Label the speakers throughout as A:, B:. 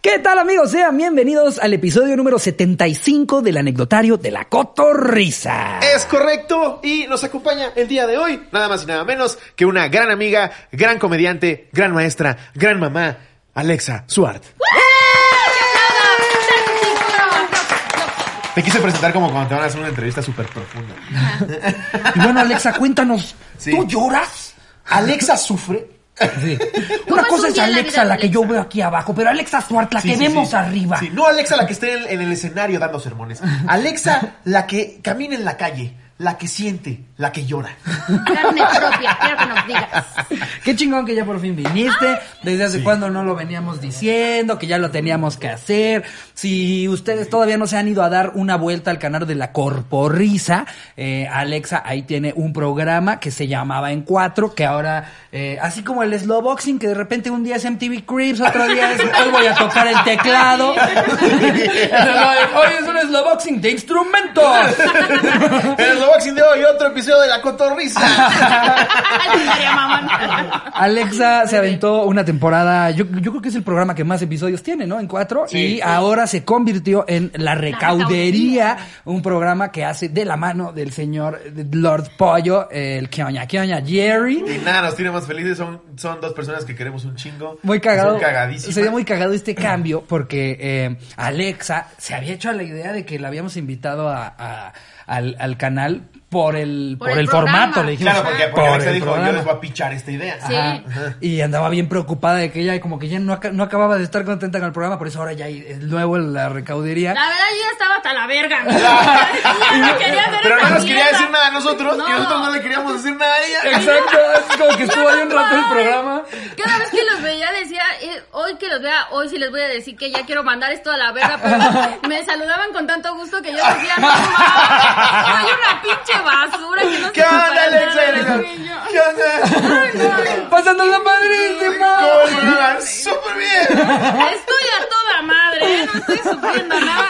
A: ¿Qué tal amigos? Sean bienvenidos al episodio número 75 del anecdotario de la cotorrisa.
B: Es correcto. Y nos acompaña el día de hoy, nada más y nada menos que una gran amiga, gran comediante, gran maestra, gran mamá, Alexa Suart. Te quise presentar como cuando te van a hacer una entrevista súper profunda.
A: Y bueno, Alexa, cuéntanos.
B: Sí.
C: ¿Tú lloras? ¿Alexa sufre?
A: Una
D: es
A: cosa
D: un
A: es
D: día en la
A: Alexa,
D: vida de
A: la que
D: Alexa?
A: yo veo aquí abajo, pero Alexa Suart, la
B: Sí,
A: que
B: sí,
A: vemos
B: sí.
A: arriba.
B: Sí, No Alexa la que esté en, en el escenario dando sermones.
C: Alexa, la que camina en la calle, la que siente, la que llora.
D: Carne propia, quiero que nos digas.
A: Qué chingón que ya por fin viniste. Desde hace cuando no lo veníamos diciendo, que ya lo teníamos que hacer. Si ustedes todavía no se han ido a dar una vuelta al canal de la Corporrisa, eh, Alexa ahí tiene un programa que se llamaba En Cuatro, que ahora, eh, así como el slow boxing, que de repente un día es MTV Crips, otro día es hoy voy a tocar el teclado. hoy es un slow boxing de instrumentos.
B: el boxing de hoy, otro episodio de La Cotorrisa.
A: Alexa se aventó una temporada, yo, yo creo que es el programa que más episodios tiene, ¿no? En cuatro. y ahora se convirtió en La Recaudería, un programa que hace de la mano del señor Lord Pollo, el que oña, que oña, Jerry.
B: Y nada, nos tiene más felices. Son, son dos personas que queremos un chingo.
A: Muy cagado.
B: Son cagadísimas.
A: Se dio muy cagado este cambio porque eh, Alexa se había hecho a la idea de que la habíamos invitado a, a- al, al canal por el, por
D: Por
A: el,
D: el programa.
A: formato, le dijimos.
B: Claro, porque, porque
A: Por
B: Alexa
A: el
B: dijo,
A: programa.
B: yo les voy a pichar esta idea.
D: Sí.
A: Ajá. Y andaba bien preocupada de que ella como que ya no, aca- no acababa de estar contenta con el programa, por eso ahora ya es nuevo en la recaudería.
D: La verdad, yo ya estaba hasta la verga. güey. Ya no quería hacer
B: Pero no
D: esa
B: nos quería
D: mierda.
B: decir nada a nosotros
D: No.
B: y nosotros no le queríamos decir nada a ella.
A: Exacto, es como que estuvo ahí un rato el
D: Ay,
A: programa.
D: Cada vez que los veía decía, eh, hoy que los vea, hoy sí les voy a decir que ya quiero mandar esto a la verga, pero me saludaban con tanto gusto que yo decía, no mames, soy una pinche basura que no
B: ¿Qué
D: se
B: onda, Alexa? ¿Qué onda?
A: Pasando la madrísima.
B: ¿Cómo lo hagan? ¡Súper bien!
D: Estoy a toda madre, ¿eh? no estoy sufriendo nada.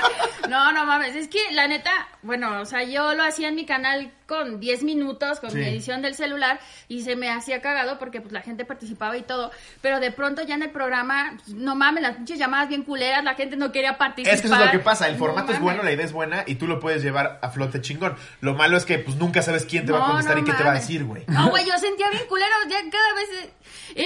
D: No, no mames, es que la neta, bueno, o sea, yo lo hacía en mi canal con 10 minutos, con mi edición del celular, y se me hacía cagado porque pues la gente participaba y todo, pero de pronto ya en el programa, pues, no mames, las pinches llamadas bien culeras, la gente no quería participar.
B: Es que eso es lo que pasa. El
D: No
B: formato es
D: mames.
B: bueno, la idea es buena y tú lo puedes llevar a flote chingón. Lo malo es que pues nunca sabes quién te va a
D: No,
B: contestar
D: no
B: y qué te va a
D: mames.
B: decir, güey.
D: No, güey, yo sentía bien culero, ya cada vez eh,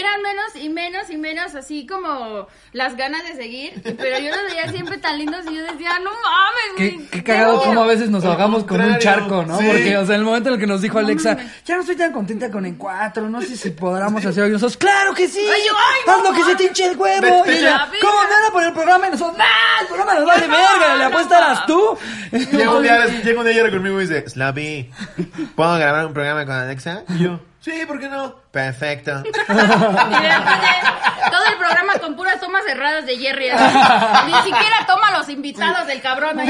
D: eran menos y menos y menos, así como las ganas de seguir, pero yo los veía siempre tan lindos y yo decía, no mames,
A: Qué,
D: güey.
A: qué cagado
D: qué
A: como a
D: bueno".
A: veces nos
B: Al
A: ahogamos con un
B: contrario,
A: charco, ¿no?
B: sí.
A: Porque, o sea, en el momento en el que nos dijo Alexa,
D: mames.
A: ya no estoy tan contenta con En Cuatro, no sé si podamos hacer hoy nosotros. ¡Claro que sí!
D: Ay, yo, ay,
A: ¡Haz
D: no
A: lo que se te hinche el huevo!
B: Vete
A: Y ella,
D: a la
A: ¿cómo
D: verga".
A: nada por el programa? Y nosotros, ¡ah! El programa nos vale verga, le
D: no,
A: apuestas
D: no.
A: tú.
B: Llega un día, llega un día llora conmigo y dice, Slappy, ¿puedo grabar un programa con Alexa? Y yo, sí, ¿por qué no? Perfecto.
D: Y de repente, todo el programa con puras tomas cerradas de Jerry. así. Ni siquiera toma a los invitados del cabrón. ahí.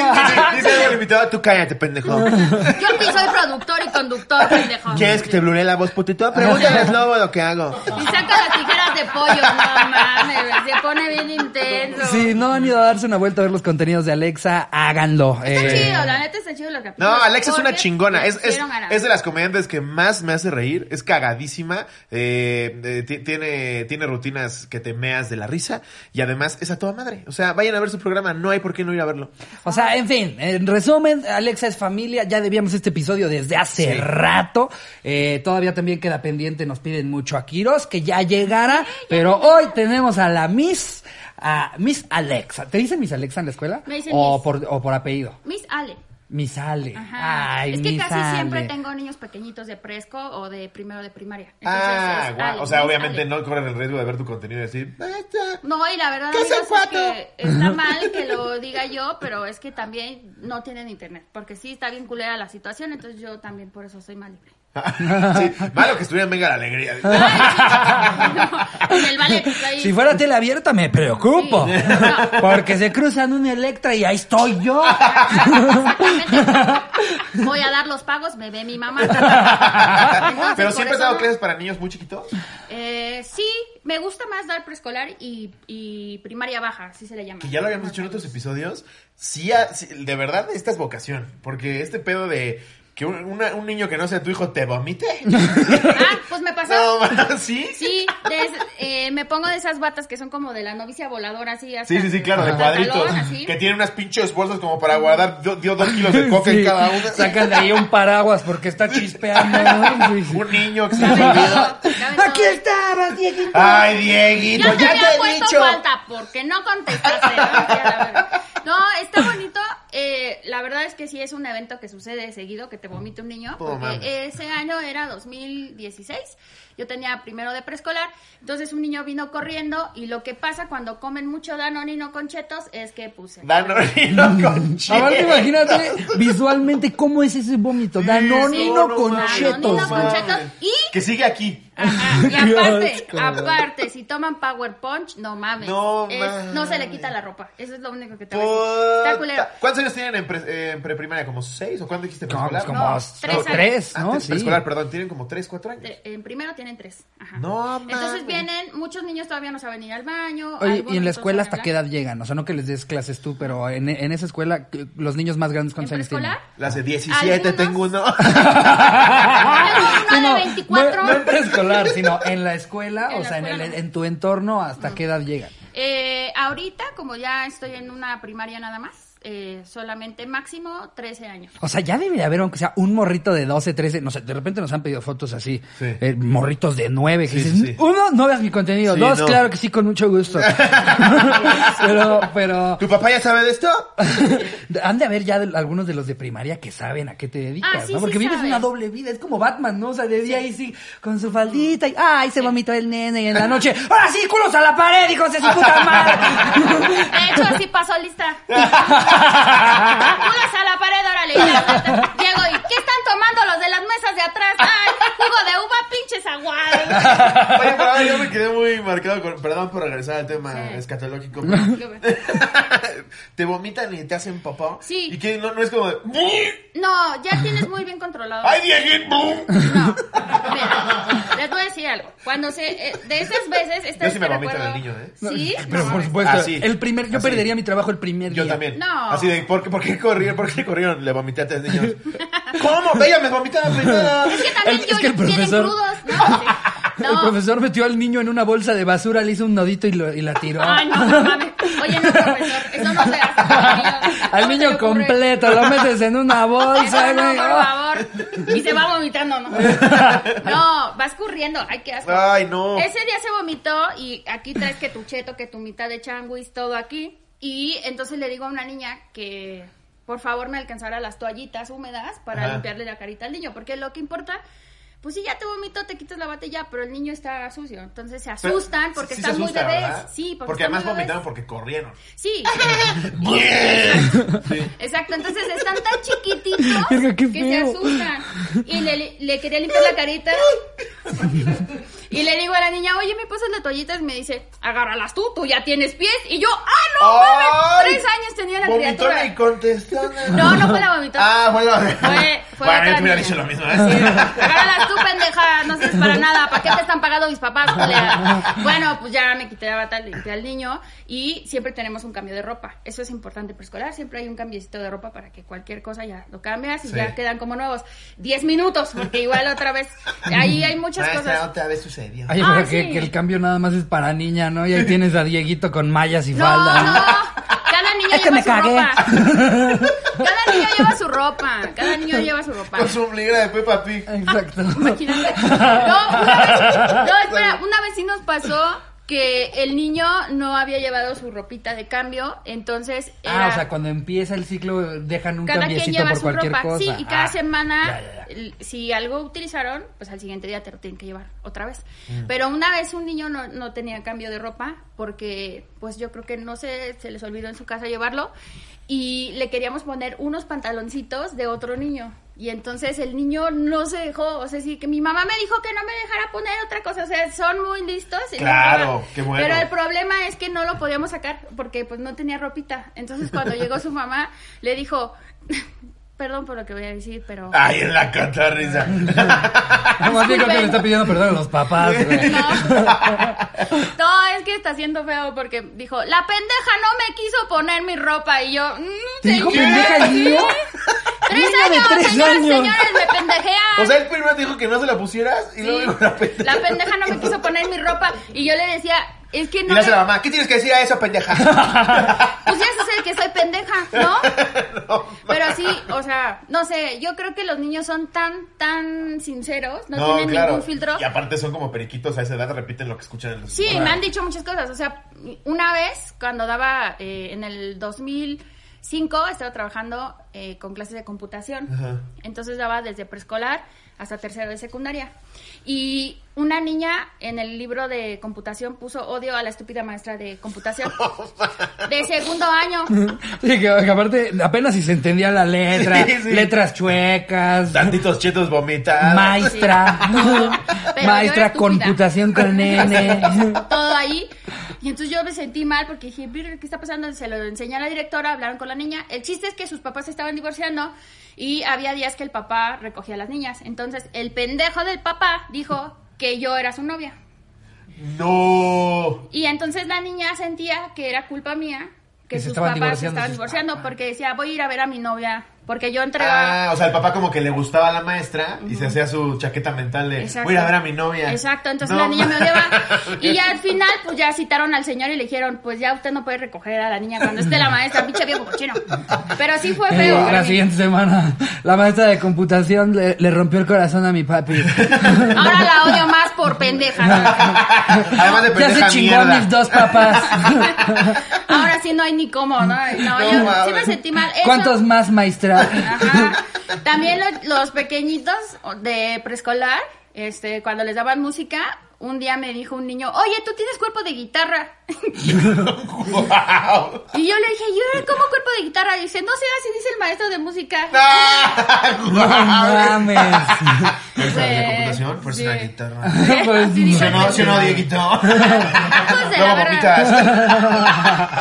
B: Dice el invitado, tú cállate, pendejo.
D: Yo aquí soy productor y conductor, pendejo.
B: ¿Quieres que te bluree la voz, putito? Pregúntale a Slobo lo que hago.
D: Y saca las tijeras de pollo, no mames, güey, se pone bien intenso.
A: Si no han ido a darse una vuelta a ver los contenidos de Alexa, háganlo.
D: Está
A: Eh,
D: chido, la neta está chido lo que
B: No, Alexa es una chingona. Es, es, es de las comediantes que más me hace reír. Es cagadísima. eh, eh, ti- tiene, tiene rutinas que te meas de la risa. Y además es a toda madre. O sea, vayan a ver su programa. No hay por qué no ir a verlo.
A: O sea, en fin, en resumen, Alexa es familia, ya debíamos este episodio desde hace rato, Eh, todavía también queda pendiente, nos piden mucho a Kiros, que ya llegara, pero hoy tenemos a la Miss, a Miss Alexa. ¿Te dicen Miss Alexa en la escuela?
D: Me dicen
A: o,
D: Miss.
A: Por, o por apellido.
D: Miss Ale.
A: Miss Ale.
D: Ajá.
A: Ay,
D: es que
A: Miss
D: casi siempre
A: Ale.
D: tengo niños pequeñitos de presco o de primero de primaria. Entonces,
B: Ah,
D: es
B: guau.
D: Ale,
B: O sea,
D: Miss
B: obviamente
D: Ale.
B: no corren el riesgo de ver tu contenido y decir, "Ah, está".
D: No, y la verdad,
B: ¿Qué es el
D: amigos, es
B: cuatro?
D: que está mal que lo diga yo, pero es que también no tienen internet, porque sí está bien culera la situación, entonces yo también por eso soy mal libre.
B: sí, malo que estuviera en venga la alegría.
D: En el ballet, ahí.
A: Si fuera tele abierta me preocupo,
D: Sí. No.
A: porque se cruzan un Electra y ahí estoy yo.
D: Exactamente. Voy a dar los pagos, me ve mi mamá. Entonces,
B: Pero
D: por
B: siempre has
D: eso
B: dado
D: no.
B: clases para niños muy chiquitos.
D: Eh, sí, me gusta más dar preescolar y, y primaria baja, así se le llama.
B: que ya lo habíamos dicho en otros episodios, sí, ha- sí, de verdad necesitas vocación, porque este pedo de que un, una- un niño que no sea tu hijo te vomite.
D: Ah, pues me pasó.
B: No, ma, ¿sí?
D: Sí, de es- eh, me pongo de esas batas que son como de la novicia voladora, así. hasta
B: Sí, sí, sí, claro, de
D: el
B: cuadritos.
D: pantalón, así.
B: Que tiene unas pinches bolsas como para guardar, dio, dio dos kilos de coca
A: Sí,
B: en cada una.
A: Sacan de ahí un paraguas porque está chispeando. ¿no? Sí, sí.
B: Un niño que se
D: Cabe
B: olvidó.
D: todo, cabe todo.
A: Aquí estabas, Dieguito.
B: Ay, Dieguito,
D: Ya te
B: Pues ya
D: había
B: te he
D: puesto
B: dicho.
D: falta porque no contestaste. ¿no? Ya, la verdad. No, está bonito. Eh, la verdad es que sí es un evento que sucede seguido, que te vomite un niño.
B: Oh,
D: porque
B: mames.
D: ese año era 2016. Yo tenía primero de preescolar. Entonces un niño vino corriendo y lo que pasa cuando comen mucho danonino con chetos es que pues, puse.
B: Danonino con chile.
A: Aparte, imagínate visualmente cómo es ese vómito. Danonino
D: sí, no
A: con
D: mames.
A: chetos.
D: Danonino con
A: güey.
D: chetos. y-
B: Que sigue aquí.
D: Ajá, y
A: Qué
D: aparte,
A: asco.
D: aparte, si toman Power Punch, no mames.
B: No
D: Es-
B: mames.
D: no se le quita la ropa. Eso es lo único que te voy a decir. Está culero.
B: Puta. ¿Cuántos años tienen en, pre- eh, en preprimaria? ¿Como seis? ¿O cuánto dijiste
A: No, pues
B: preescolar?
A: como
D: No,
A: s-
D: tres
A: no,
D: años.
A: tres,
B: Ah,
A: ¿no?
B: te-
A: Sí.
B: Preescolar, perdón, tienen como tres, cuatro años.
D: Te- Eh, En primero tienen tres. Ajá.
B: No mames.
D: Entonces vienen, muchos niños todavía no saben ir al baño.
A: Oye,
D: algunos
A: ¿y en la
D: no
A: escuela
D: saben
A: hasta qué
D: hablar.
A: edad llegan? O sea, no que les des clases tú, pero en, en esa escuela, los niños más grandes, ¿cuántos
D: ¿En
A: años tienen?
D: preescolar?
B: Las de 17
D: Algunos-
B: tengo uno.
D: Ah, no,
A: no,
D: de 24.
A: no en preescolar, sino en la escuela,
D: En
A: o
D: la
A: sea, en,
D: escuela
A: el-
D: no.
A: en tu entorno, ¿hasta qué edad llegan?
D: Eh, ahorita, como ya estoy en una primaria nada más, eh, solamente máximo 13 años.
A: O sea, ya debería haber, aunque sea un morrito de 12, 13, no sé, de repente nos han pedido fotos así,
B: Sí.
A: eh, morritos de 9, que
B: Sí, sí,
A: dices,
B: sí.
A: uno, no veas mi contenido,
B: Sí,
A: dos,
B: no.
A: claro que sí, con mucho gusto. pero, pero,
B: ¿Tu papá ya sabe de esto?
A: han de haber ya de- algunos de los de primaria que saben a qué te dedicas,
D: Ah, sí,
A: ¿no? Porque
D: sí
A: vives
D: saben.
A: una doble vida, es como Batman, ¿no? O sea, de día ahí sí, con su faldita y, ay, se vomitó el nene, y en la noche, ahora sí, culos a la pared, hijos de su puta madre.
D: De hecho, así pasó lista. Pulas a la pared, órale. ya. Llego y ¿qué están tomando los de las mesas de atrás? Ay, jugo de uva, pinches aguados.
B: Oye, pero ahora yo me quedé muy marcado con... Perdón por regresar al tema
D: Sí.
B: escatológico. pero- te vomitan y te hacen papá.
D: Sí.
B: Y que no, no es como de...
D: No, ya tienes muy bien controlado.
B: ¡Ay, Dieguito!
D: No. Mira, les voy a decir algo. Cuando se. eh, de esas veces. Esta
B: Yo
D: vez
B: sí me
D: te
B: vomito en
D: recuerdo-
B: el niño, ¿eh?
D: Sí.
A: Pero
D: No,
A: por
D: mames.
A: supuesto,
B: Así.
A: el primer, yo
B: Así.
A: perdería mi trabajo el primer día.
B: Ah, Yo también.
D: No.
B: Así de, ¿por qué, por qué corrieron? ¿Por qué corrieron? Le vomité a tres niños. ¿Cómo? Bella, me vomité a la primera.
D: Es que también
A: El- es
D: yo,
A: que el
D: tienen
A: profesor-
D: crudos. No, sí.
A: El
D: no.
A: profesor metió al niño en una bolsa de basura, le hizo un nodito y, lo- y la tiró.
D: Ay, Ah, no, no mames. Oye, no, profesor. Eso no se hace. ¿Cómo
A: Al
D: se le
A: niño
D: ocurre?
A: completo, lo metes en una bolsa,
D: Eso no,
A: güey.
D: por favor. Y se va vomitando, ¿no? No, vas corriendo. Ay, qué asco.
B: Ay, no.
D: Ese día se vomitó y aquí traes que tu cheto, que tu mitad de changuis, todo aquí. Y entonces le digo a una niña que por favor me alcanzara las toallitas húmedas para
B: Ajá.
D: limpiarle la carita al niño, porque lo que importa, pues si ya te vomitó, te quitas la batilla, pero el niño está sucio. Entonces se
B: Pero-
D: asustan porque
B: sí se
D: están
B: asusta,
D: muy bebés.
B: ¿verdad?
D: Sí, porque,
B: porque
D: están
B: además
D: muy bebés.
B: vomitaron porque corrieron.
D: Sí,
B: Sí.
D: exacto. Entonces están tan chiquititos
A: Verga, qué
D: que se
A: feo.
D: asustan. Y le, le quería limpiar la carita. Y le digo a la niña, oye, me pasas la toallita. Y me dice, agárralas tú, tú ya tienes pies. Y yo, ¡ah, no! mames!
B: ¡Ay!
D: Tres años tenía la
B: Vomitó
D: criatura.
B: y contestó.
D: No, no fue la vomitó.
B: Ah, bueno.
D: Fue, fue
B: bueno,
D: otra
B: yo te hubiera
D: niña.
B: dicho lo mismo.
D: Sí.
B: ¿eh?
D: Agárralas tú, pendeja, no sirves para nada. ¿Para qué te están pagando mis papás? culera? Bueno, pues ya me quité la bata, limpié al niño y siempre tenemos un cambio de ropa. Eso es importante preescolar. Siempre hay un cambiecito de ropa para que cualquier cosa ya lo cambias y
B: Sí.
D: ya quedan como nuevos. Diez minutos, porque igual otra vez. Ahí hay muchas
B: Maestra,
D: cosas.
B: otra vez sucedió.
A: Ay,
D: Ah,
A: pero que,
D: sí.
A: que el cambio nada más es para niña, ¿no? Y ahí tienes a Dieguito con mallas y
D: No,
A: falda.
D: no. Cada niño
A: Es que
D: lleva
A: me
D: su
A: cagué.
D: ropa. Cada niño lleva su ropa. Cada niño lleva su ropa.
B: Con su ombliguera de Peppa Pig.
A: Exacto.
D: Imagínate. No, una vez, no, espera, una vez sí nos pasó que el niño no había llevado su ropita de cambio, entonces era
A: Ah, o sea, cuando empieza el ciclo dejan un
D: cada quien
A: cambiecito
D: lleva
A: por
D: su
A: cualquier
D: ropa.
A: cosa.
D: Sí, y cada
A: Ah,
D: semana,
A: ya, ya, ya.
D: l- si algo utilizaron, pues al siguiente día te lo tienen que llevar otra vez.
A: Mm.
D: Pero una vez un niño no, no tenía cambio de ropa porque, pues yo creo que no sé, se les olvidó en su casa llevarlo y le queríamos poner unos pantaloncitos de otro niño. Y entonces el niño no se dejó, o sea, sí, que mi mamá me dijo que no me dejara poner otra cosa, o sea, son muy listos. y no
B: Claro,
D: llevan.
B: qué bueno.
D: Pero el problema es que no lo podíamos sacar porque pues no tenía ropita. Entonces cuando llegó su mamá le dijo, perdón por lo que voy a decir, pero...
B: Ay, en la catarrisa.
A: Ah, más bien creo que le está pidiendo perdón a los papás, güey.
D: No. No, es que está siendo feo porque dijo, la pendeja no me quiso poner mi ropa y yo... "Mm,
A: ¿Te dijo
D: señora,
A: pendeja el
D: ¿sí?".
A: niño?
D: Tres
A: Niña de
D: años,
A: tres
D: señores,
A: años.
D: señores, me pendejean.
B: O sea, él primero te dijo que no se la pusieras y luego dijo la pendeja.
D: La pendeja no me quiso poner mi ropa y yo le decía, es que
B: Y
D: no.
B: le hace
D: me-
B: la mamá, ¿qué tienes que decir a esa pendeja?
D: Pues ya se sabe que soy pendeja, ¿no?
B: No,
D: Pero sí, o sea, no sé, yo creo que los niños son tan, tan sinceros, no, tienen ningún filtro.
B: Y aparte son como periquitos a esa edad, repiten lo que escuchan en los
D: Sí, me han dicho muchas cosas. O sea, una vez, cuando daba eh, en el 2005, estaba trabajando eh, con clases de computación.
B: Ajá.
D: Entonces daba desde preescolar hasta tercero de secundaria. Y una niña en el libro de computación puso odio a la estúpida maestra de computación de segundo año.
A: Sí, que, que aparte apenas si se entendía la letra,
B: Sí, sí.
A: letras chuecas,
B: Tantitos chetos vomitados.
A: maestra,
D: Pero yo era
A: maestra
D: estúpida.
A: computación con nene.
D: todo ahí. Y entonces yo me sentí mal porque dije, "Virga, ¿qué está pasando? Se lo enseñé a la directora, hablaron con la niña. El chiste es que sus papás se estaban divorciando y había días que el papá recogía a las niñas. Entonces el pendejo del papá dijo que yo era su novia.
B: No.
D: Y entonces la niña sentía que era culpa mía que
A: Que se
D: sus
A: estaban
D: papás se
A: divorciando
D: estaban
A: sus
D: divorciando porque decía, voy a ir a ver a mi novia porque yo entregaba...
B: Ah, o sea, el papá como que le gustaba a la maestra y se hacía su chaqueta mental de
D: Exacto.
B: voy a ir a ver a mi novia.
D: Exacto, entonces
B: No,
D: la niña me
B: ma-
D: odiaba. Y ya al final, pues ya citaron al señor y le dijeron, pues ya usted no puede recoger a la niña cuando esté la maestra, pinche viejo cochino. Pero sí fue
A: Eh,
D: feo. para
A: la
D: mí.
A: siguiente semana, la maestra de computación le, le rompió el corazón a mi papi.
D: Ahora la odio más por pendeja. ¿no?
B: Además de
A: Ya se
B: pendeja
A: chingó a
B: mierda.
A: mis dos papás.
D: Ahora sí no hay ni cómo, ¿no? No,
B: No
D: yo sí
B: mames.
D: me sentí mal. Eso-
A: ¿Cuántos más, maestra?
D: Ajá. También lo- los pequeñitos de preescolar, este, cuando les daban música, un día me dijo un niño, oye, tú tienes cuerpo de guitarra.
B: Guau.
D: Y yo le dije, ¿yo como cuerpo de guitarra? Y dice, no sé, así dice el maestro de música.
B: Ah,
A: No
B: guau.
A: mames.
B: Maestra de
D: Güey,
B: computación, fuerza de
D: sí.
B: guitarra.
A: Pues,
D: Sí, dice,
B: Si no, si no, Dieguito. Luego
D: verga. Pues
B: vomitas.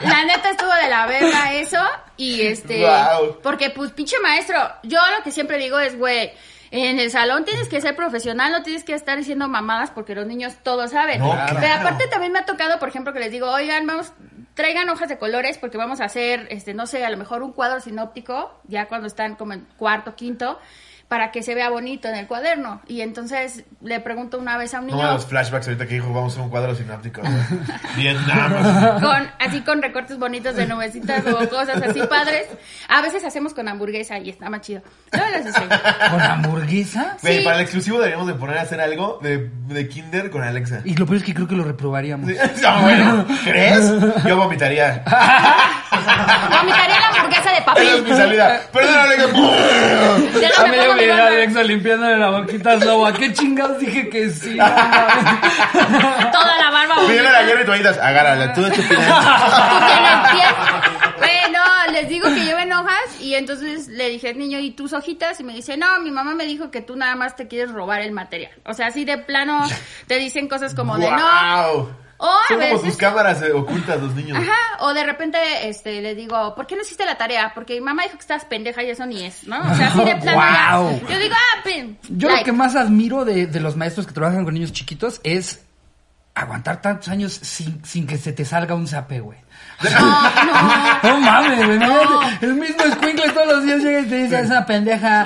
D: La neta estuvo de la verga eso. Y este.
B: Guau.
D: Porque, pues, pinche maestro, yo lo que siempre digo es, güey. En el salón tienes que ser profesional, no tienes que estar diciendo mamadas porque los niños todo saben.
B: No,
D: Pero
B: claro.
D: aparte también me ha tocado, por ejemplo, que les digo, oigan, vamos, traigan hojas de colores porque vamos a hacer, este, no sé, a lo mejor un cuadro sinóptico, ya cuando están como en cuarto, quinto, para que se vea bonito en el cuaderno. Y entonces le pregunto una vez a un niño.
B: Toma los flashbacks ahorita que dijo, vamos a hacer un cuadro sináptico. güey. Vietnam.
D: con así con recortes bonitos de nubecitas o cosas así padres. A veces hacemos con hamburguesa y está más chido. Luego les enseño.
A: ¿Con hamburguesa?
B: Güey,
D: Sí.
B: para el exclusivo deberíamos de poner a hacer algo de, de Kinder con Alexa.
A: Y lo peor es que creo que lo reprobaríamos.
B: Ah, bueno, ¿crees? Yo vomitaría.
D: Vomitaría la hamburguesa de
B: Esa es mi
D: papel.
B: salida. Perdón, Alexa.
D: Ya no me pongo mi gorra.
A: limpiándole la boquita a ¿A qué chingados dije que sí?
D: Toda la barba
B: Viene la
D: bonita.
B: guerra y toallitas. Agárrala, tú de tu
D: Bueno, les digo que lleven hojas y entonces le dije al niño, ¿y tus hojitas? Y me dice, no, mi mamá me dijo que tú nada más te quieres robar el material. O sea, así de plano te dicen cosas como de no.
B: ¡Wow!
D: O a
B: Son como
D: veces-
B: tus cámaras eh, ocultas, los niños.
D: Ajá, o de repente este, le digo, ¿por qué no hiciste la tarea? Porque mi mamá dijo que estás pendeja y eso ni es, ¿no? O sea, así de plano. ya.
A: Guau.
D: Yo digo, ah, pin.
A: Yo lo
D: like.
A: que más admiro de, de los maestros que trabajan con niños chiquitos es aguantar tantos años sin, sin que se te salga un zape, güey.
D: No, no.
A: No mames, güey. imagínate, El mismo escuincle todos los días llega y te dice, es una pendeja.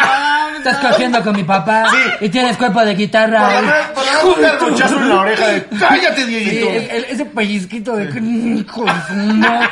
A: Estás cogiendo con mi papá y tienes cuerpo de
B: Por lo
A: guitarra.
B: menos- por lo menos un cartuchazo en la oreja de ¡Cállate,
A: Sí, el-
B: Dieguito!
A: el- ese pellizquito de "Mm, hijo de su madre.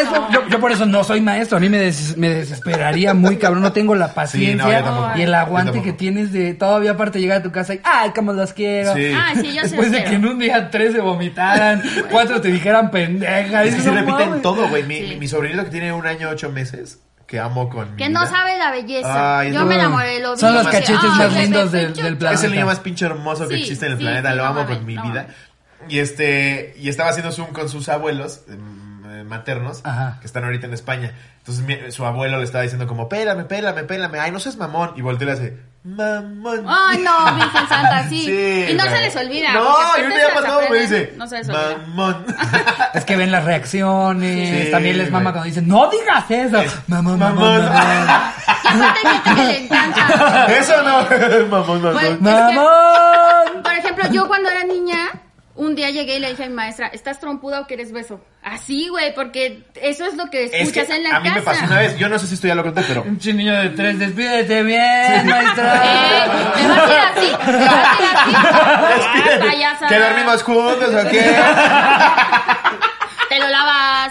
A: Eso, yo, yo por eso no soy maestro. A mí me, des- me desesperaría muy cabrón. No tengo la
B: Sí, no,
A: paciencia
B: yo tampoco.
A: y el
B: Yo
A: aguante
B: tampoco.
A: que tienes de todavía aparte llegar a tu casa y ay cómo los quiero.
B: Sí.
D: Ah, sí, yo
A: Después
D: sí
A: de que en
D: espero.
A: un día tres se vomitaran, cuatro te dijeran pendeja.
B: Es que
A: dices,
B: se
A: "No
B: repiten
A: mames".
B: todo, güey. Mi,
D: Sí.
B: mi- mi sobrinito que tiene un año, ocho meses, que amo con mi
D: Que no
B: vida.
D: sabe la belleza.
B: Ay,
D: yo
B: no.
D: me enamoré de los
A: Son los cachetes
D: Ah,
A: más lindos del- del planeta.
B: Es el niño más pinche hermoso que
D: Sí,
B: existe en el
D: sí,
B: planeta,
D: sí,
B: lo
D: no
B: amo
D: mames,
B: con mi
D: no
B: vida.
D: mames.
B: Y este, y estaba haciendo Zoom con sus abuelos mm, eh, maternos,
A: Ajá.
B: que están ahorita en España. Entonces mi- su abuelo le estaba diciendo como, pélame, pélame, pélame, ay, no seas mamón. Y volteó y le hace, mamón.
D: Ay, no, Virgen Santa, sí. y no
B: güey.
D: se les olvida.
B: No,
D: porque
B: y un
D: aparte
B: día
D: se las
B: pasado me
D: aprenden,
B: dice,
D: No se les olvida.
B: mamón.
A: Es que ven las reacciones.
B: Sí,
A: También les mama
B: güey.
A: cuando dicen, no digas eso. Mamá, mamá,
B: Mamón.
A: mamá.
D: Y aparte hay gente que le encanta.
B: Eso no, mamón, mamón.
D: Bueno, es que-
A: Mamón.
D: Por ejemplo, yo cuando era niña, un día llegué y le dije a mi maestra, ¿estás trompuda o quieres beso? Así, güey, porque eso es lo que escuchas
B: que
D: Pues, en la
B: a mí
D: casa.
B: me pasó una vez, yo no sé si esto ya lo conté, pero
A: Un niño de tres, despídete bien,
D: Eh,
A: maestra.
D: me vas a ir así, me vas a ir así. Ah, payasada.
B: que dormimos juntos o qué.
D: Te lo lavas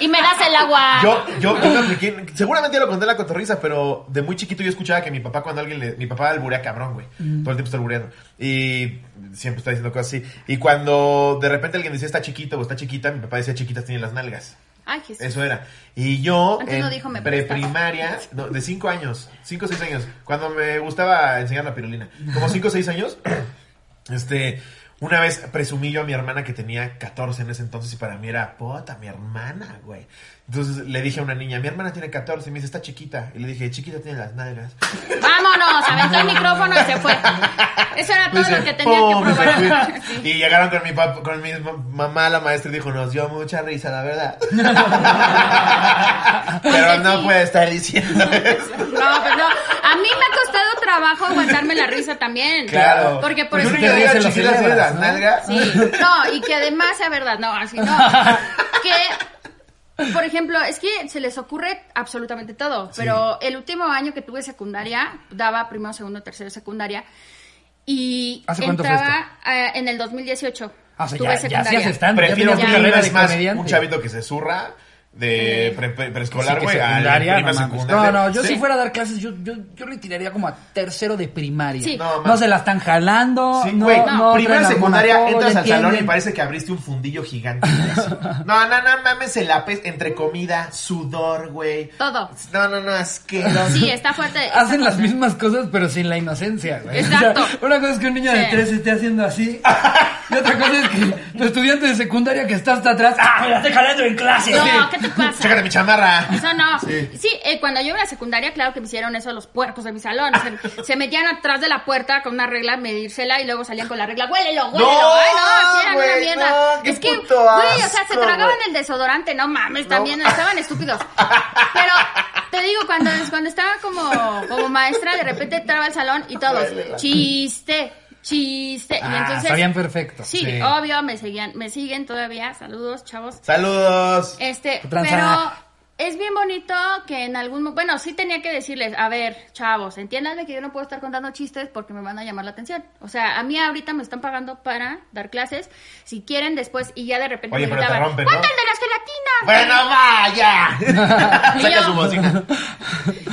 D: y me das el agua.
B: Yo, yo, yo me apliqué- seguramente ya lo conté en la cotorriza, pero de muy chiquito yo escuchaba que mi papá cuando alguien le, mi papá alburea cabrón, güey. Todo el tiempo está albureando. Y siempre está diciendo cosas así. Y cuando de repente alguien decía está chiquito o está chiquita, mi papá decía chiquitas tienen las nalgas.
D: Ay, Jesús.
B: Eso era. Y yo,
D: Antes
B: en
D: no dijo, "Me prestas".
B: preprimaria, no, de 5 años, 5 o 6 años, cuando me gustaba enseñar la pirulina, como 5 o 6 años, este, una vez presumí yo a mi hermana que tenía 14 en ese entonces y para mí era, puta, mi hermana, güey. Entonces le dije a una niña, mi hermana tiene 14 y me dice, está chiquita. Y le dije, chiquita tiene las nalgas.
D: Vámonos, aventó el micrófono y se fue. Eso era todo
B: Pues,
D: lo
B: eh,
D: que tenía que
B: pum, se
D: probar.
B: fue. Y llegaron con mi, pap- con mi ma- mamá, la maestra, y dijo, nos dio mucha risa, la verdad. Pero
D: Pues,
B: no
D: sí.
B: puede estar diciendo eso.
D: No, pues no. A mí me ha costado trabajo aguantarme la risa también.
B: Claro.
D: Porque por
B: Pues
D: ejemplo,
B: un niño
A: te ríes
B: diga
A: en los
B: chiquitas tiene
A: celebras, ¿no?
B: las nalgas.
D: Sí, no, y que además sea verdad, no, así no. Que, por ejemplo, es que se les ocurre absolutamente todo, pero el último año que tuve secundaria, daba primero, segundo, tercero, secundaria, y
A: ¿Hace cuánto fue Ah,
D: entraba eh, en el 2018.
A: O sea,
D: tuve
A: ya, ya hacías stand, ya
B: Prefiero
A: tenías
B: mil
A: tu
D: ya.
A: carrera
B: veces
A: de
B: más
A: comediante.
B: un chavito que se zurra de pre- pre-
A: Sí,
B: preescolar,
A: que
B: güey, a la
A: secundaria,
B: prima
A: no, mames.
B: secundaria.
A: No, no, yo
B: Sí.
A: si fuera a dar clases, yo, yo, yo le tiraría como a tercero de primaria.
D: Sí. No,
A: No,
B: mames.
A: se la están jalando.
B: Sí,
A: no,
B: güey.
A: no, traen
B: Primera
A: hormona todo,
B: secundaria, entras
A: le
B: al salón y
A: entienden.
B: parece que abriste un fundillo gigante. güey, así. No, no, no, mames, el apes entre comida, sudor, güey.
D: Todo.
B: No, no, no, asqueroso.
D: Sí, está fuerte.
A: Hacen las mismas cosas, pero sin la inocencia, güey.
D: Exacto.
A: O sea, una cosa es que un niño de
D: Sí.
A: 13 esté haciendo así. Y otra cosa es que tu estudiante de secundaria que está hasta atrás. ¡Ah, me la estoy jalando en clase!
D: No, ¿qué te pasa?
B: Chécate mi chamarra.
D: Eso no. Sí, eh, cuando yo iba a la secundaria, claro que me hicieron eso los puercos de mi salón. Se, se metían atrás de la puerta con una regla, medírsela y luego salían con la regla, huélelo, huélelo.
B: No,
D: Ay, no, sí, eran una
B: güey,
D: mierda.
B: no, qué
D: es que,
B: puto
D: güey, o sea, se
B: asco,
D: tragaban
B: güey.
D: el desodorante, no mames, también estaban estúpidos. Pero te digo, cuando, cuando estaba como, como maestra, de repente entraba al salón y todos, chiste, chiste. y
A: Ah,
D: entonces,
A: sabían perfecto.
D: sí,
B: Sí.
D: obvio, me seguían, me siguen todavía. Saludos, chavos.
B: Saludos.
D: Este,
A: ¿Qué tranza?
D: pero es bien bonito que en algún mo- bueno, sí tenía que decirles, a ver, chavos, entiéndanme que yo no puedo estar contando chistes porque me van a llamar la atención. O sea, a mí ahorita me están pagando para dar clases, si quieren después y ya de repente
B: Oye,
D: me
B: pero te
D: gritaban,
B: rompen, ¿no?
D: "Cuéntale las gelatinas."
B: Bueno, vaya.
D: Y yo,
B: Saca su bocina.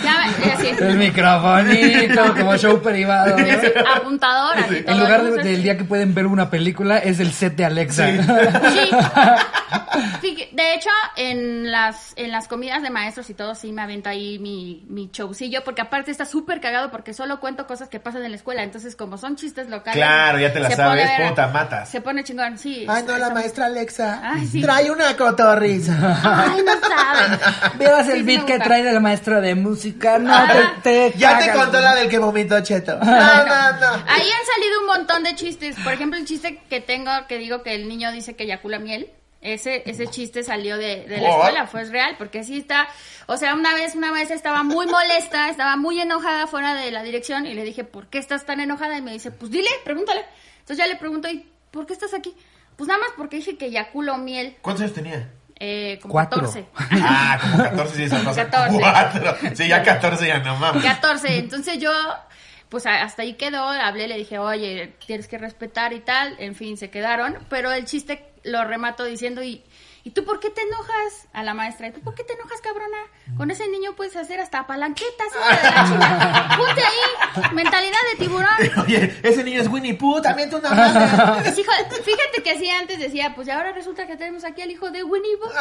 D: Ya, y así.
A: El microfonito, como show privado.
D: Y así, apuntador, así, todo
A: En lugar
D: el
A: de-
D: mundo,
A: del
D: así.
A: día que pueden ver una película, es el set de Alexa.
D: Sí. Sí, De hecho, en las, en las comidas de maestros y todo, sí me avento ahí mi, mi showcillo, porque aparte está súper cagado, porque solo cuento cosas que pasan en la escuela. Entonces, como son chistes locales.
B: Claro, ya te la
D: se
B: sabes,
D: pone-
B: puta, matas.
D: Se pone chingón, sí.
E: Ay, no, la maestra Alexa.
D: Ay, sí.
E: Trae una cotorriza.
D: Ay, no sabes.
A: Veas
D: Sí,
A: el beat
D: me
A: que
D: gusta.
A: trae de la maestra de música. No,
D: Ah.
A: te, te
E: Ya te
A: cagas.
E: contó la del que vomitó Cheto.
B: No, no, no.
D: Ahí han salido un montón de chistes. Por ejemplo, el chiste que tengo, que digo que el niño dice que eyacula miel. Ese, ese chiste salió de, de la
B: What?
D: escuela, fue real, porque así está. O sea, una vez, una vez estaba muy molesta, estaba muy enojada fuera de la dirección y le dije, ¿por qué estás tan enojada? Y me dice, pues dile, pregúntale. Entonces ya le pregunto, ¿y por qué estás aquí? Pues nada más porque dije que eyaculo miel,
B: ¿Cuántos años tenía?
D: eh, como
A: Cuatro.
D: 14.
B: Ah, como 14 sí, esa pasa.
D: 14.
B: 4. Sí, ya 14 ya no mames.
D: 14. Entonces yo, pues a- hasta ahí quedó, hablé, le dije, oye, tienes que respetar y tal, en fin, se quedaron, pero el chiste lo remato diciendo, ¿y, ¿y tú por qué te enojas? A la maestra, ¿y tú por qué te enojas, cabrona? Con ese niño puedes hacer hasta palanquetas, hija de la chingada. Ponte ahí, mentalidad de tiburón.
E: Oye, ese niño es Winnie Pooh, también tú no mames.
D: Pues, hijo, fíjate que así antes decía, pues y ahora resulta que tenemos aquí al hijo de Winnie Pooh.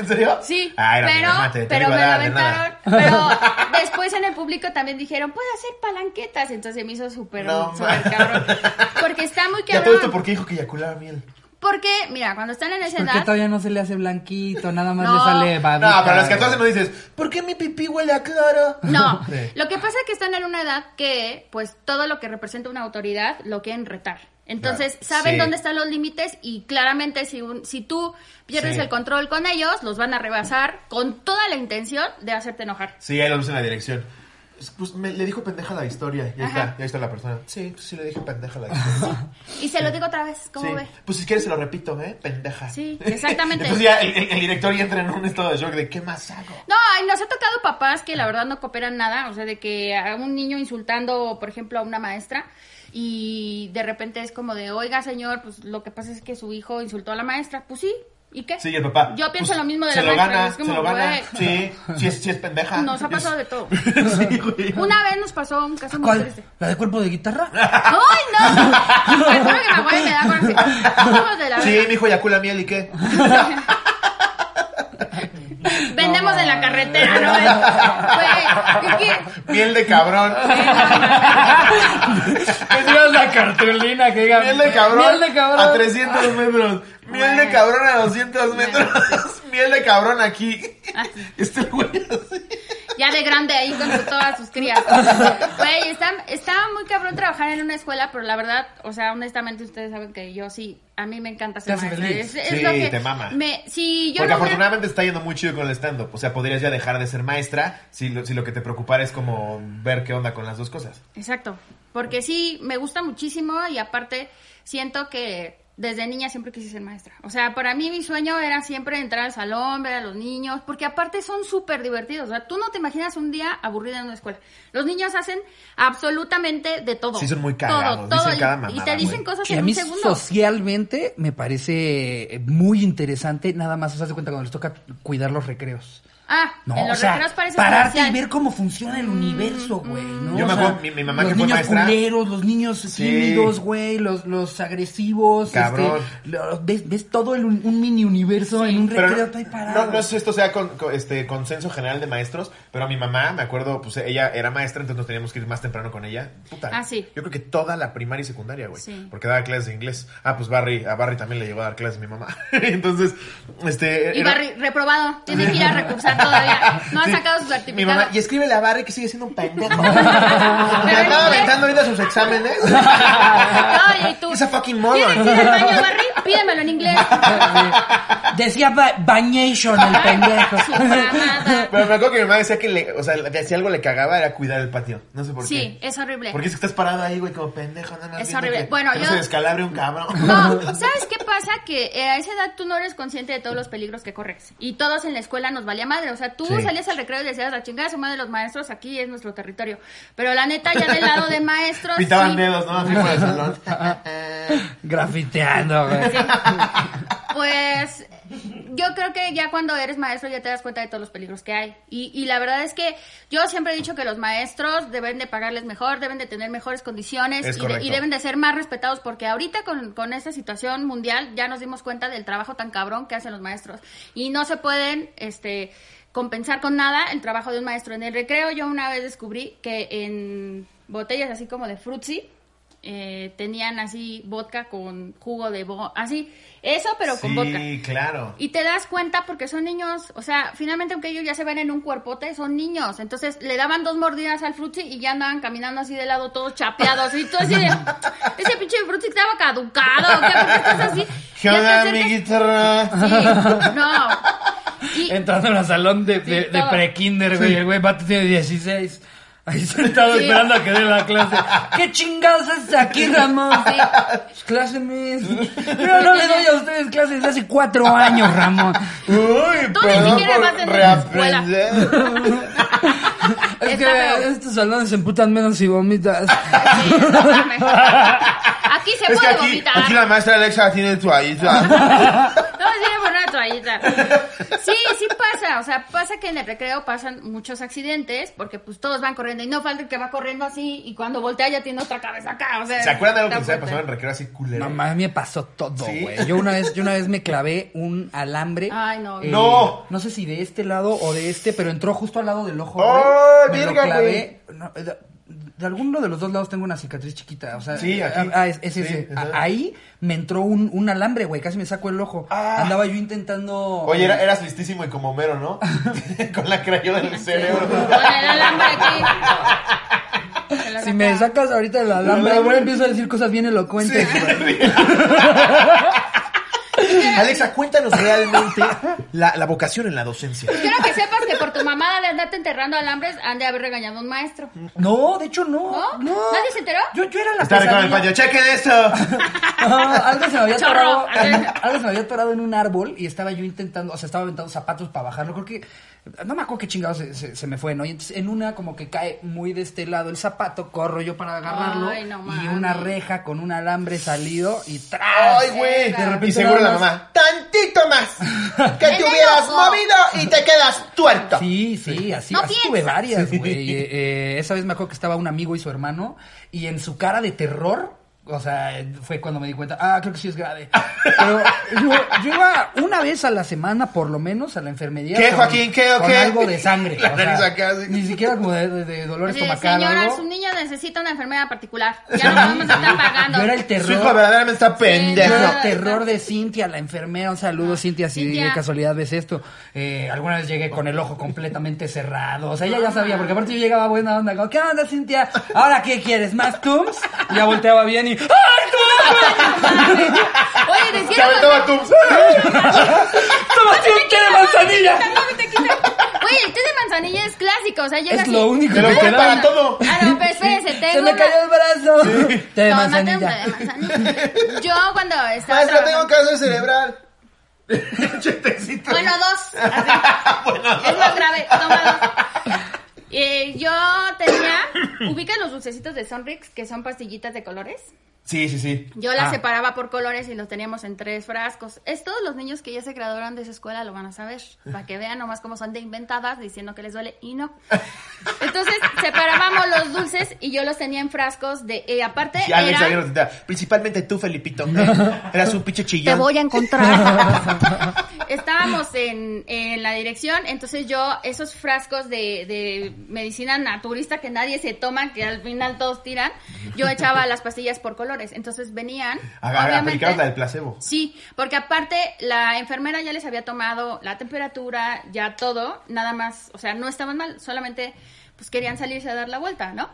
B: ¿En serio?
D: Sí,
B: Ah, era mi
D: pero,
B: mamá, te- te
D: pero
B: iba
D: me
B: a
D: lo
B: dar de nada.
D: aventaron. Pero después en el público también dijeron, puede hacer palanquetas. Entonces me hizo súper
B: No,
D: súper
B: ma.
D: cabrón. Porque está muy
B: Ya todo
D: cabrón.
B: esto porque dijo que eyaculaba miel.
D: Porque, mira, cuando están en esa
A: ¿Por qué
D: edad.
A: todavía no se le hace blanquito? Nada más
D: No.
A: le sale babita.
B: No, pero a los 14 no dices,
E: ¿Por qué mi pipí huele a cloro?
D: No,
B: Sí.
D: lo que pasa es que están en una edad que, pues, todo lo que representa una autoridad lo quieren retar. Entonces,
B: Claro,
D: saben
B: sí.
D: dónde están los límites y claramente si, un- si tú pierdes
B: Sí.
D: el control con ellos, los van a rebasar con toda la intención de hacerte enojar.
B: Sí, ahí lo ves en la dirección. pues, me- le dijo pendeja la historia. Y ahí
D: Ajá.
B: está, y ahí está la persona. Sí, pues sí le dije pendeja la historia.
D: Y se lo digo otra vez, ¿cómo
B: Sí.
D: ve?
B: Pues si quieres se lo repito, ¿eh? Pendeja.
D: Sí, exactamente.
B: Entonces ya el, el- el director ya entra en un estado de shock de ¿qué más hago?
D: No, y nos ha tocado papás que la verdad no cooperan nada, o sea, de que a un niño insultando, por ejemplo, a una maestra y de repente es como de, oiga señor, pues lo que pasa es que su hijo insultó a la maestra, pues sí, ¿y qué?
B: Sí, y el papá.
D: Yo pienso
B: pues,
D: lo mismo de
B: se
D: la
B: lo
D: maestra,
B: gana,
D: es como,
B: se lo gana.
D: güey.
B: Sí, sí es, sí es pendeja.
D: Nos ha pasado de todo.
B: sí, güey.
D: Una vez nos pasó un caso muy
A: ¿Cuál?
D: triste.
A: ¿La de cuerpo de guitarra?
D: ¡Ay, no! Perdón que me voy y me da coraje. Hijos de la
B: Sí,
D: verga.
B: mi hijo eyacula miel y qué.
D: Vendemos en la carretera, ¿no? Güey, es que
B: Miel de cabrón.
A: que digas la cartulina que diga.
B: Miel de cabrón.
A: Miel de cabrón.
B: A 300 metros. Miel de cabrón a 200 metros. Miel de cabrón aquí. Este güey así.
D: Ya de grande ahí con su- todas sus crías. Güey, está, está muy cabrón trabajar en una escuela, pero la verdad, o sea, honestamente ustedes saben que yo sí, a mí me encanta ser
A: Te hace
D: maestra.
A: feliz.
D: Es,
B: Sí,
D: es lo que
B: te mama.
D: Me, si
B: Porque
D: yo no hubiera-
B: afortunadamente está yendo muy chido con el stand-up. O sea, podrías ya dejar de ser maestra si lo, si lo que te preocupara es como ver qué onda con las dos cosas.
D: Exacto, porque sí, me gusta muchísimo y aparte siento que desde niña siempre quise ser maestra. O sea, para mí mi sueño era siempre entrar al salón, ver a los niños, porque aparte son súper divertidos. O sea, tú no te imaginas un día aburrida en una escuela. Los niños hacen absolutamente de todo.
B: Sí, son muy cagados, dicen
D: y-
B: cada
D: y,
B: mamada,
D: te dicen
B: güey.
D: cosas
A: Que a
D: en un
A: mí
D: segundo.
A: socialmente me parece eh, muy interesante, nada más, o sea, se cuenta cuando les toca cuidar los recreos.
D: Ah,
A: No,
D: en
A: o
D: los
A: sea,
D: recreos parece
A: pararte
D: comercial.
A: y ver cómo funciona el universo, güey, ¿no?
B: Yo
A: O sea,
B: me acuerdo, mi- mi mamá
A: los
B: que fue
A: niños
B: maestra-
A: culeros, los niños tímidos, güey, los, los agresivos,
B: Cabrón.
A: este, lo- ves, ves todo el un, un mini universo en un
B: Pero
A: recreo, tú ahí
B: no,
A: parado.
B: no, no sé si esto sea con, con, este consenso general de maestros, pero a mi mamá, me acuerdo, pues ella era maestra, entonces nos teníamos que ir más temprano con ella. Puta.
D: Ah, sí.
B: Yo creo que toda la primaria y secundaria, güey.
D: Sí.
B: Porque daba clases de inglés. Ah, pues Barry, a Barry también le llegó a dar clases mi mamá. entonces, este.
D: Y
B: era-
D: Barry, reprobado, tiene que ir a recursar todavía. No ha
B: Sí.
D: sacado su
B: Mi
D: certificado.
B: mamá, y escríbele a Barry que sigue siendo un pendejo. Me
D: Pero
B: andaba
D: en inglés-
B: aventando ahorita sus exámenes.
D: Ay, y tú.
B: Esa fucking
D: ¿Quieres ir
B: moron.
D: al baño, Barry? Pídemelo en inglés.
A: Decía ba- bañation el pendejo.
D: Su mamada.
B: Pero me acuerdo que mi mamá decía que le, o sea, le- si algo le cagaba era cuidar el patio. No sé por
D: Sí,
B: qué.
D: es horrible.
B: Porque es que estás parado ahí, güey, como pendejo, nada más.
D: Es
B: viendo
D: horrible.
B: que-
D: Bueno,
B: que no
D: yo-
B: se descalabre un cabrón.
D: No, ¿sabes qué pasa? Que eh, a esa edad tú no eres consciente de todos los peligros que corres. Y todos en la escuela nos valía madre. O sea, tú
B: Sí.
D: salías al recreo y decías, la chingada su madre los maestros, aquí es nuestro territorio. Pero la neta, ya del lado de maestros...
B: Pintaban
D: sí.
B: dedos, ¿no? Así por el salón.
A: Grafiteando, güey.
D: Pues yo creo que ya cuando eres maestro ya te das cuenta de todos los peligros que hay. Y, y la verdad es que yo siempre he dicho que los maestros deben de pagarles mejor, deben de tener mejores condiciones
B: Es
D: y, de- y
B: correcto.
D: deben de ser más respetados porque ahorita con, con esta situación mundial ya nos dimos cuenta del trabajo tan cabrón que hacen los maestros. Y no se pueden, este compensar con nada el trabajo de un maestro en el recreo. Yo una vez descubrí que en botellas así como de frutzi eh, tenían así vodka con jugo de bo así eso pero con vodka
B: Sí, claro.
D: y te das cuenta porque son niños, o sea, finalmente aunque ellos ya se ven en un cuerpote, son niños. Entonces le daban dos mordidas al frutzi y ya andaban caminando así de lado todos chapeados. Y tú así de, ese pinche frutzi estaba caducado, ¿qué? ¿Por qué estás así?
B: ¿Qué
D: Ya te
B: onda, mi
D: acercas-
B: guitarra?
D: Sí, no. Y-
A: Entrando al salón de, de,
D: Sí,
A: de
D: todo.
A: pre-kinder, güey. El güey vato tiene 16. Ahí sentado
D: Sí.
A: esperando a que dé la clase. ¿Qué chingados haces aquí, Ramón? Pues, clase mes. Yo no le doy a ustedes clases desde hace cuatro años, Ramón.
B: Uy,
D: Tú ni
B: perdón
D: siquiera
B: por
D: vas a tener
B: reaprender.
A: Es que
D: Está feo.
A: estos salones se emputan menos si vomitas.
D: sí, no mames. Aquí se
B: Es que
D: puede
B: aquí,
D: vomitar.
B: aquí la maestra Alexa tiene tu
D: No, sí, le ponen una toallita. Sí, sí pasa. O sea, pasa que en el recreo pasan muchos accidentes porque pues todos van corriendo y no falta el que va corriendo así y cuando voltea ya tiene otra cabeza acá. O sea,
B: ¿Se acuerdan de algo que les
D: está
B: había pasado en
D: fuerte.
B: recreo así culero?
A: Mamá, a mí me pasó todo,
B: ¿Sí?
A: güey. Yo una vez, yo una vez me clavé un alambre. eh,
D: Ay, no.
B: ¡No!
A: No sé si de este lado o de este, pero entró justo al lado del ojo.
B: ¡Ay,
A: güey. Me lo
B: verga,
A: clavé. No, de, de alguno de los dos lados tengo una cicatriz chiquita. O sea,
B: Sí, aquí.
A: Ah, es, es
B: Sí,
A: ese.
B: ajá.
A: A- Ahí me entró un, un alambre, güey. Casi me saco el ojo.
B: Ah.
A: Andaba yo intentando. eh,
B: Oye, era- eras listísimo y como Homero, ¿no? Con la crayola en el cerebro.
D: Con el alambre aquí. Se lo
A: Si me
D: saca.
A: sacas ahorita el alambre, güey, empiezo a decir cosas bien elocuentes. güey.
D: Sí,
B: Alexa, cuéntanos realmente la, la vocación en la docencia.
D: Quiero que sepas que por tu mamada de andarte enterrando alambres, han de haber regañado a un maestro.
A: No, de hecho no.
D: ¿No?
A: no.
D: ¿Nadie se enteró?
A: Yo, yo era la
B: Está con el
A: pesadilla.
B: paño, chequen esto.
A: Ah, algo se me había
D: Chorro.
A: atorado. algo se me había atorado en un árbol y estaba yo intentando, o sea, estaba aventando zapatos para bajarlo. Creo que. No me acuerdo qué chingado se, se- se me fue, ¿no? Y entonces en una como que cae muy de este lado el zapato, corro yo para agarrarlo.
D: Ay, no
A: y
D: mames.
A: una reja con un alambre salido y ¡tras!
B: Ay, güey.
D: De repente
B: Y seguro la
A: nada más.
B: mamá.
E: Tantito más. Que
D: En el
E: te hubieras
D: ojo.
E: movido y te quedas tuerto.
A: Sí, sí, así,
D: No
A: así
D: piensas.
A: tuve varias, güey. Eh, eh, esa vez me acuerdo que estaba un amigo y su hermano, y en su cara de terror, o sea, fue cuando me di cuenta, ah, creo que sí es grave. Pero yo, yo iba una vez a la semana, por lo menos, a la enfermería.
B: ¿Qué,
A: con-
B: Joaquín? ¿Qué o
A: con
B: qué?
A: algo de sangre.
B: La
A: o sea,
B: nariz acá, así.
A: Ni siquiera como de, de- de dolor
D: Así de,
A: estomacal. o
D: señora,
A: algo.
D: su niño necesita una enfermedad particular. Ya no vamos a estar pagando.
A: Yo era el
B: Su hijo
A: terror.
B: verdaderamente está
A: Yo era
B: pendejo.
A: el terror de Cintia, la enfermera. Un saludo, Cintia, si
D: Cintia.
A: de casualidad ves esto. Eh, alguna vez llegué con el ojo completamente cerrado. O sea, ella ya sabía, porque aparte yo llegaba buena onda. Como, ¿qué onda, Cintia? ¿Ahora qué quieres? ¿Más tums? Y ya volteaba bien y... ¡Ay,
D: Oye, te
B: Se
D: quiero
B: aventaba
D: contar-
B: tú.
A: ¡Toma Cintia de manzanilla!
D: También te quita- Oye, el té de manzanilla es clásico, o sea, llega
A: Es
D: así.
A: lo único
B: Te lo
A: que
B: ponen
A: queda.
B: para todo.
D: Ah, no, pero espérense, tengo
A: Se me
D: una-
A: cayó el brazo. Te de
D: Tómate un té
A: manzanilla.
D: de manzanilla. Yo cuando estaba
E: Maestra,
D: trabajando-
E: tengo cáncer cerebral.
D: Bueno, dos. Así. es más grave. Toma dos. Eh, yo tenía. ¿Ubican los dulcecitos de Sonrix, que son pastillitas de colores?
B: Sí, sí, sí.
D: Yo las
B: Ah.
D: separaba por colores y los teníamos en tres frascos. Es todos los niños que ya se graduaron de esa escuela lo van a saber. Para que vean nomás cómo son de inventadas diciendo que les duele y no. Entonces separábamos los dulces y yo los tenía en frascos de. eh, aparte,
B: Sí, Alex,
D: eran-
B: ahí nos tentaba. Principalmente tú, Felipito. Eras un pinche
D: te
B: chillón.
D: voy a encontrar. Estábamos en, en la dirección, entonces yo esos frascos de, de medicina naturista que nadie se toma, que al final todos tiran, yo echaba las pastillas por colores. Entonces venían.
B: Agarra,
D: obviamente-
B: aplicabas la del placebo.
D: Sí, porque aparte la enfermera ya les había tomado la temperatura, ya todo, nada más, o sea, no estaban mal, solamente pues querían salirse a dar la vuelta, ¿no?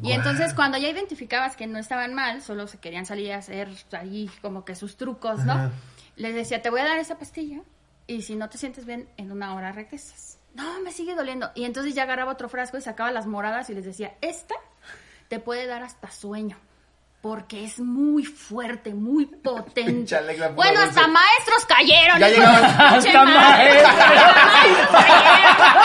D: Y entonces cuando ya identificabas que no estaban mal, solo se querían salir a hacer ahí como que sus trucos, ¿no? Les decía, te voy a dar esa pastilla y si no te sientes bien, en una hora regresas. No, me sigue doliendo. Y entonces ya agarraba otro frasco y sacaba las moradas y les decía, esta te puede dar hasta sueño. Porque es muy fuerte, muy potente.
B: Pinche Alexa, pura
D: bueno,
B: dulce.
D: hasta maestros cayeron.
B: Ya
D: hijo de
B: llegaban.
D: pinche
A: Hasta
D: madre.
A: maestros.
D: Hasta maestros cayeron.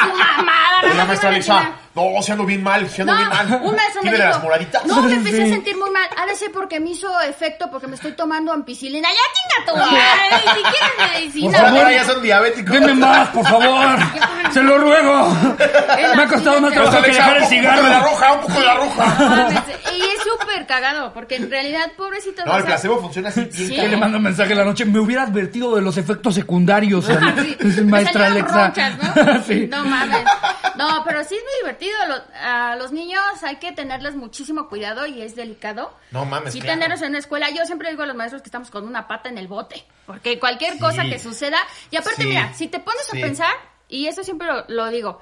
D: Su mamada.
B: Y
D: nada
B: la
D: más
B: maestra
D: iban a
B: Alexa,
D: llegar.
B: no, se ando bien mal, se ando
D: No,
B: bien mal.
D: un maestro
B: Dime
D: me
B: de
D: dijo,
B: las moraditas.
D: No, me empecé a sentir muy mal. Ha de ser porque me hizo efecto, porque me estoy tomando ampicilina. Ya tenga tu madre. Ni siquiera es medicina.
A: Por favor,
B: Pues Ahora
D: güey.
B: ya son diabéticos.
A: Denme más, por favor. Se lo ruego. Me ha costado más
D: Pero
A: trabajo que dejar el cigarro.
B: Un poco de la roja, un poco de la roja.
D: Mames, Y es súper cagado, porque en realidad, pobrecito.
B: No, el
D: o sea,
B: placebo funciona así. bien
D: Sí.
A: Yo le mando un mensaje en la noche. Me hubiera advertido de los efectos secundarios. Ana.
D: Ah, Sí,
A: Es
D: me
A: maestra
D: salieron
A: Alexa.
D: ronchas, ¿no?
A: Sí.
D: No mames. No, pero sí es muy divertido. Lo- a los niños hay que tenerles muchísimo cuidado y es delicado.
B: No mames,
D: Sí,
B: claro.
D: tenerlos en una escuela. Yo siempre digo a los maestros que estamos con una pata en el bote. Porque cualquier cosa que suceda. Y aparte,
B: Sí.
D: mira, si te pones
B: Sí.
D: a pensar, y eso siempre lo, lo digo,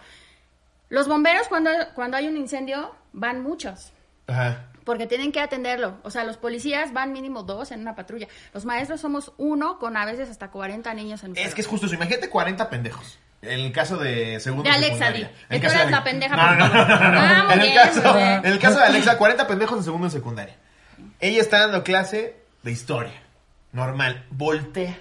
D: los bomberos cuando, cuando hay un incendio van muchos.
B: Ajá.
D: Porque tienen que atenderlo. O sea, los policías van mínimo dos en una patrulla. Los maestros somos uno con a veces hasta 40 niños en
B: Es que es justo eso. Imagínate 40 pendejos. En el caso de segundo
D: De Alexa,
B: secundaria.
D: di.
B: En el
D: Que
B: caso
D: tú
B: de
D: eras la
B: Alexa.
D: pendeja,
B: No, no, no,
D: por favor.
B: no, no.
D: Ah, muy
B: en, el
D: bien,
B: caso,
D: muy bien.
B: en el caso de Alexa, 40 pendejos en segundo de secundaria. Ella está dando clase de historia. Normal. Voltea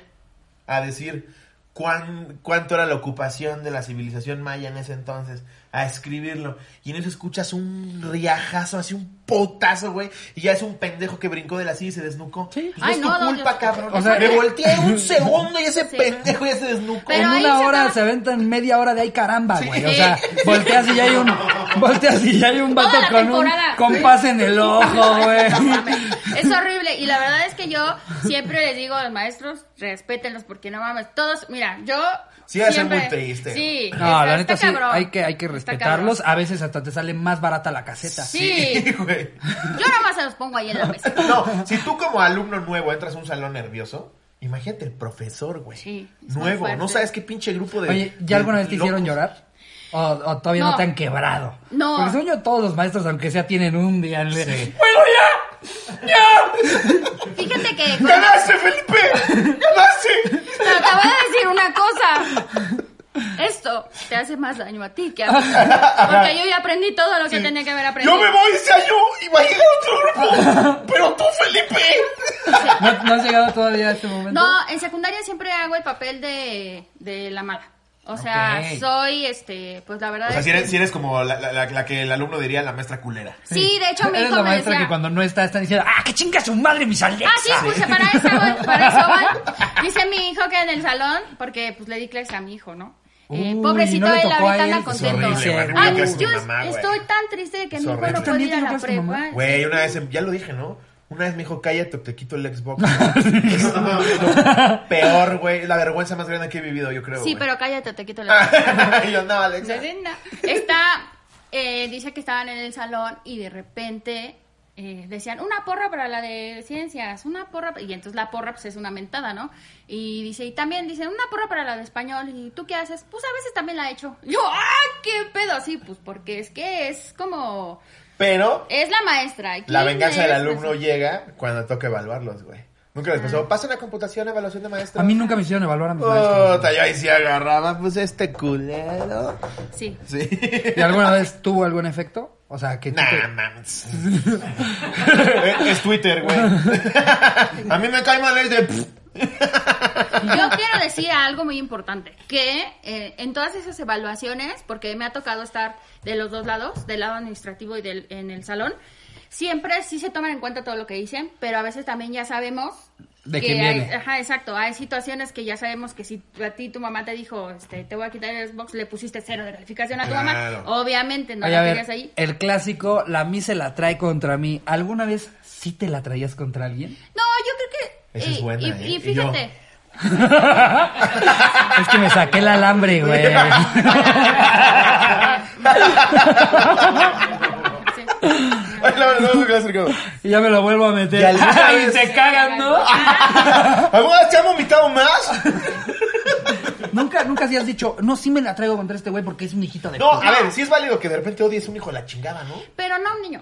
B: a decir cuán- cuánto era la ocupación de la civilización maya en ese entonces. A escribirlo. Y en eso escuchas un riajazo, así un potazo, güey. Y ya es un pendejo que brincó de la silla y se desnucó.
A: Sí.
B: Pues no
D: Ay,
B: es tu
D: no, no,
B: culpa,
D: yo-
B: cabrón.
A: O sea,
B: me volteé un segundo y ese
D: Sí.
B: pendejo ya se desnucó.
D: Pero
A: en
D: ahí
A: una
D: se
A: hora
D: acaba-
A: se aventan media hora de ahí caramba, güey. O
D: Sí.
A: sea, volteas y ya hay un, volteas y ya hay un
D: Toda
A: vato
D: la
A: con un
D: temporada.
A: compás en el ojo, güey.
D: Es horrible. Y la verdad es que yo siempre les digo a los maestros, respétenlos, porque no mames. Todos, mira, yo.
B: Sí, ha de ser
D: siempre-
B: muy triste.
D: Sí.
A: No,
D: está-
A: la neta
D: está
A: sí,
D: cabrón.
A: hay que, hay que
D: Está
A: respetarlos.
D: cabrón.
A: A veces hasta te sale más barata la caseta.
D: Sí.
B: güey.
D: Yo nada más se los pongo ahí en la mesa.
B: No, si tú como alumno nuevo entras a un salón nervioso, imagínate el profesor, güey.
D: Sí, es muy
B: Nuevo,
D: fuerte.
B: no sabes qué pinche grupo de.
A: Oye, ¿ya alguna
B: de
A: vez te hicieron
B: locos.
A: llorar? ¿O, o todavía no.
D: No.
A: te han quebrado?
D: No.
A: Porque según yo, todos los maestros, aunque sea, tienen un día. en el-
B: Sí.
D: Fíjate que.
B: ¡Ganaste, Felipe! ¡Ganaste!
D: más daño a ti que a mí. Porque yo ya aprendí todo lo que tenía que haber aprendido.
B: Yo me voy, sea yo, y va a llegar otro grupo. Pero tú, Felipe.
A: ¿No, no has llegado todavía a este momento?
D: No, en secundaria siempre hago el papel de, de la mala. O sea,
A: Ok.
D: soy, este, pues la verdad
B: O sea,
D: es
B: si
D: que-
B: eres, si eres como la, la- la- la que el alumno diría la maestra culera.
D: Sí, de hecho mi
A: Eres
D: hijo
A: la
D: me
A: maestra
D: decía-
A: que cuando no está, están diciendo, ¡ah, que chinga su madre, mis Alexa!
D: Ah, sí, pues para eso voy, para eso voy. Dice mi hijo que en el salón, porque pues le di clase a mi hijo, ¿no? Eh,
A: Uy,
D: pobrecito
A: no le
D: él,
A: tocó a
D: ahorita
A: él,
D: anda
A: es
D: contento.
B: horrible, güey, horrible
D: Ay,
B: clase a
D: yo
B: tu mamá, güey.
D: estoy tan triste de que
B: Es
D: mi hijo
B: horrible.
D: no puede ir a
A: ¿También
D: la
A: te lo
D: prepa.
A: crees,
B: Güey, una vez, ya lo dije, ¿no? Una vez me dijo, cállate, te quito el Xbox. Peor, güey. La vergüenza más grande que he vivido, yo creo.
D: Sí,
B: güey.
D: pero cállate, te quito la
B: Y yo, no, Alexa.
D: Belinda. Está, eh, dice que estaban en el salón y de repente eh, decían una porra para la de ciencias, una porra, y entonces la porra pues es una mentada, ¿no? Y dice, y también dicen una porra para la de español, ¿y tú qué haces? Pues a veces también la he hecho. Yo, ¡ah, qué pedo! Sí, pues porque es que es como,
B: Pero
D: es la maestra. ¿y
B: la
D: quién
B: venganza del
D: es?
B: alumno
D: Así.
B: llega cuando toca evaluarlos, güey. Nunca les
D: Ah.
B: pasó. Pasa una computación, evaluación de maestro.
A: A mí nunca me hicieron evaluar a mis maestros.
B: Puta, yo ahí sí agarraba, pues este culero.
D: Sí.
B: Sí.
A: ¿Y alguna vez tuvo algún efecto? O sea, que tú
B: Nah,
A: te-
B: mames. es, es Twitter, güey. A mí me cae mal el de.
D: Yo quiero decir algo muy importante, que eh, en todas esas evaluaciones, porque me ha tocado estar de los dos lados, del lado administrativo y del, en el salón, siempre sí se toman en cuenta todo lo que dicen, pero a veces también ya sabemos...
A: De
D: que
A: quién
D: hay-
A: viene.
D: Ajá, exacto. Hay situaciones que ya sabemos que si a ti tu mamá te dijo, este, te voy a quitar el Xbox, le pusiste cero de calificación a tu
B: Claro.
D: mamá, obviamente no
A: Oye, a
D: la
A: ver,
D: querías ahí.
A: el clásico, la mí se la trae contra mí. ¿Alguna vez sí te la traías contra alguien?
D: No, yo creo que...
B: Esa es
D: y-
B: buena,
D: y,
B: ¿eh?
D: y
B: Y
D: fíjate...
B: yo-
A: Es que me saqué el alambre, güey.
D: Sí.
B: Ay, la verdad, no, gracias, Ricardo.
A: Y ya me lo vuelvo a meter.
B: Y alguna
A: Y
B: vez-
A: se cagan, ¿no?
B: ¿Alguna vez te han vomitado más?
A: Nunca, nunca sí has dicho, no, sí me la traigo contra este güey porque es un hijito de
B: No,
A: puta.
B: a ver, sí es válido que de repente odies a un hijo de la chingada, ¿no?
D: Pero no un niño.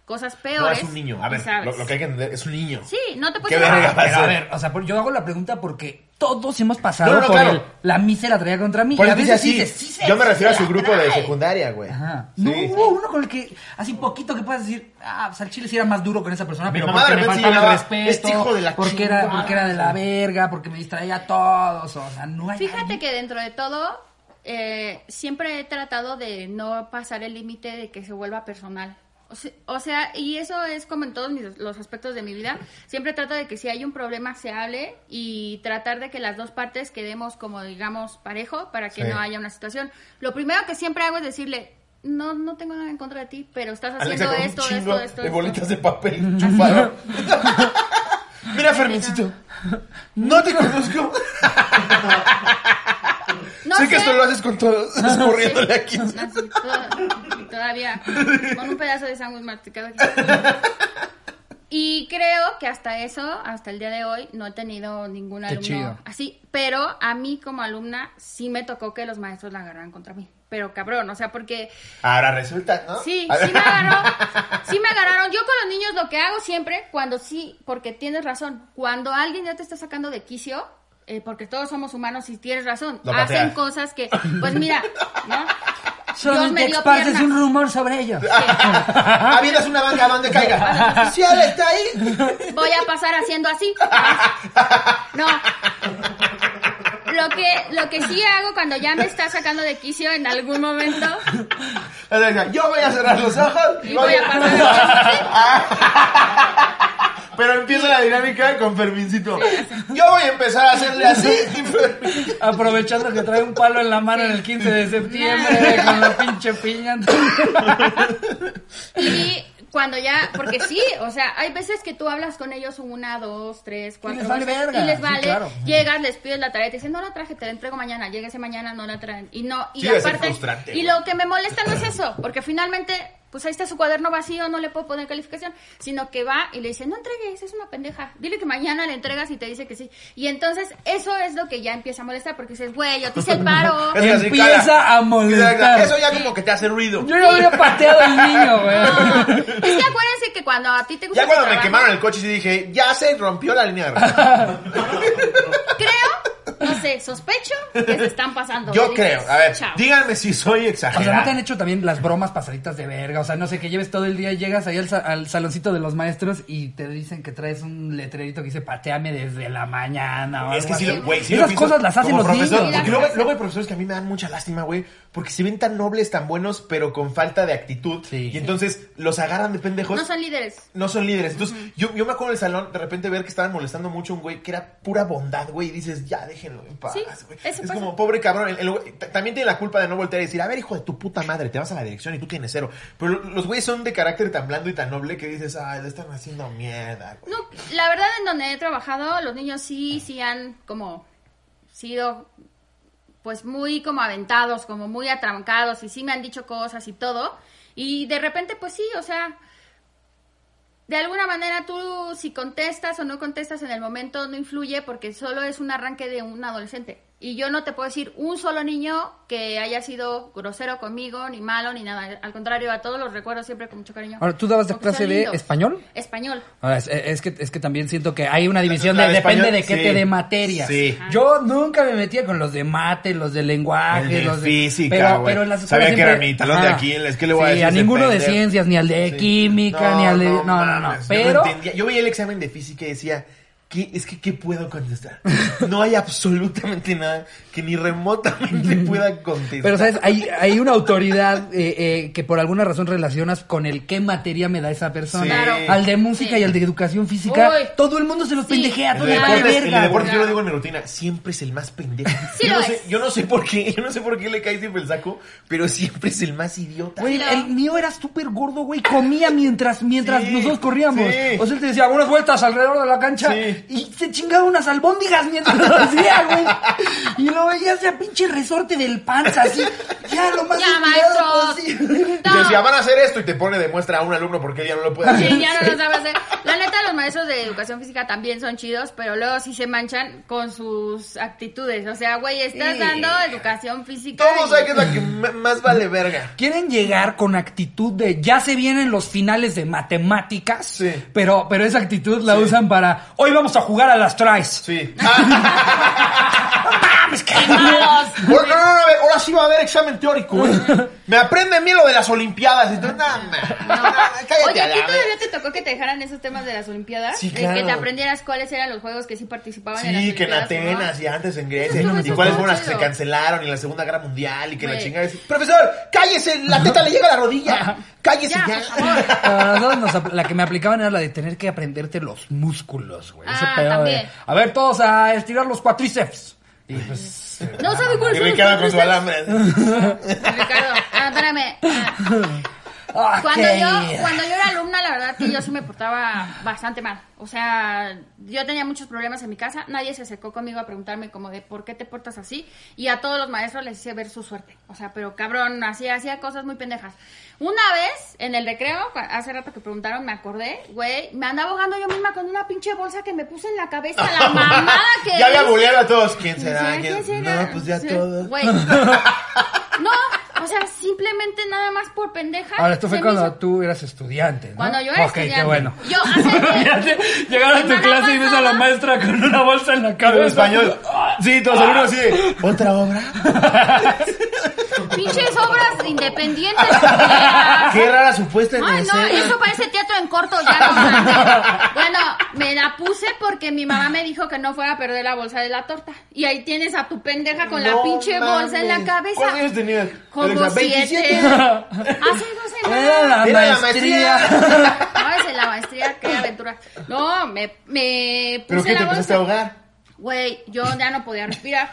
D: cosas
B: No,
D: peores.
B: es un niño. A
D: y
B: ver,
D: sabes.
B: lo, lo que hay que entender es un niño.
D: Sí, no te
B: Qué
D: puedes
B: verga.
D: enojar.
A: Pero a ver, o sea, por- yo hago la pregunta porque todos hemos pasado
B: No, no,
A: por
B: claro.
A: el, la mísera traía contra mí.
B: Por
A: y a
B: eso dice
A: veces
B: así.
A: dices, sí se-
B: Yo me refiero a
A: se
B: su
A: la
B: grupo de
A: trae.
B: secundaria, güey.
A: Ajá.
B: Sí.
A: No hubo uno con el que así poquito que puedas decir, ah, pues al chile sí era más duro con esa persona,
B: Mi
A: pero
B: mamá
A: porque me
B: de repente
A: faltaba el
B: llegaba,
A: respeto,
B: "Este hijo de la
A: porque era
B: chingada".
A: porque era de la verga, porque me distraía a todos, o sea, no hay
D: Fíjate
A: nadie.
D: que dentro de todo, eh, siempre he tratado de no pasar el límite de que se vuelva personal. O se- O sea, y eso es como en todos mis- los aspectos de mi vida. Siempre trato de que si hay un problema se hable y tratar de que las dos partes quedemos como, digamos, parejo para que
B: Sí.
D: no haya una situación. Lo primero que siempre hago es decirle, no, no tengo nada en contra de ti, pero estás haciendo
B: Alexa con
D: esto,
B: un chingo
D: esto, esto,
B: de
D: esto".
B: bolitas de papel chupado. Mira, Fermincito. No te conozco.
D: No
B: sé, que
D: sé.
B: esto lo haces con todos. Escurriéndole aquí.
D: Así, toda- todavía con un pedazo de sándwich masticado aquí. Y creo que hasta eso, hasta el día de hoy, no he tenido ningún alumno
A: chido.
D: así. Pero a mí como alumna sí me tocó que los maestros la agarraran contra mí. Pero cabrón, o sea, porque
B: Ahora resulta, ¿no?
D: sí,
B: A ver.
D: sí me agarró, sí me agarraron. Yo con los niños lo que hago siempre, cuando sí, porque tienes razón, cuando alguien ya te está sacando de quicio, eh, porque todos somos humanos y tienes razón,
B: Lo
D: hacen
B: pateas.
D: cosas que, pues mira, ¿no? Dios me
A: Solamente
D: dio
A: esparces
D: pierna.
A: un rumor sobre ellos.
B: Avientas Ah, una banca donde caiga.
E: Si él está ahí,
D: voy a pasar haciendo así. No. Lo que, lo que sí hago cuando ya me está sacando de quicio en algún momento,
B: Alexa, Yo voy a cerrar los ojos
D: y voy a pasar
B: Pero empieza la dinámica con Fermincito. Yo voy a empezar a hacerle así. y Fermin-
A: Aprovechando que trae un palo en la mano en el 15 de septiembre con la pinche piña.
D: y cuando ya, porque sí, o sea, hay veces que tú hablas con ellos una, dos, tres, cuatro,
A: les vale
D: veces,
A: verga.
D: y les
A: Sí,
D: vale,
A: claro.
D: llegas, les pides la tarea, te dicen, no la traje, te la entrego mañana, llega ese mañana, no la traen, y no, y
B: Sí, debe ser
D: aparte,
B: frustrante,
D: y
B: güey.
D: lo que me molesta no es eso, porque finalmente pues ahí está su cuaderno vacío, no le puedo poner calificación, sino que va y le dice, no entregues, es una pendeja, dile que mañana le entregas y te dice que sí. Y entonces eso es lo que ya empieza a molestar, porque dices, güey, yo te hice el paro.
B: Es que así, cara.
A: Empieza a molestar.
B: Eso ya como que te hace ruido.
A: Yo no había pateado al niño, güey.
D: No, es que acuérdense que cuando a ti te gusta
B: Ya
D: tu
B: cuando me
D: trabajo-
B: quemaron el coche sí dije, ya se rompió la línea de rojo.
D: creo, no sé, sospecho que se están pasando.
B: Yo
D: Le dices,
B: creo. A ver,
D: "Chao".
B: díganme si soy
A: O sea, ¿no te han
B: exagerado.
A: hecho también las bromas pasaditas de verga? O sea, no sé, que lleves todo el día y llegas ahí al, sa- al saloncito de los maestros y te dicen que traes un letrerito que dice pateame desde la mañana. o
B: Es que
A: algo
B: sí,
A: así.
B: lo- güey, sí lo
A: Esas
B: pienso
A: cosas las hacen
B: como
A: los
B: profesor,
A: niños.
B: Porque luego, luego hay profesores que a mí me dan mucha lástima, güey, porque se ven tan nobles, tan buenos, pero con falta de actitud.
A: Sí.
B: Y entonces los agarran de pendejos.
D: No son líderes.
B: no son líderes. Entonces, yo, yo me acuerdo en el salón de repente ver que estaban molestando mucho a un güey que era pura bondad, güey. Y dices, ya déjenlo en paz,
D: Sí,
B: güey. Es
D: eso pasa.
B: como, pobre cabrón. el- el- t- también tiene la culpa de no voltear y decir, a ver, hijo de tu puta madre, te vas a la dirección y tú tienes cero. Pero lo- los güeyes son de carácter tan blando y tan noble que dices, ay, le están haciendo mierda, güey.
D: No, la verdad en donde he trabajado, los niños sí, sí han como sido pues muy como aventados, como muy atrancados y sí me han dicho cosas y todo. Y de repente pues sí, o sea, de alguna manera tú si contestas o no contestas en el momento no influye porque solo es un arranque de un adolescente. Y yo no te puedo decir un solo niño que haya sido grosero conmigo, ni malo, ni nada. Al contrario, a todos los recuerdo siempre con mucho cariño.
A: Ahora, ¿tú dabas
D: Aunque
A: clase
D: sean
A: de
D: lindos.
A: español?
D: Español.
A: Ahora, es, es que, es que también siento que hay una división
B: La
A: de,
B: de
A: depende de
B: español,
A: qué
B: sí.
A: te dé materias.
B: Sí.
A: Yo nunca me metía con los de mate, los de lenguaje,
B: El de
A: los de
B: física,
A: Pero,
B: güey.
A: pero en las
B: Sabía
A: escuelas
B: que
A: siempre- Ah.
B: era mi talón de Aquiles, es que le voy a
A: Sí,
B: decir
A: a
B: ese
A: ninguno de
B: pendejo.
A: ciencias, ni al de
B: Sí.
A: química, ni al de. No, no, no.
B: mames, Yo,
A: Pero.
B: no entendía. Yo veía el examen de física y decía, ¿qué, es que ¿qué puedo contestar? No hay absolutamente nada que ni remotamente pueda contestar.
A: Pero, ¿sabes? Hay, hay una autoridad eh, eh, que por alguna razón relacionas con el qué materia me da esa persona.
B: Sí. Claro.
A: Al de música
D: Sí.
A: y al de educación física.
D: Uy.
A: Todo el mundo se los
D: Sí.
A: pendejea, todo
B: El
A: le
D: Claro.
A: vale
B: deporte, el
A: verga.
B: deporte
A: güey.
B: yo lo digo en mi rutina, siempre es el más pendejo.
D: Sí
B: yo,
D: lo
B: no sé,
D: es.
B: yo no sé por qué, yo no sé por qué le cae siempre el saco, pero siempre es el más idiota.
A: Güey,
D: Claro.
A: el mío era súper gordo, güey. Comía mientras, mientras
B: Sí,
A: nosotros corríamos.
B: sí.
A: O sea, él te decía unas vueltas alrededor de la cancha
B: Sí.
A: y se chingaba unas albóndigas mientras lo hacía, güey. Y lo veías ya pinche resorte del panza, así. Ya lo más
D: Ya,
A: estirado
D: maestros.
A: posible.
B: Te decía, van a hacer esto y te pone de muestra a un alumno porque él ya no lo puede hacer.
D: Sí, ya no lo sabe hacer. La neta, los maestros de educación física también son chidos, pero luego sí se manchan con sus actitudes. O sea, güey, estás
A: Sí.
D: dando educación física.
B: Todos
D: y-
B: saben que es la que m- más vale verga.
A: Quieren llegar con actitud de ya se vienen los finales de matemáticas,
B: Sí.
A: pero, pero esa actitud la usan para hoy vamos a jugar a las tries.
B: Sí. Ah,
A: ¡Mames, qué
D: Malos.
B: no, no, no, a ver, ahora sí va a haber examen teórico, güey. Me aprende a mí lo de las olimpiadas. Entonces, nada,
D: No.
B: cállate
D: Oye,
B: a
D: ¿a
B: la
D: ti
B: verga.
D: todavía te tocó que te dejaran esos temas de las Olimpiadas?
B: Sí,
D: De que
B: claro.
D: te aprendieras cuáles eran los juegos que sí participaban en las
B: Sí, que en
D: Olimpiadas, ¿no?
B: Atenas y antes en Grecia.
D: Eso estuvo-
B: Y
D: eso
B: cuáles
D: estuvo
B: fueron las que se
D: chido.
B: cancelaron y la Segunda Guerra Mundial y que la
D: Güey.
B: chingada. es-
E: Profesor, cállese, la teta le llega a la rodilla. Cállese
D: Ya,
E: ya.
D: por favor.
A: A nosotros nos ap- la que me aplicaban era la de tener que aprenderte los músculos, güey. Ese
D: Ah,
A: pedo
D: también.
A: de, a ver, todos a estirar los cuatríceps. Y pues, eh,
D: No sabe
B: Y
D: cuáles son los
B: Ricardo con su
D: juegos.
B: alambre.
D: Ricardo, ah, espérame. Ah.
A: ah,
D: Cuando
A: qué-
D: yo, cuando yo era alumna, la verdad que yo sí me portaba bastante mal. O sea, yo tenía muchos problemas en mi casa. Nadie se acercó conmigo a preguntarme como de por qué te portas así. Y a todos los maestros les hice ver su suerte. O sea, pero cabrón, hacía, hacía cosas muy pendejas. Una vez, en el recreo, cu- hace rato que preguntaron, me acordé, güey, me andaba ahogando yo misma con una pinche bolsa que me puse en la cabeza, la mamada que
B: Ya había
D: hice.
B: buleado a todos. ¿Quién será?
D: Sí,
B: ¿Quién
D: ¿quién será?
B: No, pues ya
D: Sí,
B: todos.
D: Güey. No, o sea, simplemente nada más por pendeja.
A: Ahora, esto fue
D: se me
A: cuando
D: hizo-
A: tú eras estudiante, ¿no?
D: Cuando yo era
A: Ok,
D: estudiante.
A: qué bueno.
D: Yo hace
A: Llegar a tu
D: Semana
A: clase y ves a la
D: pasada-
A: maestra con una bolsa en la
B: En
A: cabeza.
B: español. Sí, todos alumnos así. de, ¿Otra obra?
D: pinches obras independientes. culeras.
B: Qué rara supuesta en
D: Ay, no,
B: escena.
D: eso parece teatro en corto ya. no mames. bueno, me la puse porque mi mamá me dijo que no fuera a perder la bolsa de la torta. Y ahí tienes a tu pendeja con la
B: No
D: pinche bolsa en la
B: mames.
D: cabeza.
B: ¿Cuántos años tenías?
D: Como
B: Alexa,
D: siete.
B: 27.
D: Hace dos
A: Era la
D: semanas.
B: Era la
A: maestría.
D: No, es en la maestría, qué aventura. No, me, me puse
B: ¿Pero qué
D: la
B: te
D: bolsa.
B: empezaste a ahogar?
D: Güey, yo ya no podía respirar.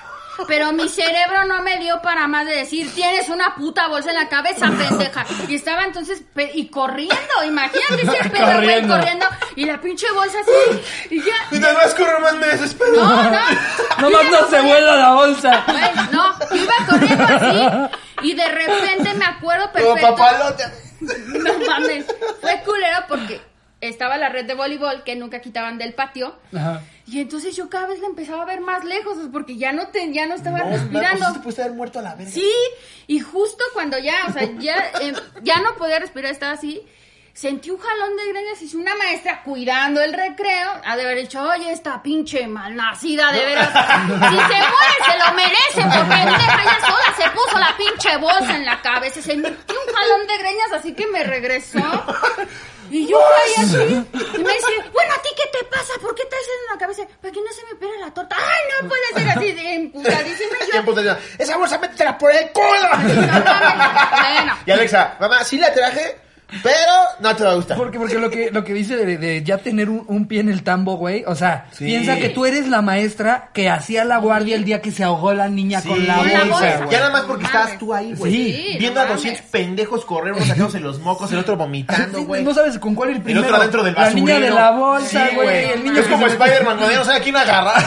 D: Pero mi cerebro no me dio para más de decir, tienes una puta bolsa en la cabeza, pendeja. Y estaba entonces, pe- y corriendo, imagínate ese pedo, güey,
A: Corriendo.
D: corriendo. Y la pinche bolsa así, y ya.
B: Mientras más corro, más me desespero.
D: No, no.
A: Nomás no se vuela la bolsa.
D: Güey, no, iba corriendo así. Y de repente me acuerdo
B: Como
D: perfecto.
B: papalote.
D: No mames. Fue culero porque estaba la red de voleibol que nunca quitaban del patio.
A: Ajá.
D: Y entonces yo cada vez la empezaba a ver más lejos pues, porque ya no, te, ya no estaba
E: Mirando.
D: respirando.
E: te pudiste haber muerto a la verga.
D: Sí, y justo cuando ya, o sea, ya, eh, ya no podía respirar, estaba así. Sentí un jalón de greñas y una maestra cuidando el recreo ha de haber dicho, oye, esta pinche malnacida, de veras, si se muere se lo merece, porque pendeja ya sola se puso la pinche bolsa en la cabeza, sentí un jalón de greñas así que me regresó, y yo ahí así, y me dice, bueno, ¿a ti qué te pasa? ¿Por qué traes eso en la cabeza? Para que no se me pere la torta, ay, no puede ser así, de emputadísima, y yo,
B: Tiempo de-
E: Esa bolsa métetela por el culo.
D: no mames, bueno.
B: Y Alexa, mamá, sí la traje, pero no te va a gustar.
A: Porque, porque lo que, lo que dice de, de ya tener un, un pie en el tambo, güey. O sea, piensa que tú eres la maestra que hacía la guardia el día que se ahogó la niña con la
D: Con la
A: bolsa,
D: bolsa.
A: güey.
B: Ya nada más porque
D: No
B: estabas
D: mames.
B: tú ahí, güey.
A: Sí.
D: Sí,
B: Viendo
D: no
B: a 200
D: mames.
B: pendejos correr, uno sacándose los mocos, el otro vomitando,
A: Sí,
B: güey.
A: no sabes con cuál ir primero.
B: el otro adentro del
A: La
B: basurero.
A: niña de la bolsa,
B: Sí,
A: güey. el niño
B: es
A: que
B: como
A: se-
B: Spider-Man, cuando ya no sabe a quién agarrar.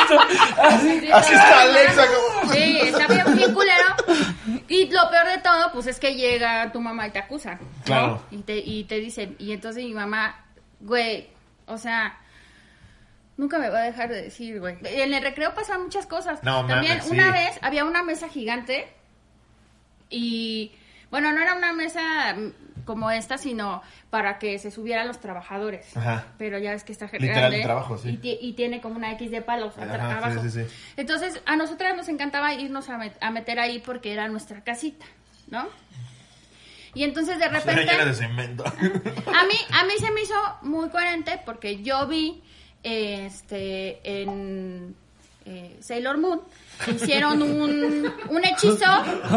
B: Así está Alexa, como-
D: Sí, está bien, bien culero. Y lo peor de todo, pues es que llega tu mamá y te acusa. ¿no?
B: Claro.
D: Y te, y te dicen, y entonces mi mamá, güey, o sea, nunca me va a dejar de decir, güey. En el recreo pasan muchas cosas.
B: No,
D: También
B: mames,
D: una
B: sí.
D: vez había una mesa gigante y, bueno, no era una mesa mm, como esta, sino para que se subieran los trabajadores.
B: Ajá.
D: Pero ya es que está
B: Literal,
D: grande
B: el trabajo, sí.
D: y, ti- y tiene como una X de palos
B: Ajá,
D: atra-
B: sí,
D: abajo.
B: sí, sí.
D: Entonces, a nosotras nos encantaba irnos a, met- a meter ahí porque era nuestra casita, ¿no? Y entonces de
B: Pues Era
D: repente,
B: llena de cemento.
D: a mí, a mí se me hizo muy coherente porque yo vi eh, este en eh, Sailor Moon que hicieron un, un hechizo,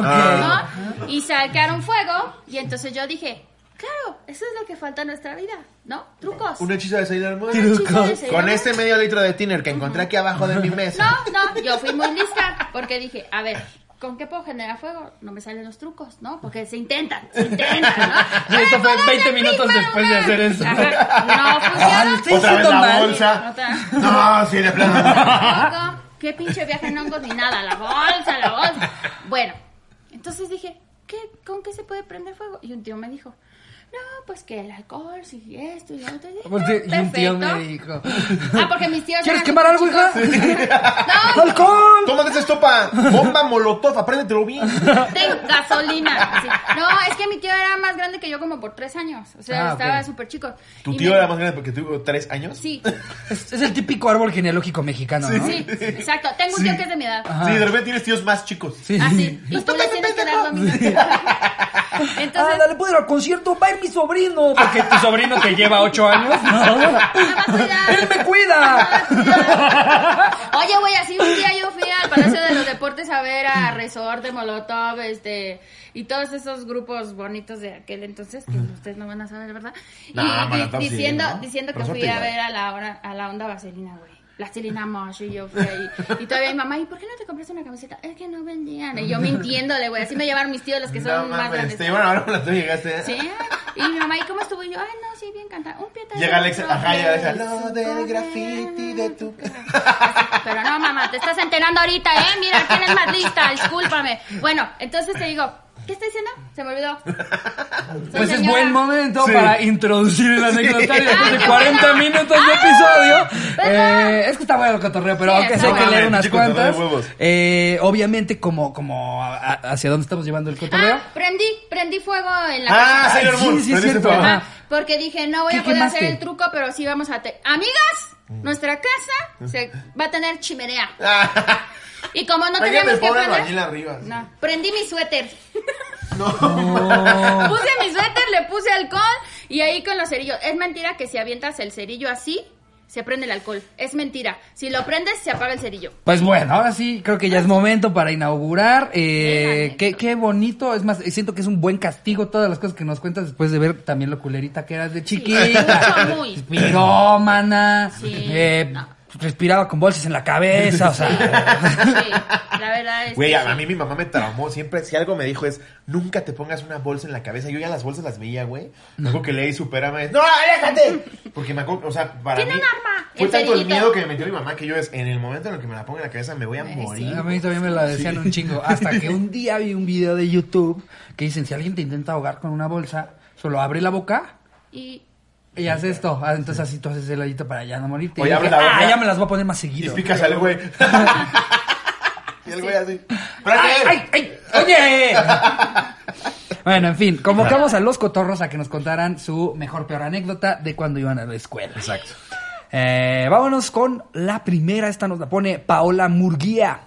D: ¿no? Y sacaron fuego y entonces yo dije, claro, eso es lo que falta en nuestra vida, ¿no? Trucos.
B: Un hechizo de Sailor Moon.
D: Un hechizo de Sailor
B: Con
D: Moon.
B: este medio litro de tiner que encontré aquí abajo de mi mesa.
D: No, no, yo fui muy lista porque dije, a ver, ¿con qué puedo generar fuego? No me salen los trucos, ¿no? Porque se intentan, se intentan, ¿no?
A: Y esto fue
D: Ay, ponerle
A: 20 minutos
D: pipa a
A: después de
D: una-
A: hacer eso.
D: Ajá, No
A: Ah,
D: funcionó.
A: estoy
B: Otra vez
A: haciendo
B: la
A: mal.
B: bolsa.
D: Otra.
B: No, sí, de plano.
D: Tampoco. ¿Qué pinche viaje en hongos ni nada? La bolsa, la bolsa. Bueno, entonces dije, ¿qué, ¿con qué se puede prender fuego? Y un tío me dijo, no, pues que el alcohol, si esto y lo otro. Y dije,
A: Porque-
D: "Ah,
A: Pues y un tío
D: perfecto".
A: me dijo.
D: Ah, porque mis tíos.
A: ¿Quieres
D: eran
A: quemar algo,
D: chicos.
A: hija?
D: No,
A: ¡Alcohol!
B: Toma de esa estopa, bomba molotov, apréndetelo bien.
D: de gasolina. Así. No, es que mi tío era más grande que yo como por tres años. O sea,
A: Ah, ok.
D: estaba súper chico.
B: ¿Tu
D: Y
B: tío
D: me-
B: era más grande porque tuvo tres años?
D: Sí,
A: Es, es el típico árbol genealógico mexicano, ¿no?
D: sí, exacto. Tengo un tío que es de mi edad.
A: Ajá.
B: Sí, Ah, de repente tienes tíos más chicos.
A: Sí.
D: Así. Y tú le tienes que dar lo mismo.
A: Ah,
D: Entonces,
A: dale, puedo ir al concierto, va a ir mi sobrino. Porque Ah, tu sobrino te lleva ocho años, ¿no?
D: me Ah, va a cuidar. Ah,
A: ¡Él me cuida!
D: Oye, güey, así un día yo fui al Palacio de los Deportes a ver a Resorte, Molotov, este, y todos esos grupos bonitos de aquel entonces que ustedes no van a saber, ¿verdad? Y,
B: Nah,
D: y
B: Molotov sí,
D: diciendo,
B: ¿no?
D: diciendo que
B: Resorte
D: fui a
B: igual.
D: ver a la, hora- a la onda vaselina, güey. La Selena Mosh y yo fui ahí. Y todavía mi mamá, ¿y por qué no te compraste una camiseta? Es que no vendían. Y yo mintiéndole, güey. Así me llevaron mis tíos, los que
B: no
D: son más
B: mames,
D: grandes.
B: te llevaron ahora cuando tú llegaste. ¿eh?
D: Sí. Y mi mamá, ¿y cómo estuvo? Y yo, ay, no, sí, bien cantada. Un pie
B: Llega Alexa, ajá, llega Alexa.
E: Lo del graffiti de tu.
D: Pero no, mamá, te estás enterando ahorita, ¿eh? Mira, quién es más lista, discúlpame. Bueno, entonces te digo, ¿qué estoy diciendo? Se me olvidó. Soy
A: Pues es
D: señora.
A: buen momento
B: Sí.
A: para introducir el anecdotario después
D: Ay,
A: de
D: qué
A: 40
D: buena.
A: minutos de
D: Ay,
A: episodio.
D: ¿verdad?
A: Eh, es que está bueno el cotorreo, pero
D: Ah, Sí,
A: aunque sé
D: está
A: que
D: bueno.
A: leer
B: Mames,
A: unas
B: chico, cotorreo de
A: cuantas.
B: huevos.
A: eh, obviamente, como, como a- a- hacia dónde estamos llevando el cotorreo.
D: Ah, prendí, prendí fuego en la
B: Ah,
D: casa.
B: Sailor
A: sí,
B: Moon.
A: sí, es
B: prendiste
A: cierto.
B: fuego.
A: Ajá.
D: Ajá, Porque dije, no voy
A: ¿Qué
D: a poder
A: quemaste?
D: hacer el truco, pero sí vamos a... te- Amigas,
B: Mm.
D: nuestra casa se va a tener chimenea.
B: Ah,
D: Y como no
B: Oigan,
D: tenemos
B: el
D: que
B: pobre
D: prender-
B: albañil arriba.
D: No, prendí mi suéter. Ah.
A: Oh.
D: Puse mi suéter, le puse alcohol y ahí con los cerillos. Es mentira que si avientas el cerillo así, se prende el alcohol. Es mentira. Si lo prendes, se apaga el cerillo.
A: Pues bueno, ahora sí, creo que ya es momento para inaugurar. Eh,
D: Venga,
A: qué, qué bonito, es más, siento que es un buen castigo todas las cosas que nos cuentas después de ver también lo culerita que eras de chiquita.
D: mucho, muy.
A: Pirómana.
D: Sí,
A: eh,
D: no.
A: respiraba con bolsas en la cabeza, o sea.
D: Sí, la verdad es
B: Güey,
D: que
B: a, a
D: Este, sí.
B: mí mi mamá me traumó siempre. Si algo me dijo es, nunca te pongas una bolsa en la cabeza. Yo ya las bolsas las veía, güey. Luego que leí Superama es, ¡No, aléjate! Porque me acuerdo, o sea, para
D: Tiene
B: mí...
D: un arma,
B: Fue
D: el
B: tanto el
D: cerillito.
B: miedo que me metió mi mamá que yo es, en el momento en el que me la ponga en la cabeza me voy a
D: Ay,
B: morir.
A: A mí también me la decían un chingo. Hasta que un día vi un video de YouTube que dicen, si alguien te intenta ahogar con una bolsa, solo abre la boca
D: Y
A: y haz esto. Ah, entonces así tú haces el hoyito para ya no morirte.
B: Oye,
A: Y
B: abre
A: dije,
B: la boca.
A: Ah, ya me las voy a poner más
B: Y
A: seguido.
B: picas al güey. y el güey así.
A: ¡Ay,
B: "Brother".
A: ay, ay! ¡Oye! Ah. Bueno, en fin, convocamos a los cotorros a que nos contaran su mejor peor anécdota de cuando iban a la escuela.
B: Exacto.
A: Eh, vámonos con la primera. Esta nos la pone Paola Murguía.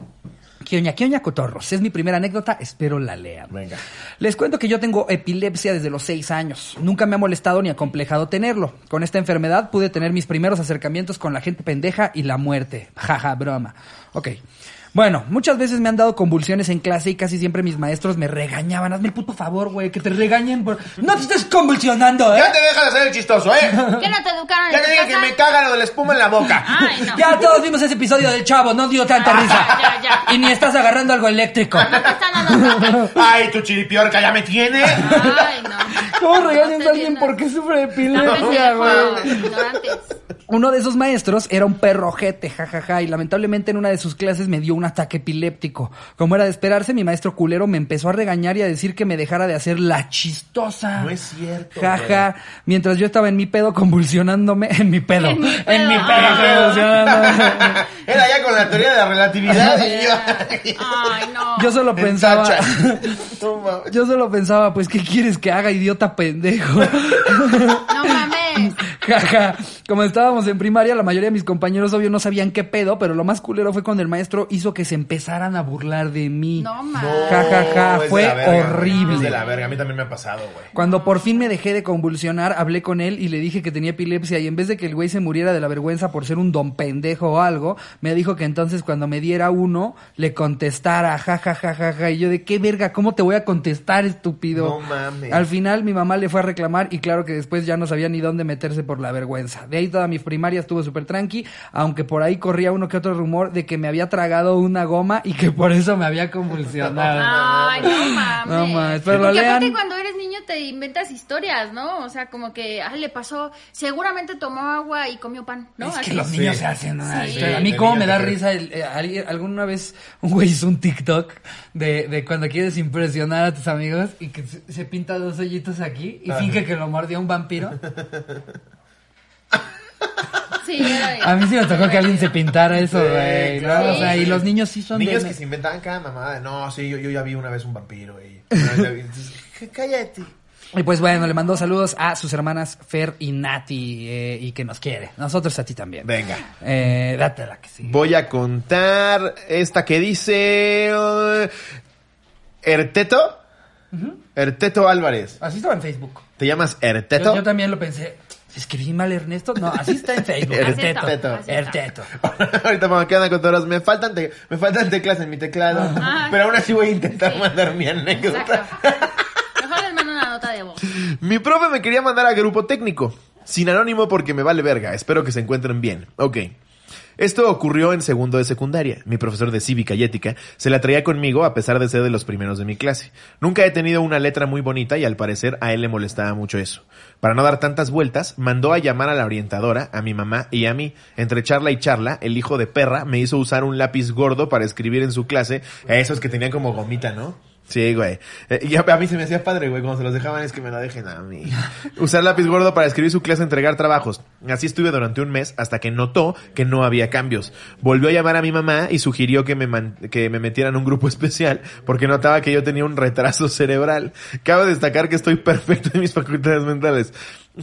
A: Quioña, quioña, cotorros. Es mi primera anécdota, espero la lean.
B: Venga.
A: Les cuento que yo tengo epilepsia desde los seis años. Nunca me ha molestado ni acomplejado tenerlo. Con esta enfermedad pude tener mis primeros acercamientos con la gente pendeja y la muerte. Jaja, broma. Ok. Bueno, muchas veces me han dado convulsiones en clase y casi siempre mis maestros me regañaban. Hazme el puto favor, güey, que te regañen por... ¡No te estés convulsionando, eh!
B: Ya te dejas de hacer el chistoso, ¿eh?
D: ¿Qué no te educaron en
B: Ya
D: tu
B: te dije que
D: casa?
B: me cagan lo de la espuma en la boca.
D: Ay, no.
A: Ya todos vimos ese episodio del chavo, no dio tanta
D: Ya,
A: risa.
D: ya, ya.
A: Y ni estás agarrando algo eléctrico.
D: No te están dando.
B: Ay, tu chiripiorca ya me tiene.
D: Ay, no.
A: ¿Cómo regañas
D: regañas
A: a
D: No
A: alguien
D: a alguien
A: porque
D: porque
A: sufre de
D: No me
A: epilepsia,
D: dejo,
A: güey?
D: ignorantes.
A: Uno de esos maestros era un perrojete, jajaja, y lamentablemente en una de sus clases me dio un ataque epiléptico. Como era de esperarse, mi maestro culero me empezó a regañar y a decir que me dejara de hacer la chistosa.
B: No es cierto,
A: Jaja, mientras yo estaba en mi pedo convulsionándome, en mi pedo,
D: En mi
A: en mi
D: pedo.
A: pedo
D: Ah.
A: convulsionándome.
B: Era ya con la teoría de la relatividad. y yo-
D: Ay, no.
A: Yo solo pensaba,
B: tacha. No mames.
A: Yo solo pensaba, pues, ¿qué quieres que haga, idiota pendejo?
D: No mames.
A: Jaja, como estábamos en primaria, la mayoría de mis compañeros obvio no sabían qué pedo, pero lo más culero fue cuando el maestro hizo que se empezaran a burlar de mí.
D: No
B: No,
D: mames.
A: Ja, ja, ja,
B: es de
A: fue
B: la verga, güey.
A: horrible.
B: Es de la verga, a mí también me ha pasado, güey.
A: Cuando por fin me dejé de convulsionar, hablé con él y le dije que tenía epilepsia y en vez de que el güey se muriera de la vergüenza por ser un don pendejo o algo, me dijo que entonces cuando me diera uno, le contestara, ja, ja, ja, ja, ja. Y yo de, qué verga, ¿cómo te voy a contestar, estúpido?
B: No mames.
A: Al final mi mamá le fue a reclamar y claro que después ya no sabía ni dónde meterse por la vergüenza. De ahí toda mi primaria estuvo súper tranqui, aunque por ahí corría uno que otro rumor de que me había tragado una goma y que por eso me había convulsionado.
D: Ay, no mames.
A: No mames, pero lo
D: Porque aparte
A: lean.
D: cuando eres niño te inventas historias, ¿no? O sea, como que, ay, le pasó, seguramente tomó agua y comió pan, ¿no?
A: Es
D: Así.
A: que los
B: Sí.
A: niños se hacen una
D: Sí.
A: historia. A
B: Sí,
A: mí
B: de
A: como me
B: niños
A: da
B: te
A: risa, el- eh, alguien- alguna vez un güey hizo un TikTok de, de cuando quieres impresionar a tus amigos y que se se pinta dos hoyitos aquí y finge que lo mordió un vampiro.
D: Sí, era de-
A: A mí sí me tocó que alguien se pintara eso,
B: Sí,
A: güey. ¿no?
B: claro,
A: O sea,
B: sí.
A: y los niños sí son
B: Niños
A: de-
B: que se inventaban cada mamada. de, No, sí, yo, yo ya vi una vez un vampiro. Y, una vez la vi". Entonces, "C- cállate.
A: Y pues bueno, le mandó saludos a sus hermanas Fer y Nati eh, y que nos quiere. Nosotros a ti también.
B: Venga.
A: Eh, date la que sí.
B: Voy a contar esta que dice... eh, Erteto. Erteto Álvarez.
A: Así estaba en Facebook.
B: ¿Te llamas Erteto?
A: Yo, yo también lo pensé. Escribí mal Ernesto. No, así está en Facebook.
B: Así
A: Erteto.
D: está, así está.
A: Erteto.
B: Ahorita vamos quedan con todas. Me faltan, te- me faltan teclas en mi teclado.
D: Ah.
B: Pero aún así voy a intentar
D: Sí.
B: mandar mi anécdota.
D: Exacto. Mejor les mando una nota de voz.
B: Mi profe me quería mandar a grupo técnico. Sin anónimo porque me vale verga. Espero que se encuentren bien. Ok. Esto ocurrió en segundo de secundaria. Mi profesor de cívica y ética se la traía conmigo a pesar de ser de los primeros de mi clase. Nunca he tenido una letra muy bonita y al parecer a él le molestaba mucho eso. Para no dar tantas vueltas, mandó a llamar a la orientadora, a mi mamá y a mí. Entre charla y charla, el hijo de perra me hizo usar un lápiz gordo para escribir en su clase a esos que tenían como gomita, ¿no? Sí, güey. Eh, y a, a mí se me hacía padre, güey. Cuando se los dejaban es que me lo dejen a mí. Usar lápiz gordo para escribir su clase, entregar trabajos. Así estuve durante un mes hasta que notó que no había cambios. Volvió a llamar a mi mamá y sugirió que me, man- que me metiera en un grupo especial porque notaba que yo tenía un retraso cerebral. Cabe destacar que estoy perfecto en mis facultades mentales.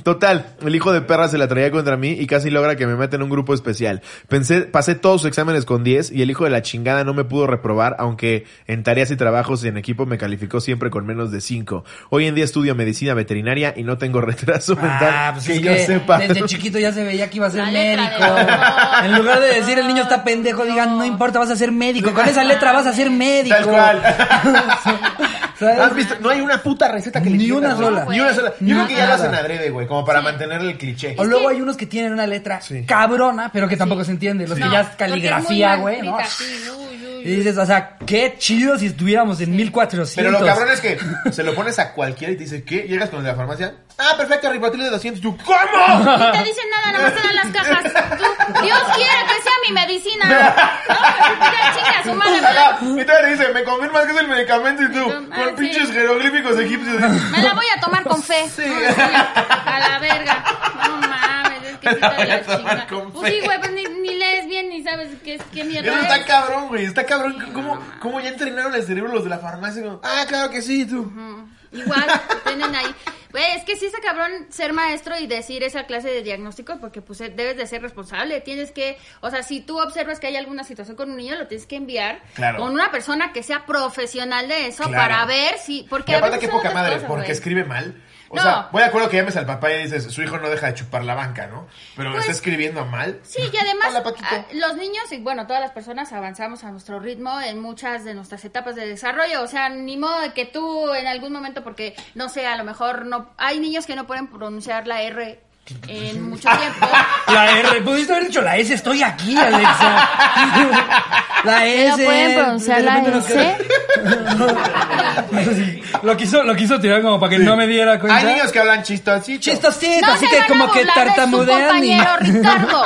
B: Total, el hijo de perra se la traía contra mí y casi logra que me meta en un grupo especial. Pensé, pasé todos sus exámenes con 10 y el hijo de la chingada no me pudo reprobar, aunque en tareas y trabajos y en equipo me calificó siempre con menos de 5. Hoy en día estudio medicina veterinaria y no tengo retraso mental
A: Ah, pues
B: que
A: es
B: yo
A: que
B: sepa.
A: Desde chiquito ya se veía que iba a ser
D: La letra
A: médico.
D: de la-
A: En lugar de decir el niño está pendejo, digan, no importa, vas a ser médico. Con esa letra vas a ser médico.
B: Tal cual.
A: sea,
B: ¿Has visto? No hay una puta receta que le
A: Ni
B: entiendas,
A: una sola.
B: güey. Ni una sola. Yo
A: Nada.
B: creo que ya lo hacen adrede, güey, como para mantener el cliché.
A: O luego hay unos que tienen una letra
B: Sí.
A: cabrona, pero que tampoco
D: Sí.
A: se entiende. Los
D: No,
A: que ya es
D: porque muy
A: caligrafía,
D: mal
A: güey, ¿no?
D: escrita, sí, uy, uy, uy.
A: Y dices, o sea, qué chido si estuviéramos en 1400.
B: Pero lo cabrón es que se lo pones a cualquiera y te dice, ¿qué? Llegas con el de la farmacia. Ah, perfecto, ribotil de 200. Yo, ¿Cómo?
D: No te dicen nada, nada más te dan las cajas. Tú, Dios quiere que sea mi medicina. No, ya chingue a su madre. me la-
B: Y te dice, me confirmas que es el medicamento y tú,
D: Ah,
B: con
D: sí.
B: pinches jeroglíficos egipcios.
D: Me la voy a tomar con fe. No, sí, a la verga. No mames, es que
B: Me
D: sí
B: la
D: está de
B: voy a
D: la
B: tomar
D: chingada.
B: con
D: Pues sí,
B: fe.
D: güey, pues ni, ni lees bien ni sabes qué, es- qué mierda
B: Eso está
D: es.
B: cabrón, güey. Está cabrón. ¿Cómo, cómo ya entrenaron el cerebro los de la farmacia? Como, ah, claro que sí, tú.
D: Mm, Igual, tienen ahí. Güey, es que sí está cabrón ser maestro y decir esa clase de diagnósticos porque pues eh, debes de ser responsable, tienes que, o sea, si tú observas que hay alguna situación con un niño, lo tienes que enviar
B: Claro.
D: con una persona que sea profesional de eso
B: Claro.
D: para ver si, porque
B: Y
D: a
B: aparte,
D: veces
B: qué
D: son
B: poca
D: otras
B: madre,
D: cosas,
B: porque
D: güey.
B: escribe mal. O
D: No.
B: sea, voy de acuerdo que llames al papá y dices, su hijo no deja de chupar la banca, ¿no? Pero
D: Pues-
B: está escribiendo mal.
D: Sí, y además
B: Hola, Paquito.
D: ah, los niños y bueno, todas las personas avanzamos a nuestro ritmo en muchas de nuestras etapas de desarrollo, o sea, ni modo de que tú en algún momento porque no sé, a lo mejor no hay niños que no pueden pronunciar la R en mucho
B: Ah.
D: tiempo.
A: La R, pudiste haber dicho la S, estoy aquí, Alexa. La S.
F: No pueden pronunciar
A: De
F: la
A: repente nos
F: S.
A: queda- Sí, Lo quiso, lo quiso tirar como para que no me diera cuenta.
B: Hay niños que hablan chistositos.
A: Chistosito,
D: No
A: así
D: se
A: que
D: van
A: como
D: a
A: que
D: burlar de su
A: tartamudean. y-
D: compañero Ricardo.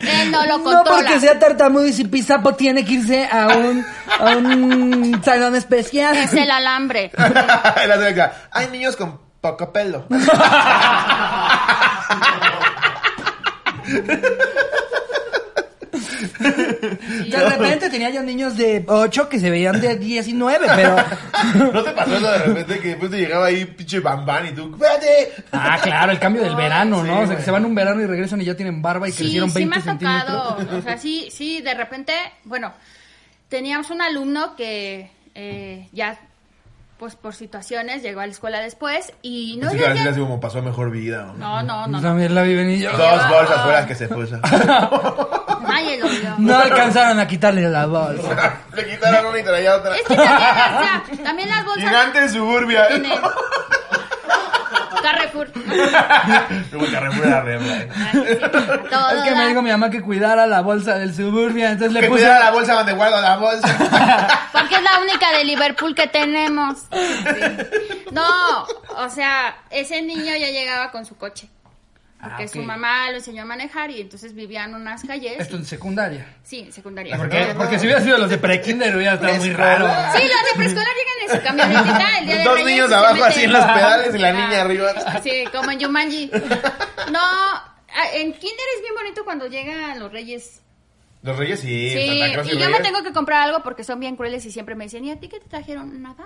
D: Él no lo
A: No
D: controla.
A: porque sea tartamudo y si pisapo tiene que irse a un, a un salón especial.
D: Es el alambre.
B: Y la señora, Hay niños con poco pelo.
A: De repente tenía yo niños de 8 que se veían de 19, pero...
B: ¿No te pasó eso de repente que después te llegaba ahí pinche bambán y tú, espérate?
A: Ah, claro, el cambio del verano, ¿no? o sea, que se van un verano y regresan y ya tienen barba y
D: Sí,
A: crecieron
D: sí
A: 20
D: me ha tocado.
A: centímetros.
D: O sea, sí, sí, de repente, bueno, teníamos un alumno que eh, ya, pues por situaciones, llegó a la escuela después y no
B: Así que
D: le
B: así
D: hacía-
B: así como pasó a mejor vida. ¿no?
D: No, no, no. no.
A: También la vi venir yo.
B: Dos bolsas fueron las que se puso.
D: Nadie lo vio.
A: Pues, ah, No alcanzaron a quitarle la bolsa.
B: Le quitaron una y traía otra.
D: Es que también, o sea, también las bolsas
B: Gigante suburbia.
D: tienen Carrefour.
B: Luego Carrefour era re mal.
D: Todo
A: Es que me
D: da.
A: dijo mi mamá que cuidara la bolsa del suburbia, entonces le
B: Que
A: puse...
B: cuidara la bolsa donde guardo la bolsa.
D: Porque es la única de Liverpool que tenemos. No, o sea, ese niño ya llegaba con su coche. Porque
A: Ah,
D: su
A: ok.
D: mamá lo enseñó a manejar y entonces vivían unas calles.
A: Esto en secundaria.
D: Sí, en secundaria.
A: ¿Por
D: Sí,
A: qué? Porque si hubiera sido los de prekinder hubiera estado muy raro.
D: los de preescolar llegan en su camionetita el día de
B: Dos
D: Reyes y
B: niños
D: se
B: abajo
D: meten.
B: así en los pedales y la
D: Ah,
B: niña arriba.
D: Sí, como en Jumanji. No, a- en kinder es bien bonito cuando llegan los reyes.
B: Los reyes sí.
D: Sí,
B: Santa Claus
D: y yo me
B: Reyes.
D: tengo que comprar algo porque son bien crueles y siempre me dicen, ¿y a ti qué te trajeron? Nada.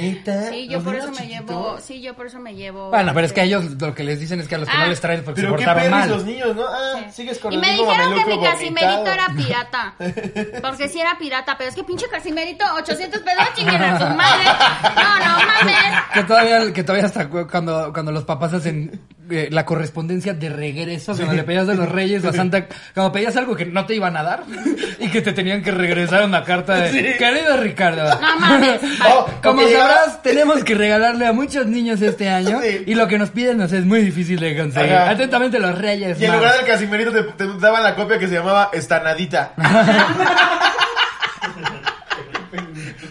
A: ¿Neta?
D: Sí, yo
A: ¿Los
D: por
A: niños
D: eso me
A: chiquitos?
D: llevo, sí, yo por eso me llevo.
A: Bueno, pero es que a
D: este,
A: ellos lo que les dicen es que a los que
D: Ah.
A: no les traen es porque se
B: Pero qué
A: portaron
B: perris los
A: mal.
B: niños, ¿no? Ah,
D: sí.
B: sigues con
D: este, y
B: el
D: me
B: mismo
D: dijeron que mi
B: mameluco
D: casimerito
B: vomitado.
D: era pirata. Porque sí era pirata, pero es que pinche casimerito, 800 pesos, chinguen a su madre. No, no mames.
A: Que todavía, que todavía hasta cu- cuando, cuando los papás hacen eh, la correspondencia de regreso, cuando le pedías a los reyes o a Santa, cuando pedías algo que no te iban a dar y que te tenían que regresar una carta de querido Ricardo.
D: No mames.
B: Oh,
A: Como
B: porque llegaba-
A: sabrás, tenemos que regalarle a muchos niños este año
B: Sí.
A: y lo que nos piden nos es muy difícil de conseguir.
B: Ajá.
A: Atentamente los reyes.
B: Y en
A: magos.
B: lugar del casimerito te, te daban la copia que se llamaba Estanadita.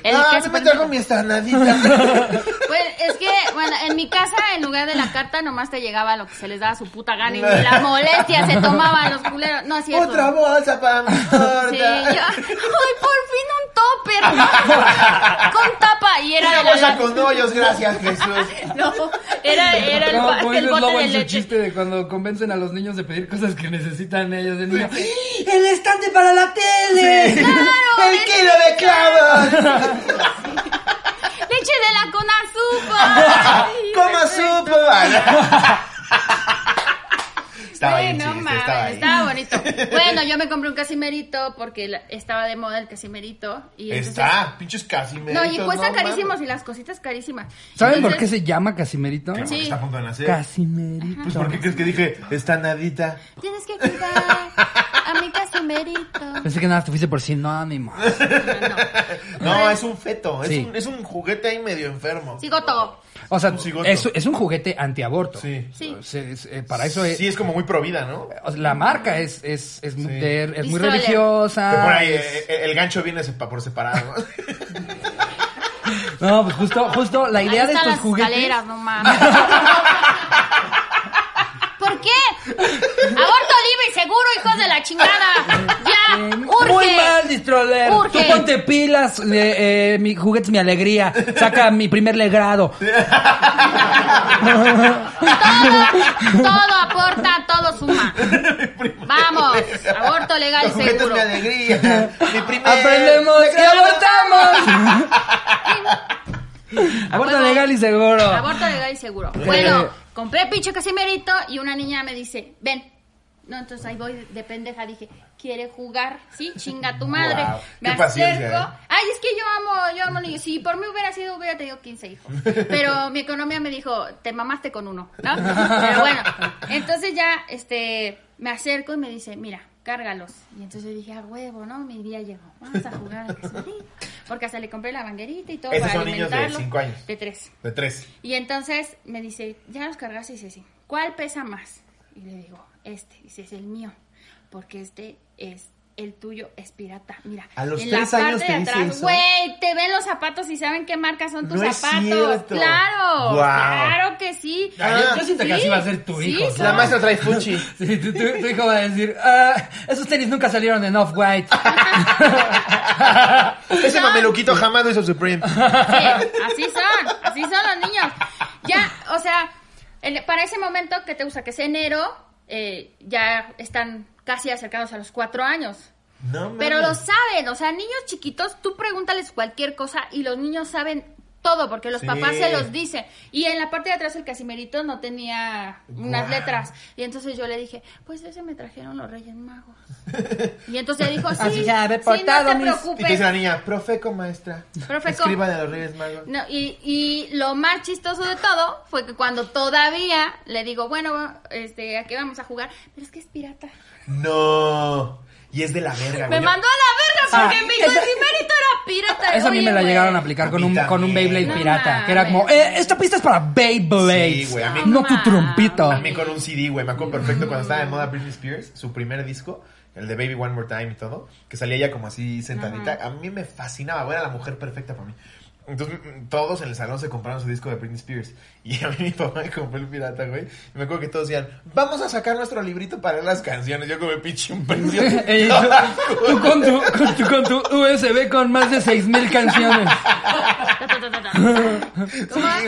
D: El
B: ah,
D: que
B: no me trajo mi Estanadita.
D: Pues es que, bueno, en mi casa, en lugar de la carta, nomás te llegaba lo que se les daba su puta gana y ni la molestia se tomaban los culeros. No, es cierto.
B: Otra bolsa para mi torta.
D: Sí, yo, ay, por fin un topper con tapa y era
B: Una
D: de la
B: bolsa
D: lata.
B: con hoyos, gracias Jesús.
D: No, era, era el,
A: Como
D: bo-
A: como
D: el
A: dices
D: bote
A: Lobo
D: de
A: en su
D: leche.
A: chiste de cuando convencen a los niños de pedir cosas que necesitan ellos. El niño, "¡Ah! ¡El estante para la tele!
D: ¡Claro!
B: ¡El kilo de clavos!
D: ¡Leche de la conazupa!
B: ¿Cómo supo? Ah, no. estaba
D: Ay,
B: bien,
D: no
B: sí,
D: mames,
B: estaba bien.
D: estaba bonito. Bueno, yo me compré un casimerito porque la- estaba de moda el casimerito. Y entonces-
B: Está, pinches casimeritos.
D: No, y cuestan
B: mames.
D: carísimos y las cositas carísimas.
A: ¿Saben por qué
D: Entonces,
A: se llama Casimerito?
B: Porque
D: Sí.
B: Está a punto de nacer.
A: Casimerito.
B: Pues, ¿por qué crees que dije Estanadita?
D: Tienes que cuidar
F: a mi casimerito.
A: Pensé que nada, te fuiste por sinónimo.
B: No, es un feto. Es,
A: Sí.
B: un, es un juguete ahí medio enfermo.
D: Sigo todo.
A: O sea,
B: Un cigoto.
A: es, es un juguete antiaborto.
B: Sí.
D: Sí.
A: O sea, es- eh, para eso es,
B: Sí, es como muy provida, ¿no?
A: o sea, la marca es, es, es, muy-
B: Sí.
A: de- es muy
D: Pistola.
A: religiosa.
B: Te pone ahí,
A: es-
B: eh, eh, el gancho viene sepa- por separado. ¿no?
A: No, pues justo, justo la idea
D: Ahí
A: de
D: están
A: estos
D: las
A: juguetes.
D: escaleras, no mames. ¿Por qué? Aborto libre y seguro, hijos de la chingada. Ya,
A: Eh,
D: urge.
A: Muy mal, distroler.
D: Urge.
A: Tú ponte pilas, le- eh, mi juguetes, mi alegría. Saca mi primer legrado.
D: Todo, todo aporta, todo suma. Vamos, aborto legal y
B: Los juguetes
D: seguro.
B: mi alegría. Mi primer.
A: Aprendemos y abortamos. Aborto
D: Bueno,
A: legal y seguro.
D: Aborto legal y seguro.
B: Eh.
D: Bueno, compré pinche casimerito y una niña me dice, ven. No, entonces ahí voy de pendeja, dije, ¿quiere jugar? Sí, chinga tu madre.
B: Guau,
D: me
B: qué
D: acerco.
B: paciencia, ¿eh?
D: Ay, es que yo amo, yo amo niños. Si por mí hubiera sido, hubiera tenido 15 hijos. Pero mi economía me dijo, te mamaste con uno, ¿no? Pero bueno, entonces ya, este, me acerco y me dice, mira, cárgalos. Y entonces dije, a huevo, ¿no? Mi día llegó. Vamos a jugar al casimerito. Porque hasta le compré la banderita y todo
B: Esos
D: para
B: son niños de
D: alimentarlo.
B: cinco años.
D: De tres.
B: De tres.
D: Y entonces me dice, ¿ya los cargaste? Y dice, sí. ¿Cuál pesa más? Y le digo, este. Y dice, es el mío. Porque este es el tuyo, es pirata. Mira,
C: A los
D: en
C: tres
D: la parte
C: años
D: de
C: te dice
D: atrás,
C: eso.
D: güey, te ven los zapatos y saben qué marca son tus
C: No es
D: zapatos.
C: cierto.
D: claro,
B: Guau.
D: claro que sí.
A: Ah, yo siento que así va a ser tu hijo,
D: son-
B: Ah.
A: La maestra
B: trae Fuchi.
A: Sí, tu, tu- tu hijo va a decir, "Ah, esos tenis nunca salieron en Off-White.
D: Ah,
B: Ese mameluquito jamás lo hizo Supreme.
D: Sí, así son, así son los niños. Ya, o sea, el- para ese momento que te gusta, que es enero, eh, ya están casi acercados a los cuatro años.
B: No,
D: Pero lo
B: mames.
D: saben, o sea, niños chiquitos, tú pregúntales cualquier cosa y los niños saben todo porque los
B: Sí.
D: papás se los dicen. Y en la parte de atrás el casimerito no tenía unas letras. Y entonces yo le dije, pues ese me trajeron los Reyes Magos. y entonces dijo, sí,
A: Así ya, ve
D: sí,
A: portado,
D: no te
A: mis-
B: Y te dice la
D: preocupes.
B: niña, profeco maestra.
D: Profeco.
B: Escriba de los Reyes Magos.
D: No, y, y lo más chistoso de todo fue que cuando todavía le digo, bueno, este, ¿a qué vamos a jugar? Pero es que es pirata.
B: No. Y es de la verga,
D: Me
B: güey.
D: mandó a la verga porque
A: Ah,
D: mi casimerito era pirata.
A: Eso a mí
D: Oye,
A: me la
D: güey.
A: llegaron a aplicar con un,
B: Capitán,
A: con un Beyblade
D: no
A: pirata. Que era como,
D: mames.
A: "Eh, esta pista es para Beyblades.
B: Sí, güey, a mí-
A: no tu
D: No
A: trompito.
B: A mí con un CD, güey. Me acuerdo perfecto cuando estaba de moda Britney Spears, su primer disco, el de Baby One More Time y todo, que salía ella como así sentadita. A mí me fascinaba, güey, era la mujer perfecta para mí. Entonces, mm, todos en el salón se compraron su disco de Britney Spears. Y a mí mi papá me compró el pirata, güey. Y me acuerdo que todos decían, vamos a sacar nuestro librito para las canciones. Yo como pinche un precio.
A: Ey, tú, tú con tu, con tu, con tu USB con más de 6000 canciones.
D: Ta, ta, ta, ta, ta. ¿Cómo?
B: Sí,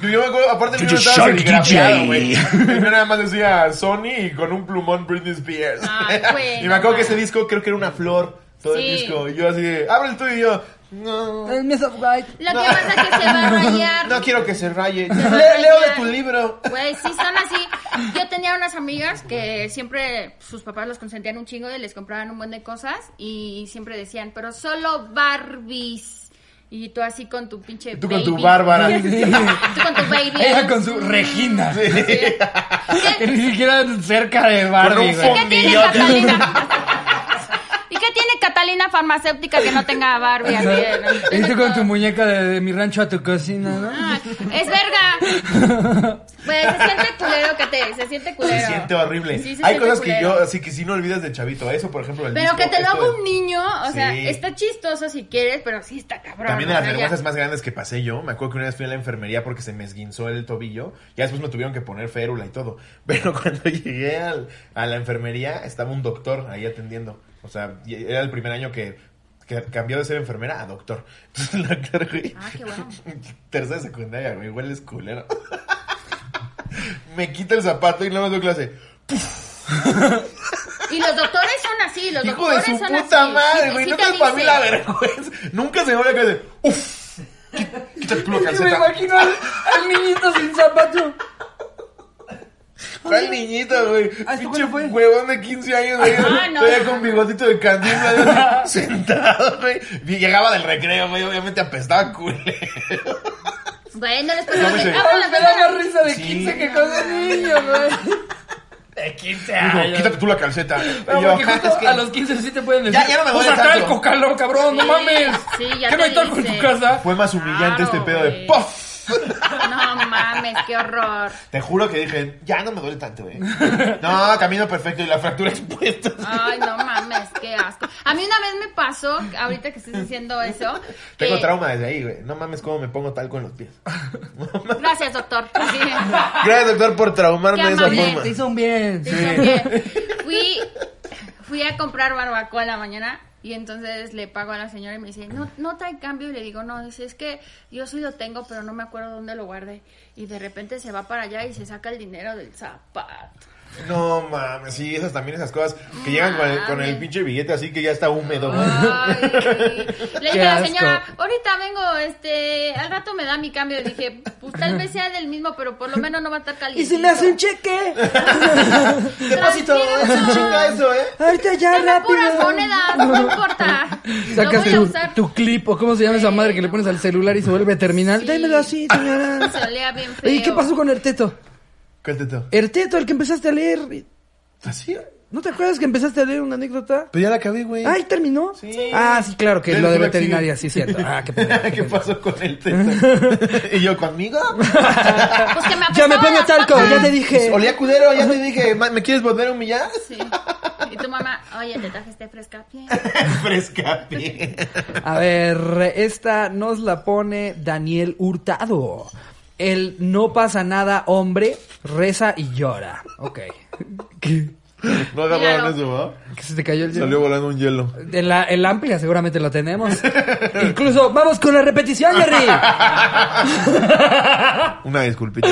B: güey. Yo me acuerdo, aparte el libro
E: Pinche
B: estaba
E: Shark
B: serigrafiado,
E: DJ.
B: güey. Yo nada más decía Sony y con un plumón Britney Spears.
D: Ay, güey,
B: y me acuerdo
D: no
B: que ese
D: mames.
B: disco creo que era una flor, todo
D: Sí.
B: el disco. Y yo así de, abre el tuyo y yo, no,
A: El Miss of White.
D: Lo que pasa es que se va a rayar.
B: no quiero que se raye.
D: va a
B: Le- leo de
D: rayar.
B: tu libro.
D: Güey, sí son así. Yo tenía unas amigas que siempre sus papás los consentían un chingo y les compraban un buen de cosas y siempre decían, pero solo Barbies. Y tú así con tu pinche
B: Tú con tu
D: baby.
B: Bárbara.
D: Tú con tu baby.
A: Ella con su Regina. Que
D: ¿Qué-
A: ni siquiera cerca de
B: Con
A: Barbie,
B: un
A: güey.
D: ¿Qué tiene
B: Millote.
D: Catalina? ¿Y qué tiene Catalina farmacéutica que no tenga a Barbie? Así de, ¿no?
A: Y tú con tu muñeca de, de mi rancho a tu cocina, ¿no?
D: Ah, es verga. Pues se siente culero que te, se siente culero.
B: Se siente horrible.
D: Sí, se
B: Hay
D: siente
B: cosas que
D: culero.
B: yo, así que sí no olvidas de chavito. Eso, por ejemplo, el
D: Pero que
B: disco,
D: te lo
B: esto
D: haga
B: de-
D: un niño, o sea,
B: Sí.
D: está chistoso si quieres, pero sí está cabrón.
B: También
D: o
B: de las
D: sea, ya.
B: vergüenzas más grandes que pasé yo, me acuerdo que una vez fui a la enfermería porque se me esguinzó el tobillo, ya después me tuvieron que poner férula y todo, pero cuando llegué al- a la enfermería estaba un doctor ahí atendiendo, o sea, y era el primer año que, que cambió de ser enfermera a doctor. Entonces la cargué.
D: Ah, qué bueno.
B: Tercera secundaria, güey, igual es culero. me quita el zapato y nada más doy clase.
D: Y los doctores son así, los
B: Hijo de
D: doctores
B: su
D: son
B: puta
D: así.
B: madre,
D: Sí,
B: güey,
D: sí
B: no
D: te
B: te para mí
D: dicen.
B: la vergüenza. Nunca se me va a caer. Uf. Quítate tú la
A: Yo me
B: calceta.
A: imagino al, al niñito sin zapato.
B: ¿Cuál niñito, güey?
A: Ah, ¿esto
B: Pinche
A: cuándo fue?
B: huevón de 15 años, güey.
D: Ah, no,
B: Todavía
D: no,
B: con
D: no.
B: bigotito de cantina, güey, sentado, güey. Y Llegaba del recreo, güey, obviamente apestaba culero.
D: Bueno, les
B: No me
D: pasamos
B: sé.
D: de
A: Ay, me da más risa de
B: Sí.
A: 15 que con el niño, güey. De 15
B: Digo,
A: años.
B: quítate tú la calceta.
A: No,
B: Y yo,
A: porque justo
B: es que-
A: a los 15 sí te pueden decir.
C: Ya- ya no me duele
A: Usa
C: tanto".
A: talco, calor, cabrón, no
D: Sí,
A: mames.
D: sí, ya
A: ¿Qué no
D: te
A: hay talco en tu
D: dice.
A: casa?
B: Fue más humillante
D: Claro,
B: este pedo de
D: güey.
B: ¡puff!
D: No mames, qué horror.
B: Te juro que dije, ya no me duele tanto, güey. No, camino perfecto y la fractura expuesta.
A: Ah,
D: Ay, no mames, qué asco. A mí una vez me pasó, ahorita que estás diciendo eso.
B: Tengo
D: que-
B: trauma desde ahí, güey. No mames cómo me pongo talco en los pies.
D: Gracias, doctor. Así.
B: Gracias, doctor, por traumarme
D: Qué
B: de esa
D: amable.
B: forma.
A: Te hizo un bien.
D: Sí, también. Fui, fui a comprar barbacoa en la mañana y entonces le pago a la señora y me dice, no, no trae cambio. Y le digo, no, dice, es que yo sí lo tengo, pero no me acuerdo dónde lo guardé. Y de repente se va para allá y se saca el dinero del zapato.
B: No mames, sí, esas también esas cosas que llegan con el, con el
D: Mames.
B: pinche billete así que ya está húmedo, güey.
D: Ay, le
A: Qué
D: dije a
A: asco.
D: la señora, ahorita vengo, este, al rato me da mi cambio. Y dije, pues tal vez sea del mismo, pero por lo menos no va a estar caliente.
A: Y si le hace un cheque.
C: Depósito, es un chinga eso, ¿eh?
A: Ahorita ya
D: Dame puras
A: rápido.
D: monedas, no importa. lo
A: Sacas
D: voy a
A: tu,
D: usar.
A: tu clip o cómo se llama esa madre que le pones al celular y se vuelve terminal.
D: Sí.
A: Dámelo así, señora.
D: Se olea bien feo.
A: ¿Y qué pasó con Erteto?
B: ¿Cuál teto?
A: Erteto, el que empezaste a leer.
B: ¿Así?
A: ¿No te acuerdas que empezaste a leer una anécdota?
B: Pero ya la acabé, güey.
A: Ay, terminó.
B: Sí.
A: Ah, sí, claro, que
B: Ya
A: lo
B: no
A: de
B: tuve
A: veterinaria, sí,
B: accidente.
A: cierto. Ah, qué pendejo, qué
B: ¿Qué
A: pendejo.
B: pasó con el teto? ¿Y yo conmigo?
D: Pues que me
A: Ya me
D: apestaban
A: pongo
D: las
A: talco,
D: papas.
A: ya te dije.
B: Olía cudero, ya te dije, "Ma- ¿me quieres volver a humillar?
D: Sí. Y tu mamá, oye, te traje este fresca piel.
B: Fresca piel.
A: A ver, esta nos la pone Daniel Hurtado. El no pasa nada, hombre, reza y llora. Ok. ¿Qué?
B: ¿No agarraron
D: Míralo.
B: eso, va?
A: ¿Qué se te cayó el
B: Salió volando un hielo.
A: En la, en la amplia seguramente lo tenemos. Incluso, vamos con la repetición, Jerry.
B: Una disculpita.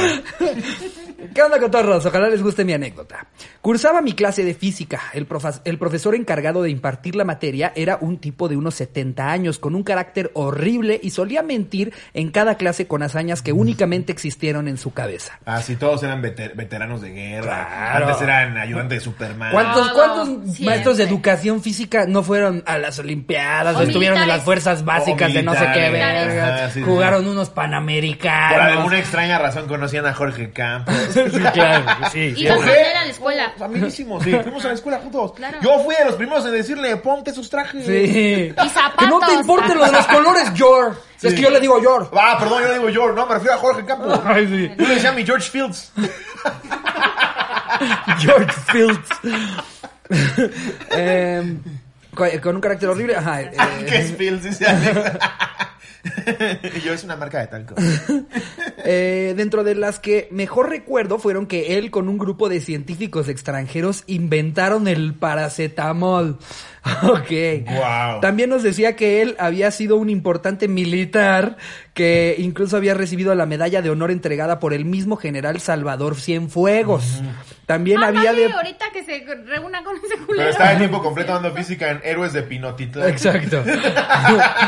A: ¿Qué onda, cotorros? Ojalá les guste mi anécdota. Cursaba mi clase de física. El, profas- el profesor encargado de impartir la materia era un tipo de unos 70 años, con un carácter horrible y solía mentir en cada clase con hazañas que únicamente existieron en su cabeza.
B: Ah, sí, todos eran veter- veteranos de guerra.
A: Claro.
B: Antes eran ayudantes de Superman.
A: ¿Cuántos,
D: Todo,
A: cuántos
D: siempre.
A: maestros de educación física no fueron a las Olimpiadas o,
D: O
A: estuvieron en
D: militares.
A: las fuerzas básicas
B: O
A: de no sé qué
B: militares.
A: vergas?
B: Ajá, Ah, sí, sí.
A: Jugaron unos
B: Por
A: panamericanos.
B: alguna extraña razón conocían a Jorge Campos.
A: Sí, claro, sí, sí.
D: Y con él a la escuela.
B: Amiguísimos, sí. Fuimos a la escuela juntos.
D: Claro.
B: Yo fui de los primeros en decirle, ponte esos trajes.
A: Sí.
D: Y zapatos.
A: Que no te importe lo de los colores, Yor. Es que yo le digo Yor.
B: Ah, perdón, yo no digo George, no, me refiero a Jorge Campos.
A: Ay, sí.
B: Yo le decía a mi George Fields.
A: George Fields. Em, co- con un carácter horrible. Ajá. eh,
B: ¿Qué es Fields? Dice Alexa. Yo es una marca de talco.
A: eh, dentro de las que mejor recuerdo fueron que él con un grupo de científicos extranjeros inventaron el paracetamol. Ok.
B: Wow.
A: También nos decía que él había sido un importante militar que incluso había recibido la medalla de honor entregada por el mismo general Salvador Cienfuegos. También había
D: Ándale,
A: de...
D: Ah, ahorita que se reúna con ese
B: Pero
D: culero.
B: estaba en tiempo completo dando física en Héroes de Pinotitlán.
A: Exacto.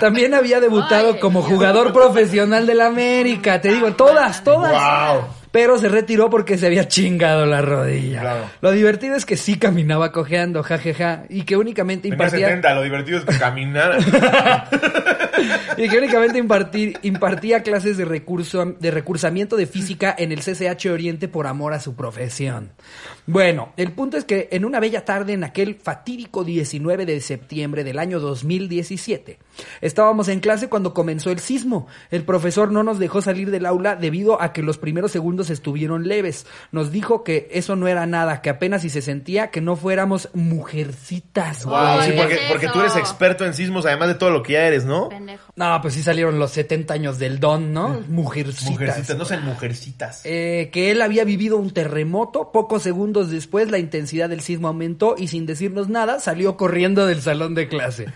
A: También había debutado
D: Ay,
A: como
D: Dios.
A: jugador profesional del América, te digo, todas, todas.
B: Wow.
A: Pero se retiró porque se había chingado la rodilla.
B: Claro.
A: Lo divertido es que sí caminaba cojeando, jajaja, y que únicamente
B: Tenía
A: impartía
B: 70, lo divertido es que caminara.
A: y que únicamente impartí- impartía clases de recurso de recursamiento de física en el CCH Oriente por amor a su profesión. Bueno, el punto es que en una bella tarde en aquel fatídico 19 de septiembre del año 2017, estábamos en clase cuando comenzó el sismo. El profesor no nos dejó salir del aula debido a que los primeros segundos estuvieron leves. Nos dijo que eso no era nada, que apenas si se sentía que no fuéramos mujercitas.
B: Wow, sí,
A: güey.
B: porque,
D: ¿qué es
B: porque tú eres
D: eso?
B: experto en sismos, además de todo lo que ya eres, ¿no?
D: Pendejo.
A: No, pues sí salieron los 70 años del don, ¿no? Mujercitas.
B: Mujercitas, no sean mujercitas.
A: Eh, que él había vivido un terremoto. Pocos segundos después, la intensidad del sismo aumentó y sin decirnos nada, salió corriendo del salón de clase.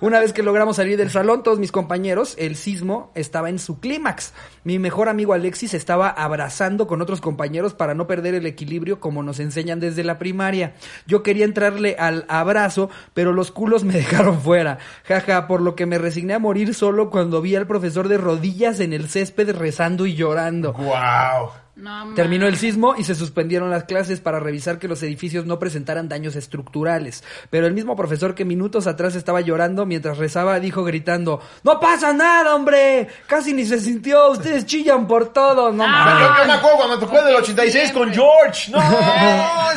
A: Una vez que logramos salir del salón, todos mis compañeros, el sismo estaba en su clímax. Mi mejor amigo Alexis estaba abrazando con otros compañeros para no perder el equilibrio como nos enseñan desde la primaria. Yo quería entrarle al abrazo, pero los culos me dejaron fuera. Jaja, por lo que me resigné a morir solo cuando vi al profesor de rodillas en el césped rezando y llorando.
B: Wow.
D: No,
A: Terminó el
D: mames.
A: sismo y se suspendieron las clases para revisar que los edificios no presentaran daños estructurales. Pero el mismo profesor que minutos atrás estaba llorando mientras rezaba dijo gritando, ¡No pasa nada, hombre! Casi ni se sintió, ustedes chillan por todo, no
D: Ah,
A: mames".
B: Yo, yo me acuerdo cuando tocó el del 86 con George. No,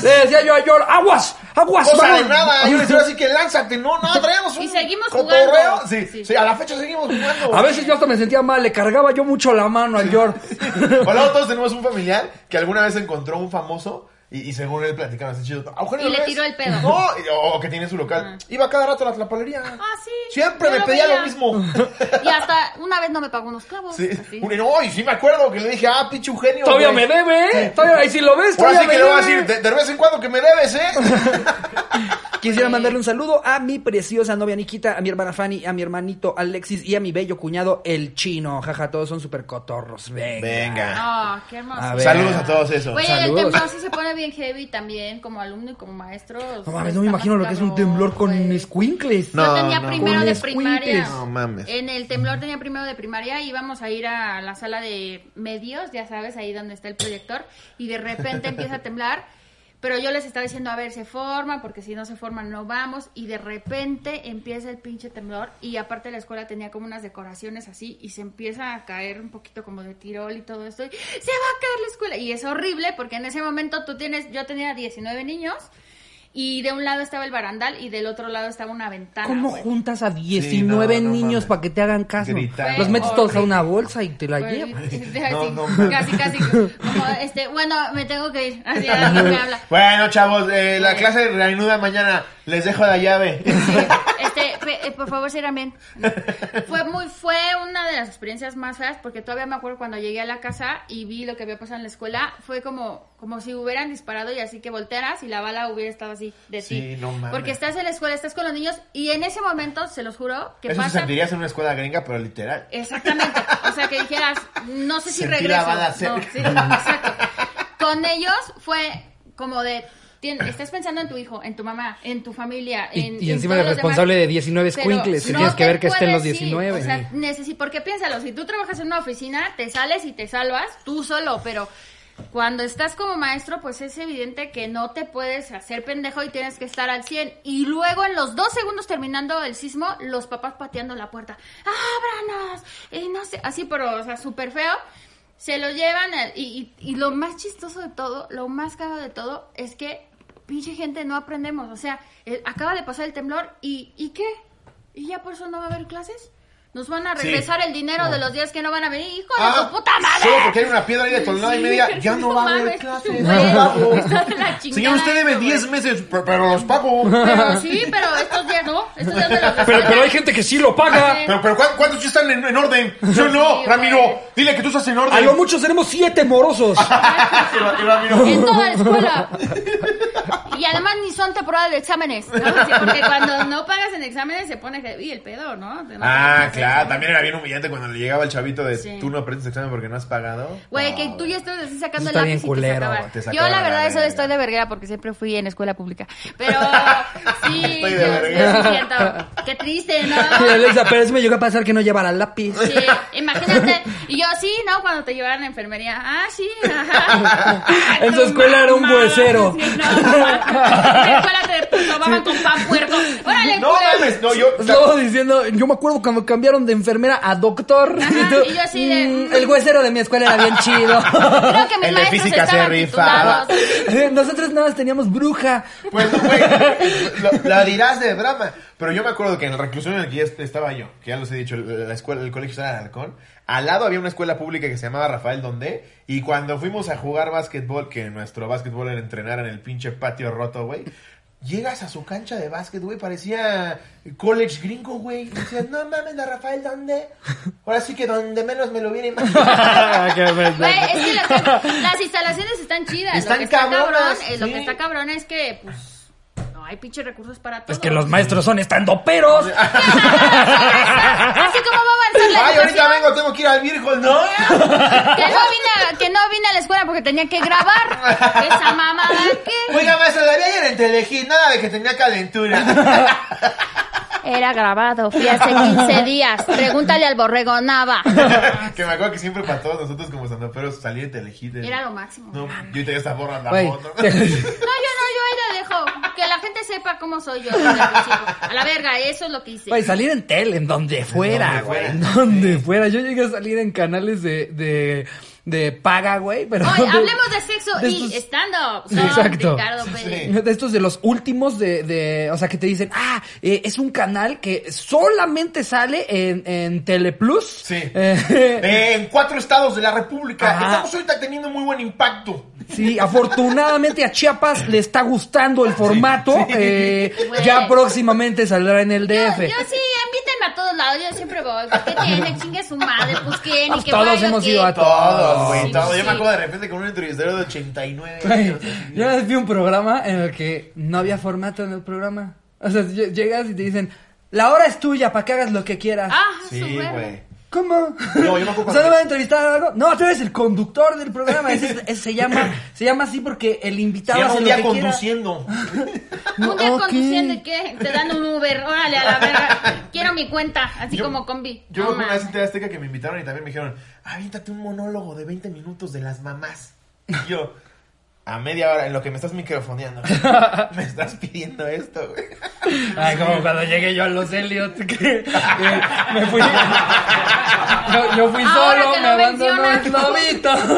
A: Le decía yo a George, ¡aguas! ¡Aguas!
B: cosa de
A: varón".
B: nada. Yo les digo así que lánzate. No, no, traemos un
D: Y seguimos
B: cotorreo.
D: jugando.
B: Sí,
D: Sí.
B: sí, a la fecha seguimos jugando.
A: A veces yo hasta me sentía mal, le cargaba yo mucho la mano a George.
B: O luego todos tenemos un familiar que alguna vez encontró un famoso y, y según él platicaba así chido. "Ah, Eugenio
D: Y le
B: Derbez".
D: tiró el pedo.
B: No, y- o que tiene su local. Iba cada rato a la tlapalería.
D: Ah, sí.
B: Siempre
D: Yo
B: me
D: lo
B: pedía
D: veía.
B: lo mismo.
D: Y hasta una vez no me pagó unos clavos.
B: Sí.
D: así.
B: Un- No, y sí me acuerdo que le dije, ah, pinche Eugenio.
A: Todavía
B: güey.
A: me debe, ¿eh? Todavía, ahí sí lo ves,
B: Ahora
A: todavía
B: sí que
A: me
B: le voy a
A: debe.
B: decir, de, de vez en cuando que me debes, ¿eh?
A: Quisiera mandarle un saludo a mi preciosa novia Nikita, a mi hermana Fanny, a mi hermanito Alexis y a mi bello cuñado el chino. Jaja, todos son súper cotorros. Venga.
B: Venga.
D: Ah, qué hermoso.
A: A ver.
B: Saludos a todos esos.
D: Güey, el
A: Saludos.
D: temblor sí se pone bien heavy también, como alumno y como maestro.
A: No mames, no me imagino lo que es un temblor con escuincles.
B: No,
D: No, tenía
B: no.
D: primero
A: Con
D: de
A: escuincles.
D: primaria.
B: No mames.
D: En el temblor tenía primero de primaria y íbamos a ir a la sala de medios, ya sabes, ahí donde está el proyector, y de repente empieza a temblar. Pero yo les estaba diciendo, a ver, se forma, porque si no se forman no vamos. Y de repente empieza el pinche temblor. Y aparte la escuela tenía como unas decoraciones así. Y se empieza a caer un poquito como de tirol y todo esto. Y se va a caer la escuela. Y es horrible porque en ese momento tú tienes, yo tenía 19 niños. Y de un lado estaba el barandal y del otro lado estaba una ventana.
A: ¿Cómo
D: güey.
A: juntas a 19
B: no, no
A: niños
B: mames.
A: para que te hagan caso?
B: Gritando.
A: Los metes todos a
D: Horrible.
A: una bolsa y te la
D: Pues,
A: llevas.
D: este, así,
B: No, no, man.
D: casi, casi. Como, este, bueno, me tengo que ir. Así, alguien me habla.
B: Bueno, chavos, eh, la clase reanuda mañana. Les dejo la llave.
D: Sí, Este, pe- eh, por favor, sí, amén. Fue muy, fue una de las experiencias más feas porque todavía me acuerdo cuando llegué a la casa y vi lo que había pasado en la escuela, fue como, como si hubieran disparado y así que voltearas y la bala hubiera estado así de
B: Sí,
D: ti.
B: no mames.
D: Porque estás en la escuela, estás con los niños y en ese momento, se los juro, que
B: Eso se
D: pasa.
B: sentirías en una escuela gringa, pero literal.
D: Exactamente. O sea, que dijeras, no sé si
B: Sentí
D: regreso.
B: la bala
D: No,
B: cerca.
D: sí, exacto. Con ellos fue como de, tien- estás pensando en tu hijo, en tu mamá, en tu familia.
A: Y-
D: En,
A: y
D: en
A: encima eres
D: todos los demás.
A: responsable de 19
D: Pero
A: escuincles, que
D: no
A: tienes que
D: te
A: ver que estén los
D: puedes ir.
A: 19.
D: O sea, necesi- porque piénsalo, si tú trabajas en una oficina, te sales y te salvas tú solo, pero... Cuando estás como maestro, pues es evidente que no te puedes hacer pendejo y tienes que estar al 100. Y luego, en los dos segundos terminando el sismo, los papás pateando la puerta. ¡Ábranos! Y no sé, así, pero, o sea, súper feo. Se lo llevan al- y, y- y lo más chistoso de todo, lo más caro de todo, es que pinche gente no aprendemos. O sea, eh, acaba de pasar el temblor y, ¿y qué? ¿Y ya por eso no va a haber clases? ¿Nos van a
B: Sí.
D: regresar el dinero de los días que no van a venir? ¡Hijo de
B: Ah,
D: su puta madre!
B: Solo porque hay una piedra ahí detonada y media, ya no va a haber
D: mames,
B: clase.
D: güey, está de la chingada
B: Señor, usted debe
D: esto,
B: 10
D: güey.
B: meses, pe- pero los pago.
D: Pero sí, pero estos días no. Estos días de la
A: gente que sí lo
D: Sí.
B: Pero, pero ¿cuán- ¿cuántos sí están en, en orden? Yo no,
D: güey.
B: Ramiro. Dile que tú estás en orden.
A: A lo mucho seremos siete morosos.
B: Y Ra- y Ramiro.
D: En toda la escuela. Y además ni son temporada de exámenes. ¿no? Sí, Porque cuando no pagas en exámenes se pone heavy el pedo, ¿no? Te matan
B: Ah, claro,
D: los exámenes.
B: también era bien humillante cuando le llegaba el chavito de
D: Sí.
B: tú no aprendes examen porque no has pagado.
D: Güey, que tú ya estás así sacando
A: Eso está
D: el
A: bien
D: lápiz
A: culero,
D: y te sacaba.
A: güey,
B: te
D: Yo
B: sacaba
D: la
B: la
D: verdad eso
B: verga.
D: estoy de verguera porque siempre fui en escuela pública. Pero sí,
B: Estoy de
D: yo-
B: verguera.
D: sí, siento. Qué triste, ¿no?
A: Y Alexa Pérez me llegó a pasar que no llevara lápiz.
D: Sí, imagínate. Y yo, sí, ¿no? Cuando te llevaron a enfermería. Ah, sí, ajá. Ay,
A: En su
D: tu
A: escuela era un
D: mamá,
A: huesero.
D: sí, no, mamá. En la escuela te tomaban con pan puerco. Órale,
B: No
D: culero.
B: mames, no, yo.
A: Luego diciendo, yo me acuerdo cuando cambiaron de enfermera a doctor.
D: Ajá,
A: Y tú,
D: y yo así de,
A: "Mm, el huesero de mi escuela era bien chido.
D: Creo que mis
B: El de
D: maestros
B: física se
D: estaban
B: rifaba.
D: titulados.
A: Nosotros nada más teníamos bruja.
B: Pues, güey, lo- la dirás de broma. Pero yo me acuerdo que en la reclusión en la que ya est- estaba yo, que ya los he dicho, el- la escuela, el colegio estaba en Alarcón, al lado había una escuela pública que se llamaba Rafael Dondé, y cuando fuimos a jugar básquetbol, que nuestro básquetbol era entrenar en el pinche patio roto, güey, llegas a su cancha de básquet, güey, parecía college gringo, güey. y Decías, no mames, la Rafael Dondé, ahora sí que donde menos me lo viene
D: Ah, Güey, es que las, las instalaciones están chidas.
B: Están
D: lo que está
B: cabronas,
D: cabrón, eh, Lo
B: sí.
D: que está cabrón es que, pues, no hay pinche recursos para todo.
A: Es que los maestros son estandoperos.
D: Ah, Así como va a avanzar la
B: Ay, ahorita
D: educación.
B: vengo, tengo que ir al Virgo, ¿no?
D: Que no vine a, que no vine a la escuela porque tenía que grabar. Esa mamada que.
B: Oiga, maestra, la vi ayer en Telehit, nada de que tenía calentura.
D: Era grabado, fui hace 15 días. Pregúntale al borrego Nava.
B: que me acuerdo que siempre para todos nosotros como sandoperos salir de elegir.
D: Era lo máximo.
B: No, yo ahorita ya está borrando la
A: Güey,
B: foto.
D: No, yo no, yo ahí la dejo. Que la gente sepa cómo soy yo. desde el principio. A la verga, eso es lo que hice.
A: Güey, salir en tele, en donde fuera,
B: donde
A: güey.
B: fuera.
A: En donde fuera. Yo llegué a salir en canales de, de, de paga, güey. Pero
D: Oye,
A: de-
D: hablemos de sexo
A: de
D: y este,
A: estos-
D: stand-up.
A: Sí,
D: Soy
A: exacto.
D: Ricardo Pérez.
B: Sí.
A: de estos de los últimos de, de o sea que te dicen ah eh, es un canal que solamente sale en, en Teleplus
B: Sí.
A: Eh,
B: Eh, en cuatro estados de la República.
A: Ajá.
B: Estamos ahorita teniendo muy buen impacto.
A: Sí, afortunadamente a Chiapas le está gustando el formato. eh,
D: Güey.
A: ya próximamente saldrá en el
D: Yo,
A: DF.
D: yo sí, invítenme a todos lados, yo siempre voy. Pues, ¿Qué tiene? Chingue su madre, pues qué, ni
A: Pues
D: que
A: todos
D: vaya,
A: hemos
D: qué.
A: ido a
B: Todo, güey,
D: Sí,
B: todo.
D: sí.
B: Yo me acuerdo de repente con un entrevistador de 89
A: Güey,
B: años. así.
A: Yo una vez vi un programa en el que no había formato en el programa. O sea, ll- llegas y te dicen, la hora es tuya para que hagas lo que quieras.
D: Ah, su
B: Sí,
D: verga.
B: güey.
A: ¿Cómo?
B: No, yo me acuerdo
A: O sea, ¿no
B: cuando-
A: me van a entrevistar o algo? No, tú eres el conductor del programa. Ese, ese se llama se llama así porque el invitado hace
B: Llevamos un
A: lo
B: día
A: que quiera.
B: conduciendo.
A: No,
D: Un día
A: ok.
D: conduciendo y qué, te dan un Uber, órale a la verga. Quiero mi cuenta, así
B: Yo-
D: como combi.
B: Yo
D: No
B: me acuerdo una vez en
D: mames.
B: TV Azteca que me invitaron y también me dijeron, aviéntate un monólogo de 20 minutos de las mamás. Y yo, a media hora, en lo que me estás microfoneando, me estás pidiendo esto, güey.
A: Ay, como cuando llegué yo a los Elliot, que eh, me fui. Yo, yo fui
D: Ahora
A: solo,
D: que
A: me
D: lo
A: abandonó
D: mencionas.
A: el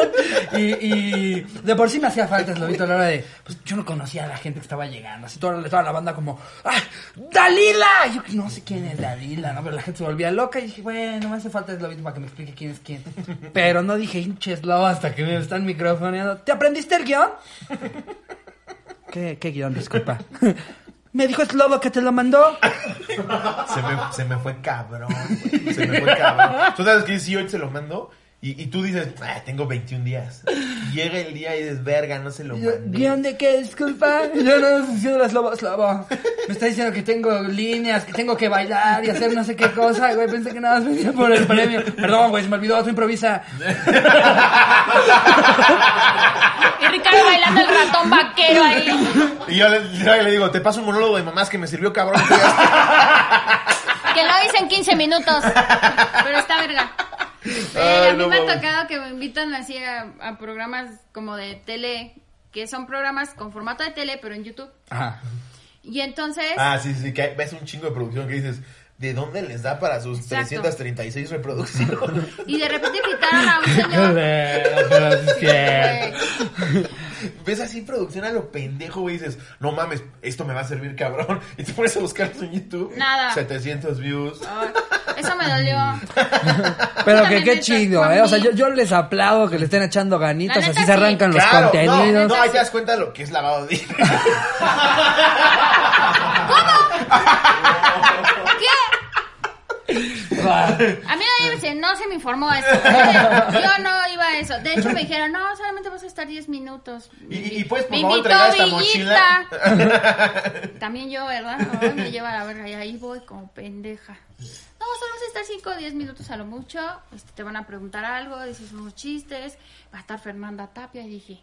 A: lobito. Y, y de por sí me hacía falta el lobito a la hora de. Pues yo no conocía a la gente que estaba llegando. Así toda, toda la banda como. ¡Ah! ¡Dalila! Y yo no sé quién es Dalila, ¿no? Pero la gente se volvía loca y dije, bueno, me hace falta el lobito para que me explique quién es quién. Pero no dije, hinches lobo, hasta que me están microfoneando. ¿Te aprendiste el guión? ¿Qué, qué guión? Disculpa. Me dijo es lobo que te lo mandó.
B: Se me, se me fue cabrón, güey. Se me fue cabrón. Tú sabes que si hoy se lo mando y, y tú dices, "Ah, tengo 21 días. Llega el día y dices, verga, no se lo
A: Yo,
B: mandé.
A: ¿Guión de qué? Disculpa. Yo no estoy diciendo las lobas, lobo. Me está diciendo que tengo líneas, que tengo que bailar y hacer no sé qué cosa, güey. Pensé que nada más venía por el premio. Perdón, güey, se me olvidó, tú improvisa.
D: Y Ricardo bailando el ratón vaquero ahí.
B: Y yo le, yo le digo, te paso un monólogo de mamás que me sirvió cabrón.
D: Que lo hice en 15 minutos. Pero está verga. Eh,
B: Ay,
D: a mí
B: no
D: me ha
B: mames.
D: tocado que me invitan así a, a programas como de tele, que son programas con formato de tele, pero en YouTube.
A: Ajá.
D: Y entonces,
B: Ah, sí, sí, que ves un chingo de producción que dices, ¿de dónde les da para sus
D: Exacto.
B: 336 reproducciones?
D: y de repente invitaron a un señor.
B: Ves así producción a lo pendejo, güey, y dices, no mames, esto me va a servir, cabrón. Y te pones a buscar en YouTube.
D: Nada.
B: 700 views.
D: Ay, Eso me dolió.
A: Pero que
D: Justamente
A: qué
D: es
A: chido,
D: por
A: ¿eh? O sea,
D: mí.
A: yo, yo les aplaudo que le estén echando
D: La
A: ganitas,
D: neta,
A: así se arrancan
D: sí.
A: los
B: Claro, no,
A: contenidos.
B: no, ahí te das cuenta de lo que es lavado de dinero.
D: ¿Qué?
A: Ah,
D: A mí nadie me dice, no se me informó eso. Yo no iba a eso. De hecho, me dijeron, no, solamente vas a estar 10 minutos.
B: Y- Y, y puedes, por
D: Me
B: favor,
D: invitó
B: entregar esta
D: Villita.
B: mochila.
D: También yo, ¿verdad? No, me lleva la verga y ahí voy como pendeja. No, solo vas a estar 5 o 10 minutos a lo mucho. Este, te van a preguntar algo, dices unos chistes. Va a estar Fernanda Tapia y dije,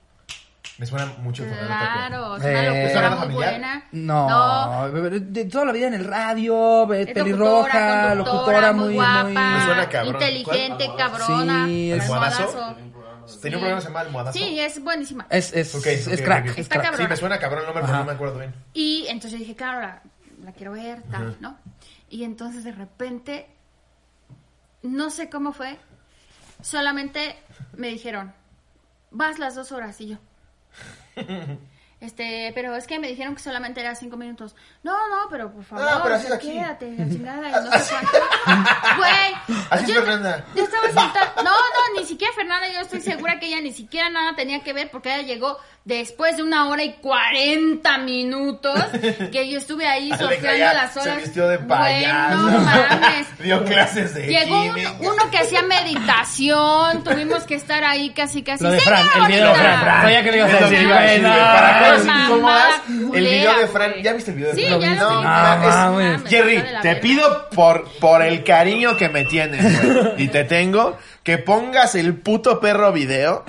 B: Me suena mucho. Fernando Tapia.
D: claro, es una
A: Eh,
D: locutora
B: ¿Sonaba
D: muy
B: familiar?
D: buena.
A: No, de toda la vida en el radio, eh,
D: Es
A: pelirroja, locutora, muy, muy...
D: guapa,
B: Me suena cabrón.
D: inteligente,
B: ¿Cuál?
D: cabrona,
A: Sí, es-
D: almohadazo.
B: Tenía un programa que se llamaba Almohadazo.
D: Sí, es buenísima.
A: Es, es,
B: Ok,
A: es
B: ok, ok.
A: crack. es
D: Está
A: crack.
B: Sí, me suena cabrón el nombre, pero
A: Ajá.
B: no me acuerdo bien.
D: Y entonces yo dije, claro, la, la quiero ver, tal, ¿no? Y entonces de repente, no sé cómo fue, solamente me dijeron, vas las dos horas y yo. Este, pero es que me dijeron que solamente era cinco minutos. No, no, pero por favor,
B: pero así es
D: o sea,
B: aquí.
D: quédate, la chingada, y no sé cuánto. Güey,
B: Así es
D: yo-
B: Fernanda.
D: Yo estaba sentada. No, no, ni siquiera Fernanda, yo estoy segura que ella ni siquiera nada tenía que ver porque ella llegó después de una hora y cuarenta minutos que yo estuve ahí
B: Alexa
D: sorteando
B: ya
D: las horas.
B: Se vistió de
D: Güey,
B: payaso.
D: no mames.
B: Dio clases de
D: Llegó un-
B: química.
D: uno que hacía meditación, tuvimos que estar ahí casi casi.
A: Lo de
D: ¡Sí,
A: Fran, el
D: mira,
A: video de
D: bonita!
A: Fran, Fran. Sabía que lo ibas
B: Es
A: a
B: lo que
A: decir,
B: iba a
A: güey,
B: decir,
A: no.
B: güey, para que veas
D: Mamá
B: incómodas, El
D: culera,
B: video de Fran.
D: güey.
B: ¿Ya viste el video de
D: Sí,
B: Fran?
D: ya lo
B: No,
D: vi.
B: mames.
A: Ah, mames.
D: Mames,
B: Jerry,
D: está de la
B: te
D: verga.
B: pido por, por el cariño que me tienes güey, y te tengo que pongas el puto perro video.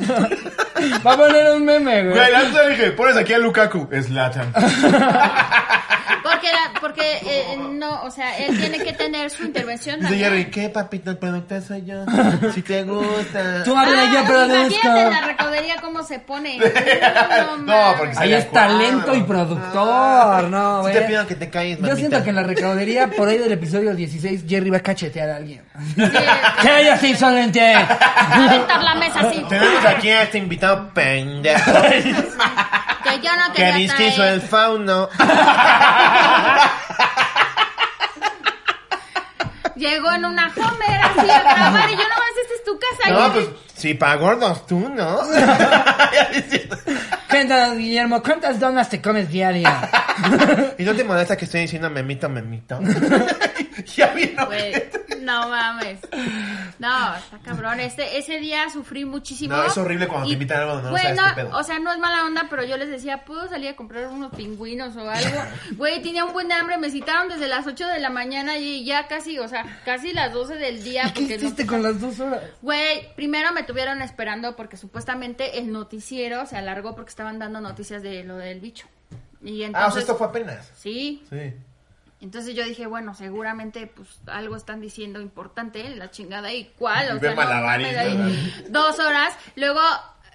A: Va a poner un meme, güey.
B: Güey, antes le dije, pones aquí a Lukaku, es Latan.
D: Porque porque, la- porque eh, no, o sea, él tiene que tener su intervención.
B: Dice
D: también.
B: Jerry, ¿qué papito productor soy yo? Si te gusta.
A: Tú habla,
D: Ah,
A: yo produzco.
D: Imagínate la recovería cómo se pone. No,
B: No,
D: mames.
B: porque se
A: Ahí
B: le
A: es
B: acuerda.
A: talento y productor, no,
B: Sí
A: güey.
B: te pido que te calles,
A: Yo
B: mamita.
A: siento que en la recaudería, por ahí del episodio 16, Jerry va a cachetear a alguien.
D: Sí.
A: ¡Que yo soy solamente!
D: Va a aventar la mesa así.
B: Tenemos aquí a este invitado pendejo
D: Que yo no
B: que
D: quería
B: disque hizo
A: eh.
D: traer.
B: el fauno.
D: Llegó en una Homer así a grabar y yo no más, esta es tu casa.
B: No,
D: Yo-
B: pues, si pa' gordos tú, ¿no?
A: Cuéntanos, Guillermo, ¿cuántas donas te comes diario?
B: ¿Y no te molesta que estoy diciendo memito, memito? ya vieron.
D: Güey, no mames. No, está cabrón. Este, ese día sufrí muchísimo.
B: No, es horrible cuando te
D: Y,
B: invitan a algo donde no
D: güey,
B: sabes qué pedo.
D: O sea, no es mala onda, pero yo les decía, ¿puedo salir a comprar unos pingüinos o algo? Güey, tenía un buen de hambre. Me citaron desde las 8 de la mañana y ya casi, o sea, casi las 12 del día.
A: ¿Qué
D: porque no-
A: hiciste con las dos horas?
D: Güey, primero me tuvieron esperando porque supuestamente el noticiero se alargó porque estaban dando noticias de lo del bicho. Y entonces,
B: Ah, o sea, esto fue apenas.
D: sí,
B: Sí.
D: entonces yo dije, bueno, seguramente pues algo están diciendo importante, la chingada, ¿y cuál?
B: Y ve malabarismo,
D: mames, ahí,
B: ¿verdad?
D: dos horas, luego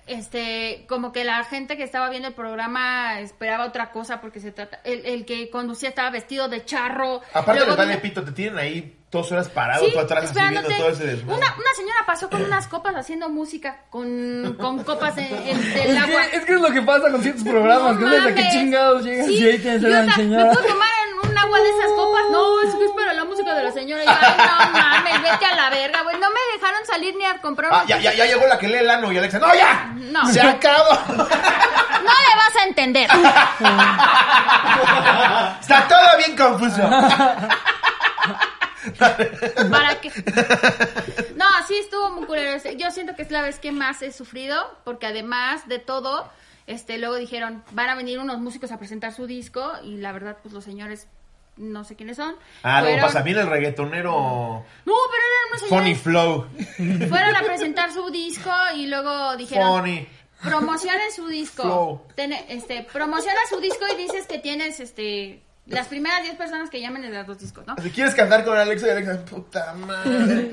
D: este como que la gente que estaba viendo el programa esperaba otra cosa porque se trata el, el que conducía estaba vestido de charro
B: Aparte
D: Luego
B: les vale
D: vino-
B: pito, te tienen ahí dos horas parado,
D: Sí,
B: tú atrás así viendo
D: esperándote.
B: todo ese desmadre.
D: Una, una señora pasó con unas copas haciendo música, con, con copas en, en- del
A: Es
D: agua.
A: que, es que es lo que pasa con ciertos programas,
D: No
A: que ves a qué
D: mames.
A: chingados llegas
D: Sí,
A: y ahí tienes a
D: yo, o
A: la
D: sea,
A: señora.
D: ¿Me puedo tomar en un agua de esas copas? No, es que es para la música de la señora. Y yo, ay, no mames, vete a la verga, güey. No me dejaron salir ni a comprar
B: Ah,
D: una-
B: ya, ya, ya llegó la que lee el ano y Alexa, ¡no, ya!
D: No.
B: ¡Se acabó!
D: No le vas a entender.
B: Está todo bien confuso.
D: ¿Para qué? No, sí estuvo muy culero. Este, Yo siento que es la vez que más he sufrido, porque además de todo, este, luego dijeron, van a venir unos músicos a presentar su disco, y la verdad, pues los señores, no sé quiénes son.
B: Ah, luego
D: Fueron-
B: pasa bien el reggaetonero
D: No, pero eran
B: Funny
D: unos
B: Flow.
D: señores. Fueron a presentar su disco y luego dijeron,
B: Funny.
D: promocionen su disco.
B: Flow.
D: Ten- este, promociona su disco y dices que tienes, este, las primeras 10 personas que llamen de los dos discos, ¿no?
B: Si quieres cantar con Alexa y Alexa, puta madre.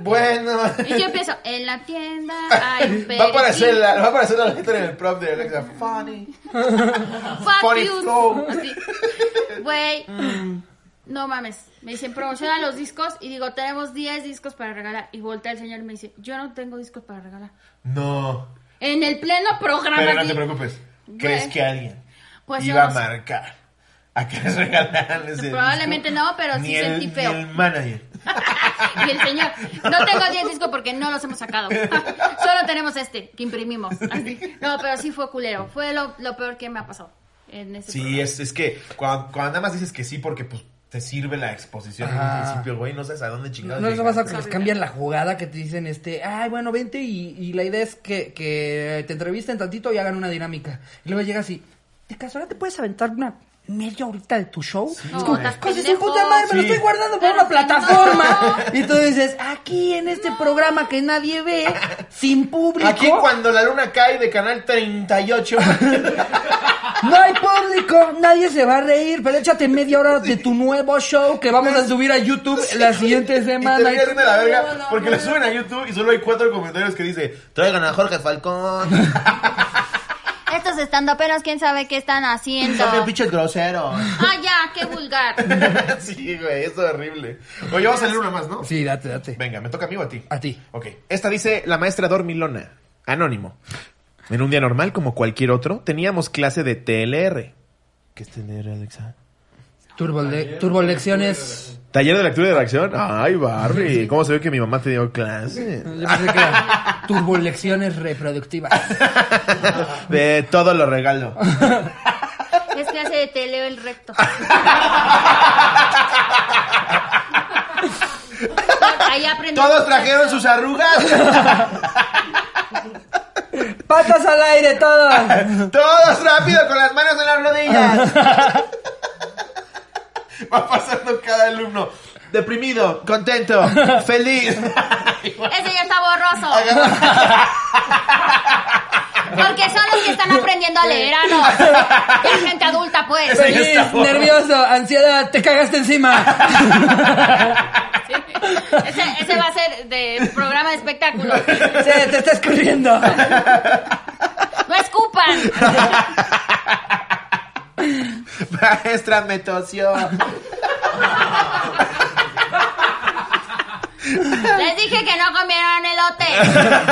B: Bueno.
D: Y yo empiezo, en la tienda hay un
B: Va a aparecer
D: perejil".
B: la, va a aparecer la letra en el prop de Alexa. Funny.
D: Fuck
B: Funny
D: you.
B: flow.
D: Así. Güey. No mames. Me dicen, promociona los discos. Y digo, tenemos 10 discos para regalar. Y voltea el señor y me dice, yo no tengo discos para regalar.
B: No.
D: En el pleno programa.
B: Pero no
D: así.
B: te preocupes.
D: Güey.
B: ¿Crees que alguien
D: Pues yo
B: iba a
D: no sé.
B: marcar a que les regalaran ese disco?
D: Probablemente no, pero sí
B: Ni el-
D: sentí feo.
B: Ni el manager.
D: y el señor, no tengo 10 discos porque no los hemos sacado. Solo tenemos este que imprimimos. Así. No, pero sí fue culero. Fue lo, lo peor que me ha pasado. En ese
B: Sí,
D: programa.
B: es, es que cuando, cuando nada más dices que sí porque pues te sirve la exposición en
A: Ajá.
B: un principio, güey, no sabes a dónde chingados.
A: No les
B: llegaste.
A: pasa que les cambian la jugada que te dicen, este, ay, bueno, vente y, y la idea es que, que te entrevisten tantito y hagan una dinámica. Y luego llegas y, ¿de casualidad te puedes aventar una media horita de tu show?
D: No,
A: es como,
D: estás
A: "Coño, su
D: pendejo".
A: puta madre, me lo
B: Sí.
A: estoy guardando para
D: Claro
A: una
D: que no.
A: plataforma. Y tú dices, aquí en este programa que nadie ve, sin público,
B: Aquí cuando la luna cae de canal 38.
A: no hay público, nadie se va a reír, pero échate media hora de tu nuevo show que vamos a subir a YouTube la siguiente
B: y
A: semana.
B: te ríes
A: Y-
B: de la verga porque lo suben a YouTube y solo hay cuatro comentarios que dice, "Traigan a Jorge Falcón."
D: Estos estando apenas, quién sabe qué están haciendo.
B: "Qué pinches groseros."
D: Ah, ya, qué vulgar.
B: sí, güey, es horrible. Oye, vamos a leer una más, ¿no?
A: Sí, date, date.
B: Venga, ¿me toca a mí o a ti?
A: A ti.
B: Ok. Esta dice la maestra Dormilona. Anónimo. En un día normal, como cualquier otro, teníamos clase de TLR. ¿Qué es TLR, Alexa?
A: Turbole- turbolecciones.
B: Taller de lectura y redacción. Ay, Barbie. ¿Cómo se ve que mi mamá te dio clase?
A: Yo pensé que era turbolecciones reproductivas.
B: De todo lo regalo.
D: Es clase de teleo el recto. Ahí aprendí.
B: Todos trajeron sus arrugas.
A: ¡Patas al aire, todos!
B: Todos rápido con las manos en las rodillas. Va pasando cada alumno. Deprimido, contento, feliz.
D: Ese ya está borroso.
F: Porque son los que están aprendiendo a leer, ah, no. Ya gente adulta, pues.
B: Sí.
A: Feliz, nervioso, ansiedad, te cagaste encima.
D: Sí.
F: Ese, ese va a ser de programa de espectáculo.
A: Se te está escurriendo.
F: No escupan.
B: Maestra, me tosió.
F: Les dije que no comieron elote.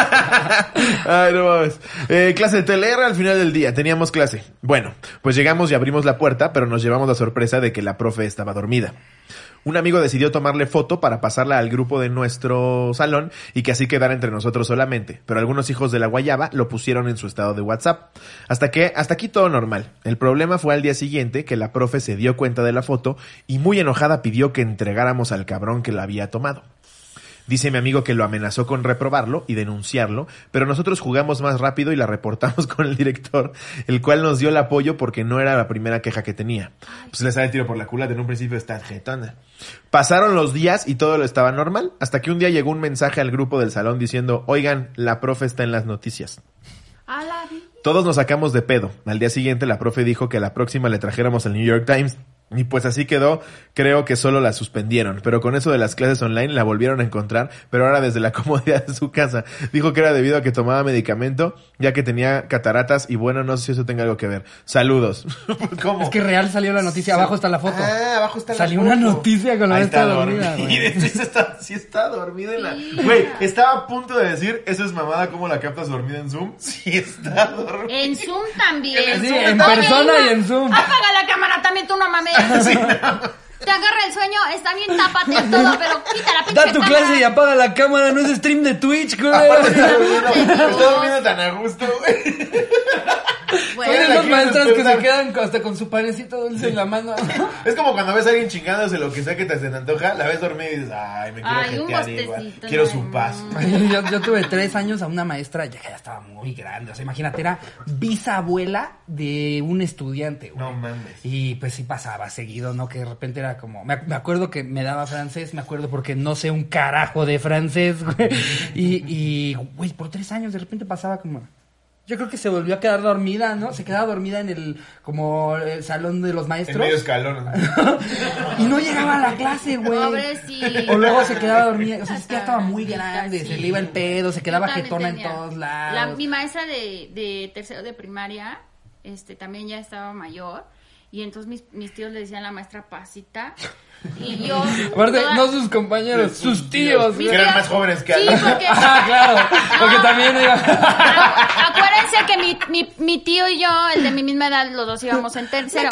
B: Ay, no mames. Eh, clase de TLR al final del día. Teníamos clase. Bueno, pues llegamos y abrimos la puerta, pero nos llevamos la sorpresa de que la profe estaba dormida. Un amigo decidió tomarle foto para pasarla al grupo de nuestro salón y que así quedara entre nosotros solamente, pero algunos hijos de la guayaba lo pusieron en su estado de WhatsApp. Hasta que, hasta aquí todo normal. El problema fue al día siguiente que la profe se dio cuenta de la foto y muy enojada pidió que entregáramos al cabrón que la había tomado. Dice mi amigo que lo amenazó con reprobarlo y denunciarlo, pero nosotros jugamos más rápido y la reportamos con el director, el cual nos dio el apoyo porque no era la primera queja que tenía. Pues le sale el tiro por la culata, en un principio está jetona. Pasaron los días y todo lo estaba normal, hasta que un día llegó un mensaje al grupo del salón diciendo, oigan, la profe está en las noticias.
D: A la vi-
B: Todos nos sacamos de pedo. Al día siguiente la profe dijo que a la próxima le trajéramos el New York Times. Y pues así quedó, creo que solo la suspendieron, pero con eso de las clases online la volvieron a encontrar, pero ahora desde la comodidad de su casa. Dijo que era debido a que tomaba medicamento, ya que tenía cataratas, y bueno, no sé si eso tenga algo que ver. Saludos. ¿Cómo?
A: Es que real salió la noticia, abajo está la foto.
B: Ah, abajo está la
A: Salió una
B: foto.
A: noticia con la
B: Ahí
A: vez
B: está
A: estaba dormida,
B: dormida,
A: güey.
B: sí está, sí está dormida en la... Güey, estaba a punto de decir, eso es mamada, ¿cómo la captas dormida en Zoom? Sí está dormida.
D: En Zoom también.
A: Sí, en
D: Oye,
A: persona
D: Irma,
A: y en Zoom.
D: Apaga la cámara también, tú no mames.
F: Te agarra el sueño, está bien, tápate y todo, pero quita la pinche
A: Da tu
F: cámara.
A: clase y apaga la cámara, no es stream de Twitch, güey.
B: Está durmiendo, está durmiendo tan a gusto, güey.
A: Son
B: Mira,
A: esos
B: aquí
A: maestros que se
B: despertar.
A: quedan hasta con su panecito dulce en la mano.
B: Es como cuando ves a alguien chingándose lo que sea que te se te antoja, la ves dormida y dices, ay, me quiero
D: Ay, un
B: jetear igual.
D: bostecito,
B: Quiero
D: no,
B: su
D: no.
B: paz.
A: Yo, yo tuve tres años a una maestra ya que ya estaba muy grande. O sea, imagínate, era bisabuela de un estudiante, güey.
B: No mames.
A: Y pues sí pasaba seguido, ¿no? Que de repente era como. Me, ac- me acuerdo que me daba francés, me acuerdo porque no sé un carajo de francés, güey. Y, y, güey, por tres años de repente pasaba como. Yo creo que se volvió a quedar dormida, ¿no? Se quedaba dormida en el. como el salón de los
B: En
A: maestros.
B: medio escalón.
A: y no llegaba a la clase, güey.
D: Pobrecita.
A: O luego se quedaba dormida. O sea, es que ya estaba muy grande, se
D: Sí.
A: le iba el pedo, se quedaba
D: Yo también
A: jetona en
D: tenía-
A: todos
D: la-
A: lados.
D: mi maestra de, de tercero de primaria, este, también ya estaba mayor. Y entonces mis, mis tíos le decían la maestra pasita. Y yo.
A: Aparte,
D: toda-
A: no sus compañeros, sus tíos.
D: mis
A: güey.
B: Que eran
D: tíos-
B: más jóvenes que
D: Sí,
B: Ana.
D: porque.
A: Ah, claro. Porque también iba.
D: Acu- Acuérdense que mi, mi, mi tío y yo, el de mi misma edad, los dos íbamos en tercero.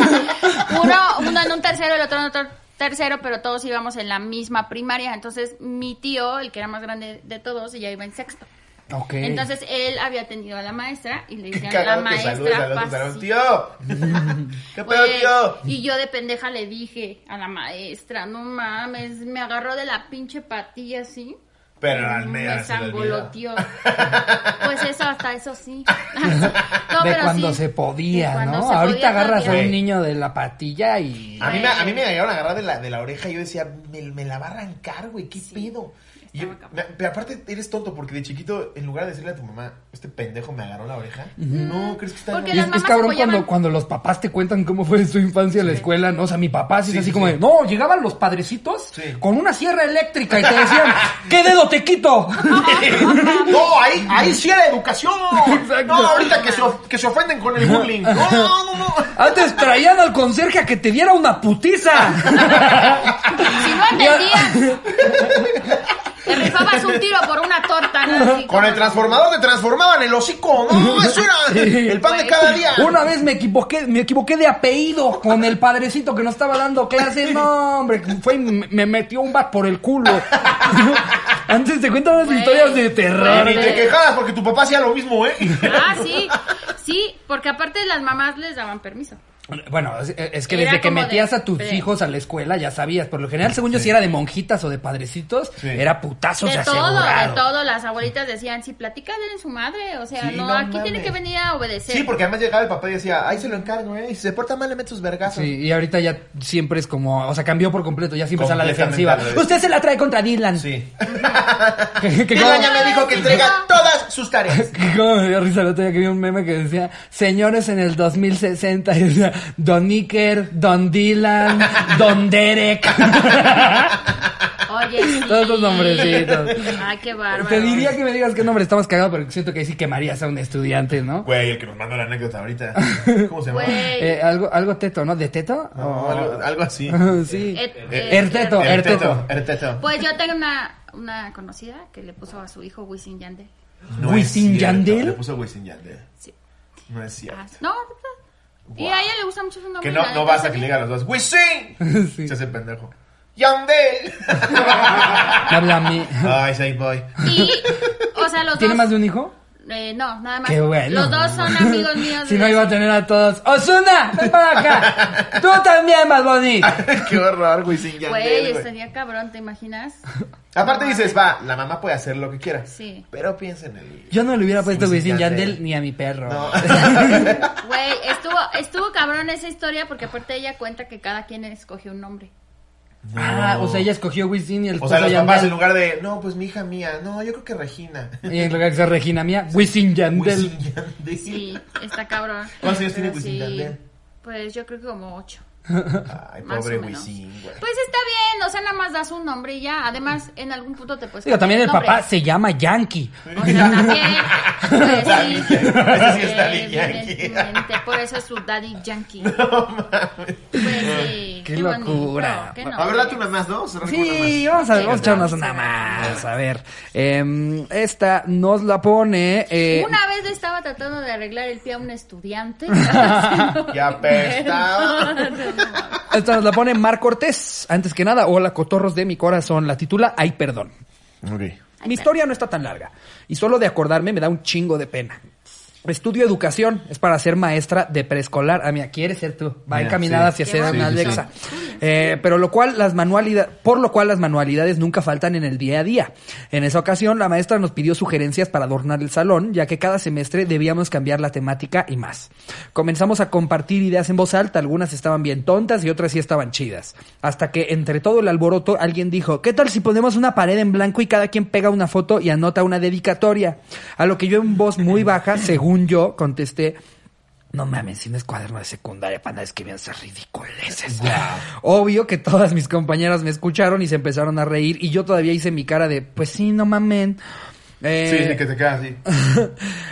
D: uno, uno en un tercero, el otro en otro tercero, pero todos íbamos en la misma primaria. Entonces, mi tío, el que era más grande de todos, ya iba en sexto.
A: Ok.
D: Entonces, él había atendido a la maestra y le
B: Qué
D: decían la
B: cagado que saludes
D: maestra
B: al otro salón.
D: pasita".
B: Tío. ¿Qué pedo,
D: Güey,
B: tío?
D: Y yo de pendeja le dije a la maestra, no mames, me agarró de la pinche patilla así.
B: Pero al medio
D: Me
B: se le
D: sangoloteó.
B: olvida.
D: Pues eso, hasta eso sí.
A: de cuando se
D: De
A: podía,
D: cuando
A: ¿no?
D: se
A: Ahorita
D: podía Ah,
A: agarras a
B: todavía.
A: un niño de la patilla y.
B: A mí, me,
D: Güey.
B: a mí me llegaron a agarrar de la, de la oreja y yo decía, me, me la va a arrancar, güey, qué pedo. Y yo- me- pero aparte eres tonto porque de chiquito, en lugar de decirle a tu mamá, este pendejo me agarró la oreja, no, crees que está
D: Porque
A: Y
B: bien?
A: es,
D: las
A: es
D: mamás
A: cabrón
D: apoyaban.
A: cuando, cuando los papás te cuentan cómo fue su infancia en la escuela, ¿no? O sea, mi papá sí es
B: Sí,
A: así
B: sí,
A: como
B: sí.
A: de, no, llegaban los padrecitos
B: Sí.
A: con una sierra eléctrica y te decían, ¿qué dedo te quito?
E: No, ahí, ahí sí era educación.
A: Exacto.
E: No, ahorita que se, of- que se ofenden con el bullying. No, no, no.
A: Antes traían al conserje a que te diera una putiza.
F: Si no entendías, te rifabas un tiro por una torta. ¿no?
E: Con
F: Así como-
E: el transformador te transformaban el hocico. No, eso era el pan de cada día.
A: Una vez me equivoqué, me equivoqué de apellido con el padrecito que nos estaba dando clase. No, hombre, fue y me me metió un bat por el culo. Antes te cuentan unas
D: Güey.
A: historias de
E: Ni
A: terror.
E: te quejabas porque tu papá hacía lo mismo, ¿eh?
D: Ah, sí, sí, porque aparte las mamás les daban permiso.
A: Bueno, es, es que
D: Era
A: desde que
D: como de-
A: metías a tus
D: sí.
A: hijos a la escuela ya sabías. Por lo general, según yo, si era de monjitas o de padrecitos, era putazos
D: De todo,
A: asegurado.
D: de todo, las abuelitas decían, si platica, en su madre, o sea,
B: Sí,
D: no,
B: no
D: aquí
B: mames.
D: tiene que venir a obedecer.
B: Sí, porque además llegaba el papá y decía, ahí se lo encargo, ¿eh? Y si se porta mal, le metes sus vergazos.
A: Sí, y ahorita ya siempre es como, o sea, cambió por completo, ya siempre está a la
B: Completamente
A: defensiva.
B: al revés.
A: Usted se la trae contra Dylan.
B: Sí.
A: Que- que
B: Mi
A: como-
B: doña me dijo que entrega todas sus tareas.
A: que como me dio risa el otro día que vi un meme que decía, señores en el 2060, y decía, Don Iker, Don Dylan, Don Derek.
D: Oye, sí.
A: Todos los nombrecitos.
D: Ay, qué bárbaro.
A: Te diría que me digas qué nombre estamos cagados, pero siento que ahí sí quemarías a un estudiante, ¿no?
B: Güey, el que nos mandó la anécdota ahorita. ¿Cómo se llama?
D: Güey,
A: Eh, algo, algo teto, ¿no? ¿De teto?
B: No, algo, algo así.
A: O- sí.
D: et-
B: Eh,
D: eh,
A: Erteto, Erteto.
B: Erteto.
D: Pues yo tengo una, una conocida que le puso a su hijo Wisin Yandel.
B: es
A: ¿Wisin
B: cierto,
A: Yandel?
B: Le puso Wisin Yandel.
D: Sí.
B: No es
D: Ah,
B: cierto.
D: no, y a ella le gusta mucho su nombre.
B: Que
D: la
B: no,
D: neta,
B: no vas a
D: está
B: que le
D: bien.
B: diga a los dos, ¡Wisin!
A: Sí.
B: Se hace pendejo. ¡Yandel!
A: Habla a mí.
B: Ay, Playboy.
D: Y, o sea, los
A: ¿Tiene
D: dos.
A: más de un hijo?
D: eh, no, nada más.
A: Qué bueno.
D: Los dos son amigos míos.
A: Si
D: de-
A: no iba a tener a todos. ¡Osuna! ¡Ven para acá! ¡Tú también, Bad Bunny!
B: Qué horror, Wisin
D: Güey,
B: Yandel. güey.
D: estaría cabrón, ¿te imaginas?
B: Aparte dices, va, la mamá puede hacer lo que quiera.
D: Sí.
B: Pero piensa en el.
A: Yo no le hubiera puesto
B: Wisin
A: Wisin
B: Yandel.
A: Yandel ni a mi perro.
B: No.
D: Güey, estuvo, estuvo cabrón esa historia porque aparte ella cuenta que cada quien escogió un nombre.
A: Ah, o sea, ella escogió Wisin y el
B: O sea,
A: puso
B: los papás
A: Yandel.
B: en lugar de, no, pues mi hija mía, no, yo creo que Regina.
A: Y en lugar de ser Regina mía, Wisin Yandel.
B: Wisin Yandel.
D: Sí, está cabrón.
B: ¿Cuántos años tiene
D: Pero
B: Wisin Yandel?
D: Pues yo creo que como ocho.
B: Ay,
D: Más
B: pobre
D: o menos.
B: Wisin, güey.
D: Pues está bien, o sea, nada más das un nombre y ya. Además, en algún punto te puedes
A: Digo, también el
D: cambiar
A: papá se llama Yankee.
D: nombre. O sea, también. Pues, sí,
B: Ese sí es Daddy
D: eh,
B: Yankee.
D: evidentemente, Por eso es su daddy yankee.
B: No mames.
D: Pues sí.
A: Qué
D: bonito,
A: locura.
D: qué
B: Ah, A ver, date
D: noble.
B: una más, ¿no? Cerramos con una
A: Sí,
B: más.
A: vamos a,
D: Sí,
A: vamos a echarnos una
D: claro.
A: más. A ver, em, esta nos la pone. eh,
D: Una vez le estaba tratando de arreglar el pie a un estudiante.
B: Ya apestaba.
A: Esta nos la pone Mar Cortés. Antes que nada, hola cotorros de mi corazón. La titula Ay, perdón. Mi historia no está tan larga y solo de acordarme me da un chingo de pena. Estudio educación, es para ser maestra de preescolar. Ah, mira, quieres ser tú. Va encaminada hacia
D: Qué
A: ser una
D: bonito.
A: Alexa. Eh, pero lo cual las manualidades, por lo cual las manualidades nunca faltan en el día a día. En esa ocasión, la maestra nos pidió sugerencias para adornar el salón, ya que cada semestre debíamos cambiar la temática y más. Comenzamos a compartir ideas en voz alta, algunas estaban bien tontas y otras sí estaban chidas. Hasta que entre todo el alboroto alguien dijo, ¿qué tal si ponemos una pared en blanco y cada quien pega una foto y anota una dedicatoria? A lo que yo en voz muy baja, según yo, contesté, no mames, si no es cuaderno de secundaria para andar escribiendo esas ridiculeces. Obvio que todas mis compañeras me escucharon y se empezaron a reír y yo todavía hice mi cara de, pues sí, no mamen. Eh,
B: Sí, sí, que te queda así.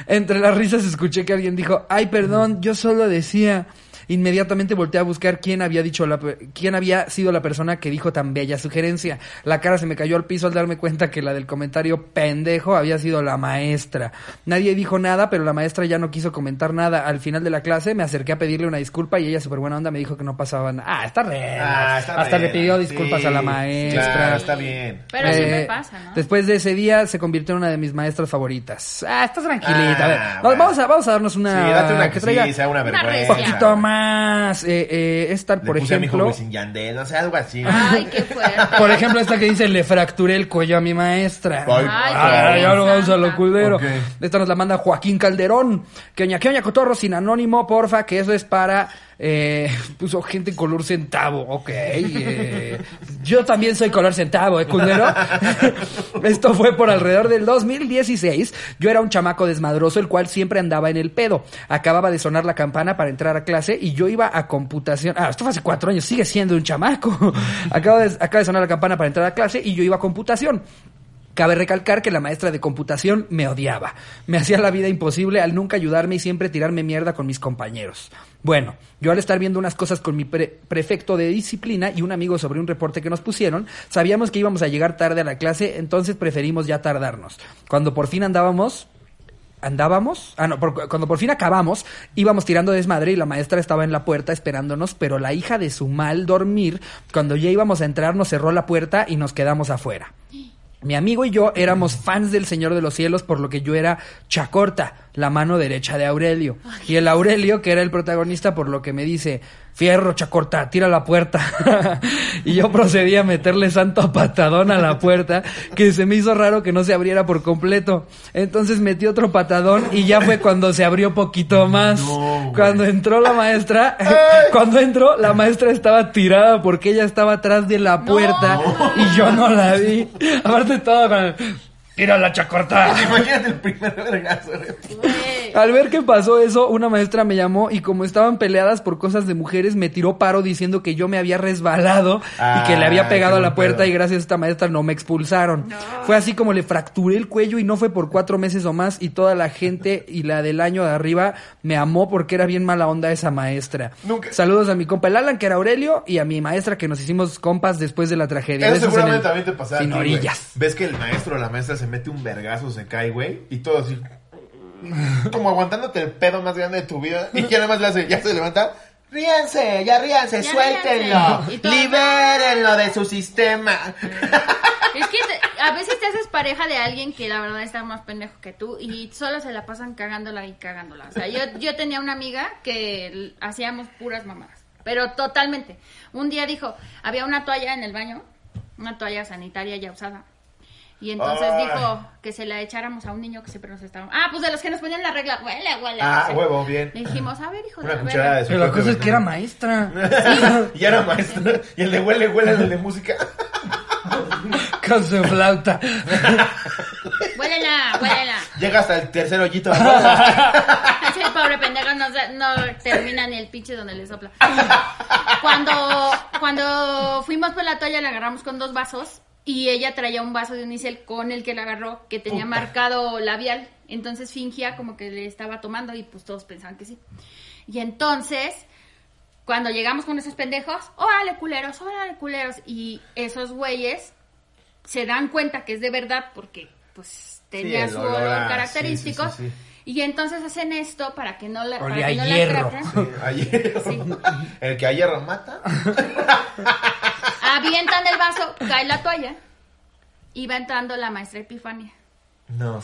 A: entre las risas escuché que alguien dijo, ay, perdón, yo solo decía. Inmediatamente volteé a buscar quién había dicho la, pe- quién había sido la persona que dijo tan bella sugerencia. La cara se me cayó al piso al darme cuenta que la del comentario pendejo había sido la maestra. Nadie dijo nada, pero la maestra ya no quiso comentar nada. Al final de la clase me acerqué a pedirle una disculpa y ella súper buena onda me dijo que no pasaba nada. Ah, está re.
B: Ah, está
A: Hasta le
B: bien.
A: pidió disculpas
B: Sí,
A: a la maestra.
B: Claro, está bien.
D: Pero
A: Eh,
D: siempre pasa, ¿no?
A: Después de ese día se convirtió en una de mis maestras favoritas. Ah, estás tranquilita. a ver,
B: Ah,
A: no,
B: bueno.
A: vamos, a, vamos a darnos una.
B: Sí, date una que
A: traiga
B: sí, sea una vergüenza.
A: un poquito más. Eh, eh, esta,
B: Le
A: por
B: puse a mi hijo
A: ejemplo. Ah.
B: Wisin Yandel, no sé, algo así.
D: Ay, qué fuerte.
A: Por ejemplo, esta que dice, le fracturé el cuello a mi maestra.
B: Ay,
A: Ay,
D: qué
A: ya lo vamos a
D: santa.
A: lo culero.
B: Ok.
A: Esta nos la manda Joaquín Calderón. Que oña, que oña, cotorro, sin anónimo, porfa, que eso es para... Eh, puso gente color centavo, ok. eh, yo también soy color centavo, ¿eh, culero? Esto fue por alrededor del 2016. Yo era un chamaco desmadroso, el cual siempre andaba en el pedo. Acababa de sonar la campana para entrar a clase y yo iba a computación. Ah, esto fue hace cuatro años, sigue siendo un chamaco. Acaba de, acaba de sonar la campana para entrar a clase y yo iba a computación. Cabe recalcar que la maestra de computación me odiaba. Me hacía la vida imposible al nunca ayudarme y siempre tirarme mierda con mis compañeros. Bueno, yo al estar viendo unas cosas con mi pre- prefecto de disciplina y un amigo sobre un reporte que nos pusieron, sabíamos que íbamos a llegar tarde a la clase, entonces preferimos ya tardarnos. Cuando por fin andábamos, andábamos, ah no, por- cuando por fin acabamos, íbamos tirando desmadre y la maestra estaba en la puerta esperándonos, pero la hija de su mal dormir, cuando ya íbamos a entrar, nos cerró la puerta y nos quedamos afuera. Mi amigo y yo éramos fans del Señor de los Cielos, por lo que yo era Chacorta, la mano derecha de Aurelio. Y el Aurelio, que era el protagonista, por lo que me dice, fierro, Chacorta, tira la puerta. y yo procedí a meterle santo patadón a la puerta, que se me hizo raro que no se abriera por completo. Entonces metí otro patadón y ya fue cuando se abrió poquito más. cuando entró la maestra, cuando entró, la maestra estaba tirada porque ella estaba atrás de la puerta y yo no la vi. Aparte todo con el, Tira la chacorta.
B: Imagínate el primer vergazo.
D: Güey.
A: Al ver que pasó eso, una maestra me llamó y como estaban peleadas por cosas de mujeres, me tiró paro diciendo que yo me había resbalado y que le había
B: Ay,
A: pegado
B: qué
A: a la
B: buen
A: puerta
B: pedo.
A: y gracias a esta maestra no me expulsaron. Fue así como le fracturé el cuello y no fue por cuatro meses o más y toda la gente y la del año de arriba me amó porque era bien mala onda esa maestra.
B: Nunca-
A: Saludos a mi compa el Alan, que era Aurelio, y a mi maestra que nos hicimos compas después de la tragedia.
B: Eso
A: De esos en
B: seguramente
A: el-
B: también te pasaba.
A: Sin
B: a ti, güey.
A: orillas.
B: Ves que el maestro o la maestra se mete un vergazo, se cae, güey, y todo así. Como aguantándote el pedo más grande de tu vida. Y que nada más le hace, ya se levanta.
E: Ríanse, ya ríanse,
D: Ya
E: suéltenlo.
D: ríanse. Y todo-
E: Libérenlo de su sistema.
D: Es que te- a veces te haces pareja de alguien que la verdad está más pendejo que tú y solo se la pasan cagándola y cagándola. O sea, yo, yo tenía una amiga que l- hacíamos puras mamadas, pero totalmente. Un día dijo, había una toalla en el baño, una toalla sanitaria ya usada. Y entonces
B: Ay.
D: dijo que se la echáramos a un niño que siempre nos estaba... Ah, pues de los que nos ponían la regla, huele, huele.
B: Ah,
D: no sé.
B: huevo, bien.
D: Le dijimos, a ver, hijo de
B: Una
D: la
B: cucharada de
D: verga".
B: su
A: Pero la
B: propio
A: cosa es que era
B: veneno.
A: maestra.
B: Y era maestra. Y el de huele, huele, el de música.
A: Con su flauta.
D: Huélela, huélela.
B: Llega hasta el tercer hoyito.
D: Ese pobre pendejo no, se- no termina ni el pinche donde le sopla. Cuando, cuando fuimos por la toalla, la agarramos con dos vasos y ella traía un vaso de unicel con el que la agarró, que tenía marcado labial. Entonces fingía como que le estaba tomando y pues todos pensaban que sí. Y entonces, cuando llegamos con esos pendejos, órale culeros, órale culeros. Y esos güeyes se dan cuenta que es de verdad porque pues tenía
B: el
D: su
B: olor
D: olor,
B: a-
D: característico.
B: sí, sí, sí,
D: Y entonces hacen esto para que no la, para
A: Olía
D: que no
A: a
D: la
A: hierro.
D: atrapen.
B: Sí, a hierro. El que a hierro mata.
D: Avientan el vaso, cae la toalla y va entrando la maestra Epifania.
B: No.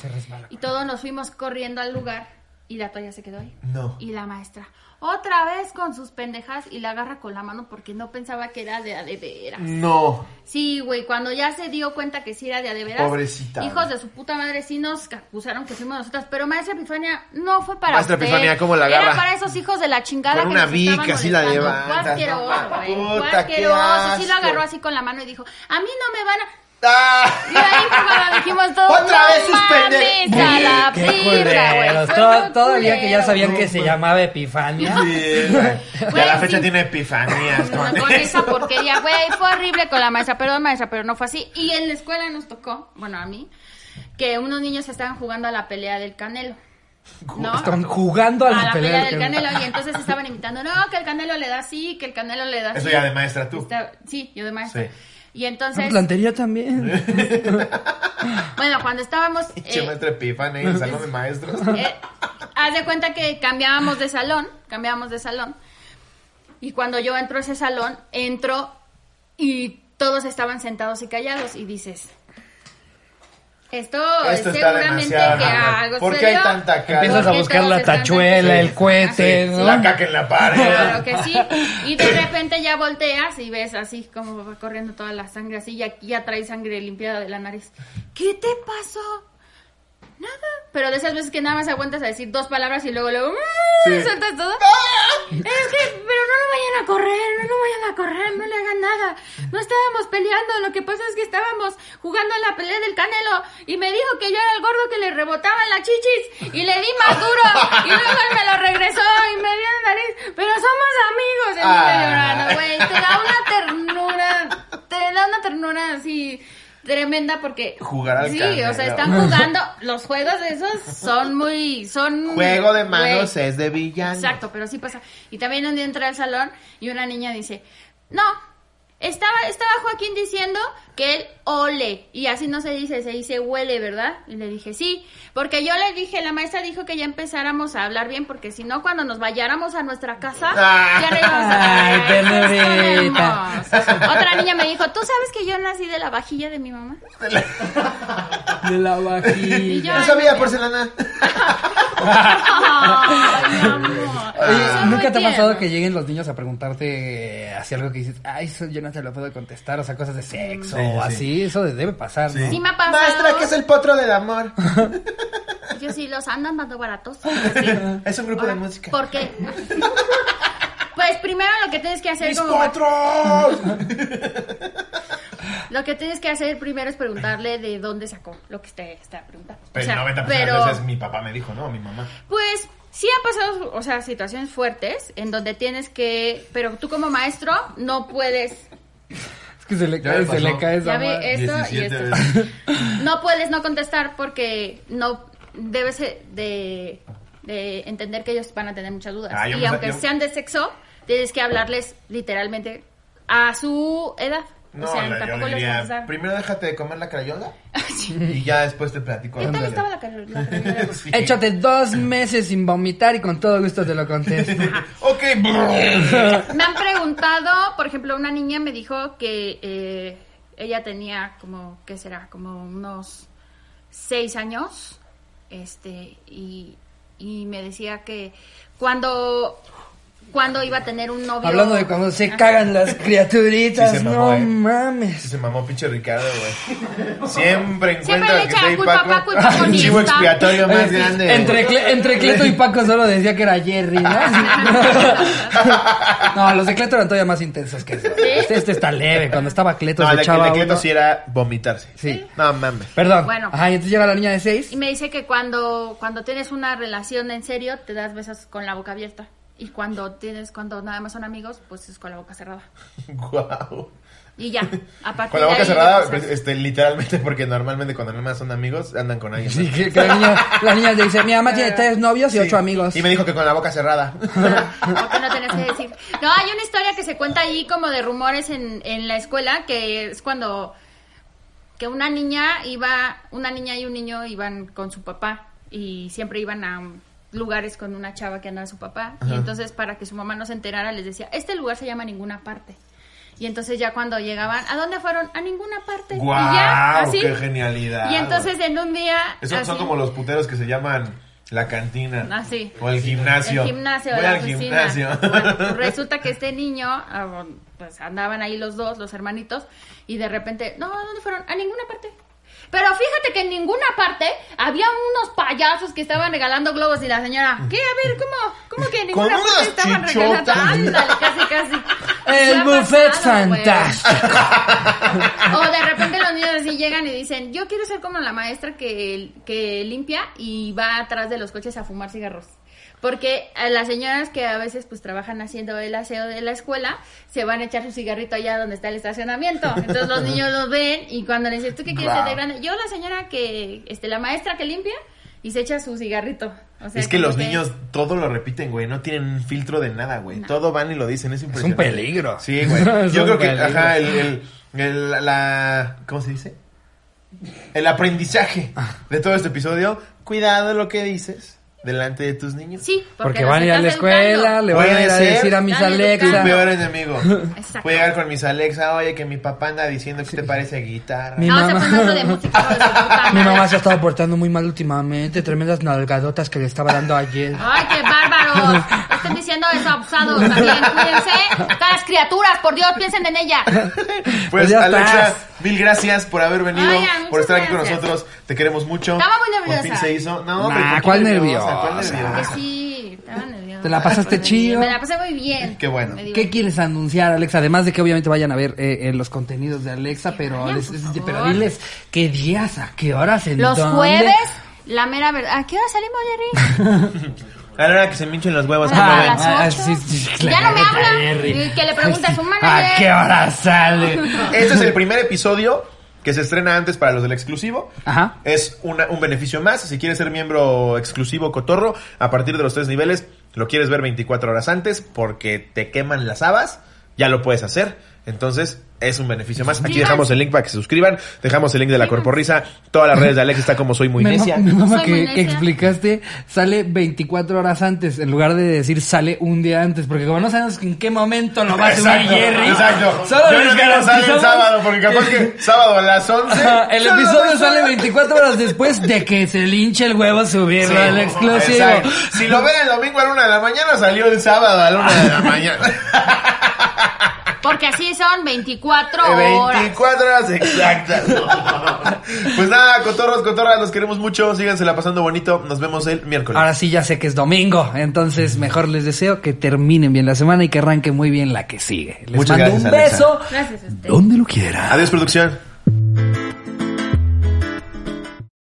D: Y todos nos fuimos corriendo al lugar y la toalla se quedó ahí.
B: No.
D: Y la maestra, otra vez con sus pendejas y la agarra con la mano porque no pensaba que era de a de veras.
B: No.
D: Sí, güey, cuando ya se dio cuenta que sí era de a de veras.
B: Pobrecita,
D: Hijos
B: güey.
D: de su puta madre sí nos acusaron que fuimos nosotras, pero maestra Epifania no fue para
B: Maestra
D: usted.
B: Epifania, ¿cómo la
D: Era
B: agarra?
D: para esos hijos de la chingada
B: Con
D: que
B: una
D: nos estaban
B: bica, así la
D: molestando. Fue
B: levantas, no
D: asqueroso,
B: mames.
D: güey, fue
B: Puta, qué
D: asqueroso. Sí lo
B: asco.
D: agarró así con la mano y dijo, a mí no me van a...
B: Ah.
D: Y ahí fue cuando dijimos todos,
B: Otra
D: "No
B: vez sus
D: mames,
B: pende-
D: a la
A: Qué
D: fibra, güey,
A: culeros.
D: fue
A: To-
D: muy
A: todavía que ya
D: culero.
A: sabían que se llamaba Epifania.
B: Sí, güey. Y a la
D: Güey,
B: fecha
D: sí.
B: tiene epifanías.
D: No,
B: cabrón.
D: con esa porquería, güey, fue horrible con la maestra, perdón maestra, pero no fue así. Y en la escuela nos tocó, bueno, a mí, que unos niños estaban jugando a la pelea del canelo. ¿No?
A: Están jugando a
D: A
A: la,
D: la pelea del
A: que- Ah,
D: canelo y entonces estaban imitando, no, que el canelo le da así, que el canelo le da así.
B: Eso ya de maestra tú.
D: Está- Sí, yo de maestra.
B: Sí.
D: Y
A: Ah,
D: entonces,
A: Plantería también.
D: bueno, cuando estábamos...
B: Pinche
D: eh,
B: maestra epifania en el salón de maestros.
D: Eh, haz de cuenta que cambiábamos de salón, cambiábamos de salón. Y cuando yo entro a ese salón, entro y todos estaban sentados y callados y dices, esto, es
B: Esto está
D: seguramente que
B: demasiado, ¿no?
D: algo
B: ¿Por qué
D: sucedió".
B: hay tanta cara?
A: Empiezas a
D: Porque
A: buscar
D: todos
A: la
D: están
A: tachuela,
D: aquí.
A: el cohete,
D: Así,
A: ¿no?
B: La caca en la pared.
D: Claro que sí. Y de repente ya volteas y ves así como va corriendo toda la sangre así y aquí ya trae sangre limpiada de la nariz. ¿Qué te pasó? Nada. Pero de esas veces que nada más aguantas a decir dos palabras y luego luego ¡ah!
B: Sí.
D: sueltas todo. Es que, pero no lo vayan a correr, no lo vayan a correr, no le hagan nada. No estábamos peleando, lo que pasa es que estábamos jugando a la pelea del canelo y me dijo que yo era el gordo que le rebotaba en las chichis y le di más duro y luego él me lo regresó y me dio la nariz. Pero somos amigos, y me
B: Ah.
D: llorando, güey. Te da una ternura, te da una ternura así tremenda porque
B: Jugar al
D: sí,
B: Canelo.
D: o sea, están jugando, los juegos esos son muy, son
B: Juego de manos
D: güey,
B: es de villano.
D: Exacto, pero sí pasa. Y también un día entré al salón y una niña dice, no, Estaba, estaba Joaquín diciendo que él ole, y así no se dice, se dice huele, ¿verdad? Y le dije sí, porque yo le dije, la maestra dijo que ya empezáramos a hablar bien, porque si no, cuando nos vayáramos a nuestra casa, ya no íbamos a
A: Ah, Ay, ternurita.
D: Nos ponemos. Otra niña me dijo, ¿tú sabes que yo nací de la vajilla de mi mamá?
A: De la
D: Y yo,
A: vajilla.
D: ay,
E: No sabía,
D: no,
E: porcelana.
D: Ay, amor.
A: Oye,
D: Son Ah, muy
A: ¿Nunca te ha pasado
D: tiernos.
A: que lleguen los niños a preguntarte eh, hacia algo que dices, ay, eso yo no te lo puedo contestar, o sea, cosas de sexo o así? Eso de- debe pasar, ¿no?
D: Sí me ha pasado.
E: Maestra, ¿qué es el potro del amor?
D: Yo sí, los andan dando baratos. así.
E: Es un grupo de música.
D: ¿Por qué? Pues primero lo que tienes que hacer
E: ¡Mis
D: como-
E: potros!
D: lo que tienes que hacer primero es preguntarle de dónde sacó lo que te está preguntando. O
B: Pero
D: sea,
B: 90% de
D: pero,
B: las veces mi papá me dijo, ¿no? Mi mamá.
D: pues sí ha pasado, o sea, situaciones fuertes en donde tienes que, pero tú como maestro no puedes,
A: Es que se le
B: Ya
A: cae,
B: me
A: se le
B: pasó.
A: cae esa
D: ya ve,
A: madre.
D: esto y
B: 17
D: esto.
B: veces.
D: No puedes no contestar porque no debes de, de entender que ellos van a tener muchas dudas.
B: Ah, yo
D: y
B: me sa-
D: aunque
B: yo-
D: sean de sexo, tienes que hablarles literalmente a su edad.
B: No,
D: o sea,
B: la- yo
D: tampoco
B: le
D: les vas a
B: diría,
D: dar-
B: primero déjate de comer la crayola y ya después te platico.
D: ¿Qué tal
B: Ándale.
D: estaba la carrera? la carrera?
B: Sí.
A: Échate dos meses sin vomitar y con todo gusto te lo contesto.
B: Ok.
D: Me han preguntado, por ejemplo, una niña me dijo que eh, ella tenía como, ¿qué será? Como unos seis años, este, y, y me decía que cuando, cuando iba a tener un novio.
A: Hablando de cuando se
D: Ajá.
A: cagan las criaturitas,
B: Sí se mamó,
A: no
B: eh.
A: mames.
B: Se mamó pinche Ricardo, güey. Siempre encuentra
D: le
B: que
D: echa la
B: trae
D: culpa a
B: Paco.
D: Paco y Paco ni
B: chivo
D: está.
B: expiatorio
A: Oye,
B: más grande.
A: Entre, Cle- entre Cleto y Paco solo decía que era Jerry, ¿no? no, los de Cleto eran todavía más intensos que eso. Este, este está leve. Cuando estaba Cleto
B: No,
A: se
B: el de- el
A: echaba
B: de Cleto
A: uno-
B: sí era vomitarse.
A: Sí.
B: No mames.
A: Perdón.
D: Bueno.
A: Ajá, y entonces llega la niña de seis.
D: Y me dice que cuando, cuando tienes una relación en serio, te das besos con la boca abierta. Y cuando tienes, cuando nada más son amigos, pues es con la boca cerrada.
B: Guau.
D: Y ya, a partir
B: Con la
D: de
B: boca
D: ahí,
B: cerrada,
D: pues,
B: pues, este, literalmente, porque normalmente cuando nada más son amigos, andan con alguien.
A: Sí,
B: más.
A: que, que la, niña, la niña te dice, mi mamá tiene tres novios y
B: Sí.
A: ocho amigos.
B: Y me dijo que con la boca cerrada.
D: Porque no tenías que decir. No, hay una historia que se cuenta ahí como de rumores en, en la escuela, que es cuando que una niña iba, una niña y un niño iban con su papá y siempre iban a um, lugares con una chava que andaba su papá y entonces para que su mamá no se enterara les decía, este lugar se llama ninguna parte. Y entonces ya cuando llegaban, ¿a dónde fueron? A ninguna parte. y ya,
B: ¡Guau!
D: así.
B: ¡Qué genialidad!
D: Y entonces en un día...
B: Esos son
D: así.
B: como los puteros que se llaman la cantina.
D: Ah, sí.
B: O el gimnasio.
D: El gimnasio,
B: Voy
D: la
B: al
D: oficina.
B: gimnasio.
D: Bueno, pues resulta que este niño, ah, pues andaban ahí los dos, los hermanitos, y de repente, no, ¿a dónde fueron? A ninguna parte. Pero fíjate que en ninguna parte había unos payasos que estaban regalando globos y la señora, ¿qué? A ver, ¿cómo, cómo que en ninguna
B: Con
D: parte
B: unas
D: estaban regalando?
B: chichotas.
D: Ándale, casi, casi. Se
A: El
D: ha
A: buffet
D: pasado, güey.
A: fantástico.
D: O de repente los niños así llegan y dicen, yo quiero ser como la maestra que, que limpia y va atrás de los coches a fumar cigarros. Porque a las señoras que a veces pues trabajan haciendo el aseo de la escuela, se van a echar su cigarrito allá donde está el estacionamiento. Entonces los niños los ven y cuando les dicen, ¿tú qué quieres ser de grande? Yo la señora que, este, la maestra que limpia y se echa su cigarrito. O sea,
B: es que
D: como
B: los niños todo lo repiten, güey. No tienen un filtro de nada, güey. Todo van y lo dicen. Es
A: Es un
B: impresionante.
A: peligro.
B: Sí, güey.
A: Es
B: Yo
A: un
B: creo que,
A: peligro.
B: ajá, el, el, el- la, ¿cómo se dice? El aprendizaje
A: Ah.
B: de todo este episodio. Cuidado lo que dices delante de tus niños.
D: Sí,
A: Porque
D: los
A: van a ir a la
D: estás
A: escuela,
D: educando.
A: le van a
B: Puede
A: ir a
B: ser.
A: decir a mis
D: Están
B: Tu
A: Alexa.
D: educando.
B: peor enemigo.
D: Exacto.
B: Voy a llegar con mis Alexa, oye, que mi papá anda diciendo que te parece guitarra.
A: Mi
D: No, se
A: mamá.
D: ponen lo de música, hijo de su puta
A: Mi mamá
D: madre.
A: se ha estado portando muy mal últimamente. Tremendas nalgadotas que le estaba dando ayer.
D: ¡Ay, qué bárbaros! Estén diciendo eso abusados también. Cuídense. Las criaturas, por Dios, piensen en ella.
A: Pues
B: Pues
A: ya
B: Alexa,
A: estás.
B: mil gracias por haber venido,
D: Oigan, muchas
B: por estar aquí con
D: gracias.
B: nosotros. Te queremos mucho.
D: Estaba muy nerviosa.
B: Por fin se hizo.
A: Nah,
B: No, pero ¿por qué
A: ¿cuál
B: ¿Cuál
A: nerviosa?
D: Que
B: nerviosa?
D: sí, estaba nerviosa.
A: ¿Te la pasaste
D: Me-
A: chido?
D: Me la pasé muy bien.
B: Qué bueno.
D: Me divertí.
A: ¿Qué quieres anunciar, Alexa? Además de que obviamente vayan a ver eh, eh, los contenidos de Alexa, pero,
D: vayan,
A: les-
D: por
A: es-
D: favor.
A: pero diles qué días, a qué horas, en
D: Los
A: dónde?
D: jueves, la mera verdad. ¿A qué hora salimos, Jerry?
B: A la hora que se minchen los huevos, ¿cómo
D: Ah,
B: ven?
D: las ocho. Ya no me habla. Y que le pregunte a su manager.
A: ¿A qué hora sale?
B: Este es el primer episodio que se estrena antes para los del exclusivo.
A: Ajá.
B: Es una- un beneficio más. Si quieres ser miembro exclusivo Cotorro, a partir de los tres niveles, lo quieres ver 24 horas antes porque te queman las habas, ya lo puedes hacer. Entonces, es un beneficio más. Aquí dejamos el link para que se suscriban. Dejamos el link de la corporrisa. Todas las redes de Alex está como soy muy
A: Mi ma-
B: necia.
A: mi mamá
D: Soy
A: que,
D: muy
A: que
D: necia.
A: explicaste sale 24 horas antes, en lugar de decir sale un día antes, porque como no sabemos en qué momento lo va a subir Jerry.
B: exacto.
A: solo
B: Yo
A: les
B: no digo sale el
A: garantizamos-
B: sábado, porque capaz que sábado a las 11.
A: Ajá, el
B: solo
A: episodio
B: me
A: sale 24 horas después de que se linche el huevo subirlo al exclusivo.
B: Exacto. Si lo ven el domingo a la una de la mañana, salió el sábado a la una de la mañana.
F: Porque así son 24
B: Eh,
F: horas.
B: 24 horas exactas. Pues nada, cotorros, cotorras, los queremos mucho. Sígansela pasando bonito. Nos vemos el miércoles.
A: Ahora sí ya sé que es domingo, entonces mejor les deseo que terminen bien la semana y que arranque muy bien la que sigue. Les
B: Muchas
A: mando
B: gracias,
A: un
B: Alexa.
A: beso
D: Gracias este. a ustedes.
A: donde lo quiera.
B: Adiós, producción.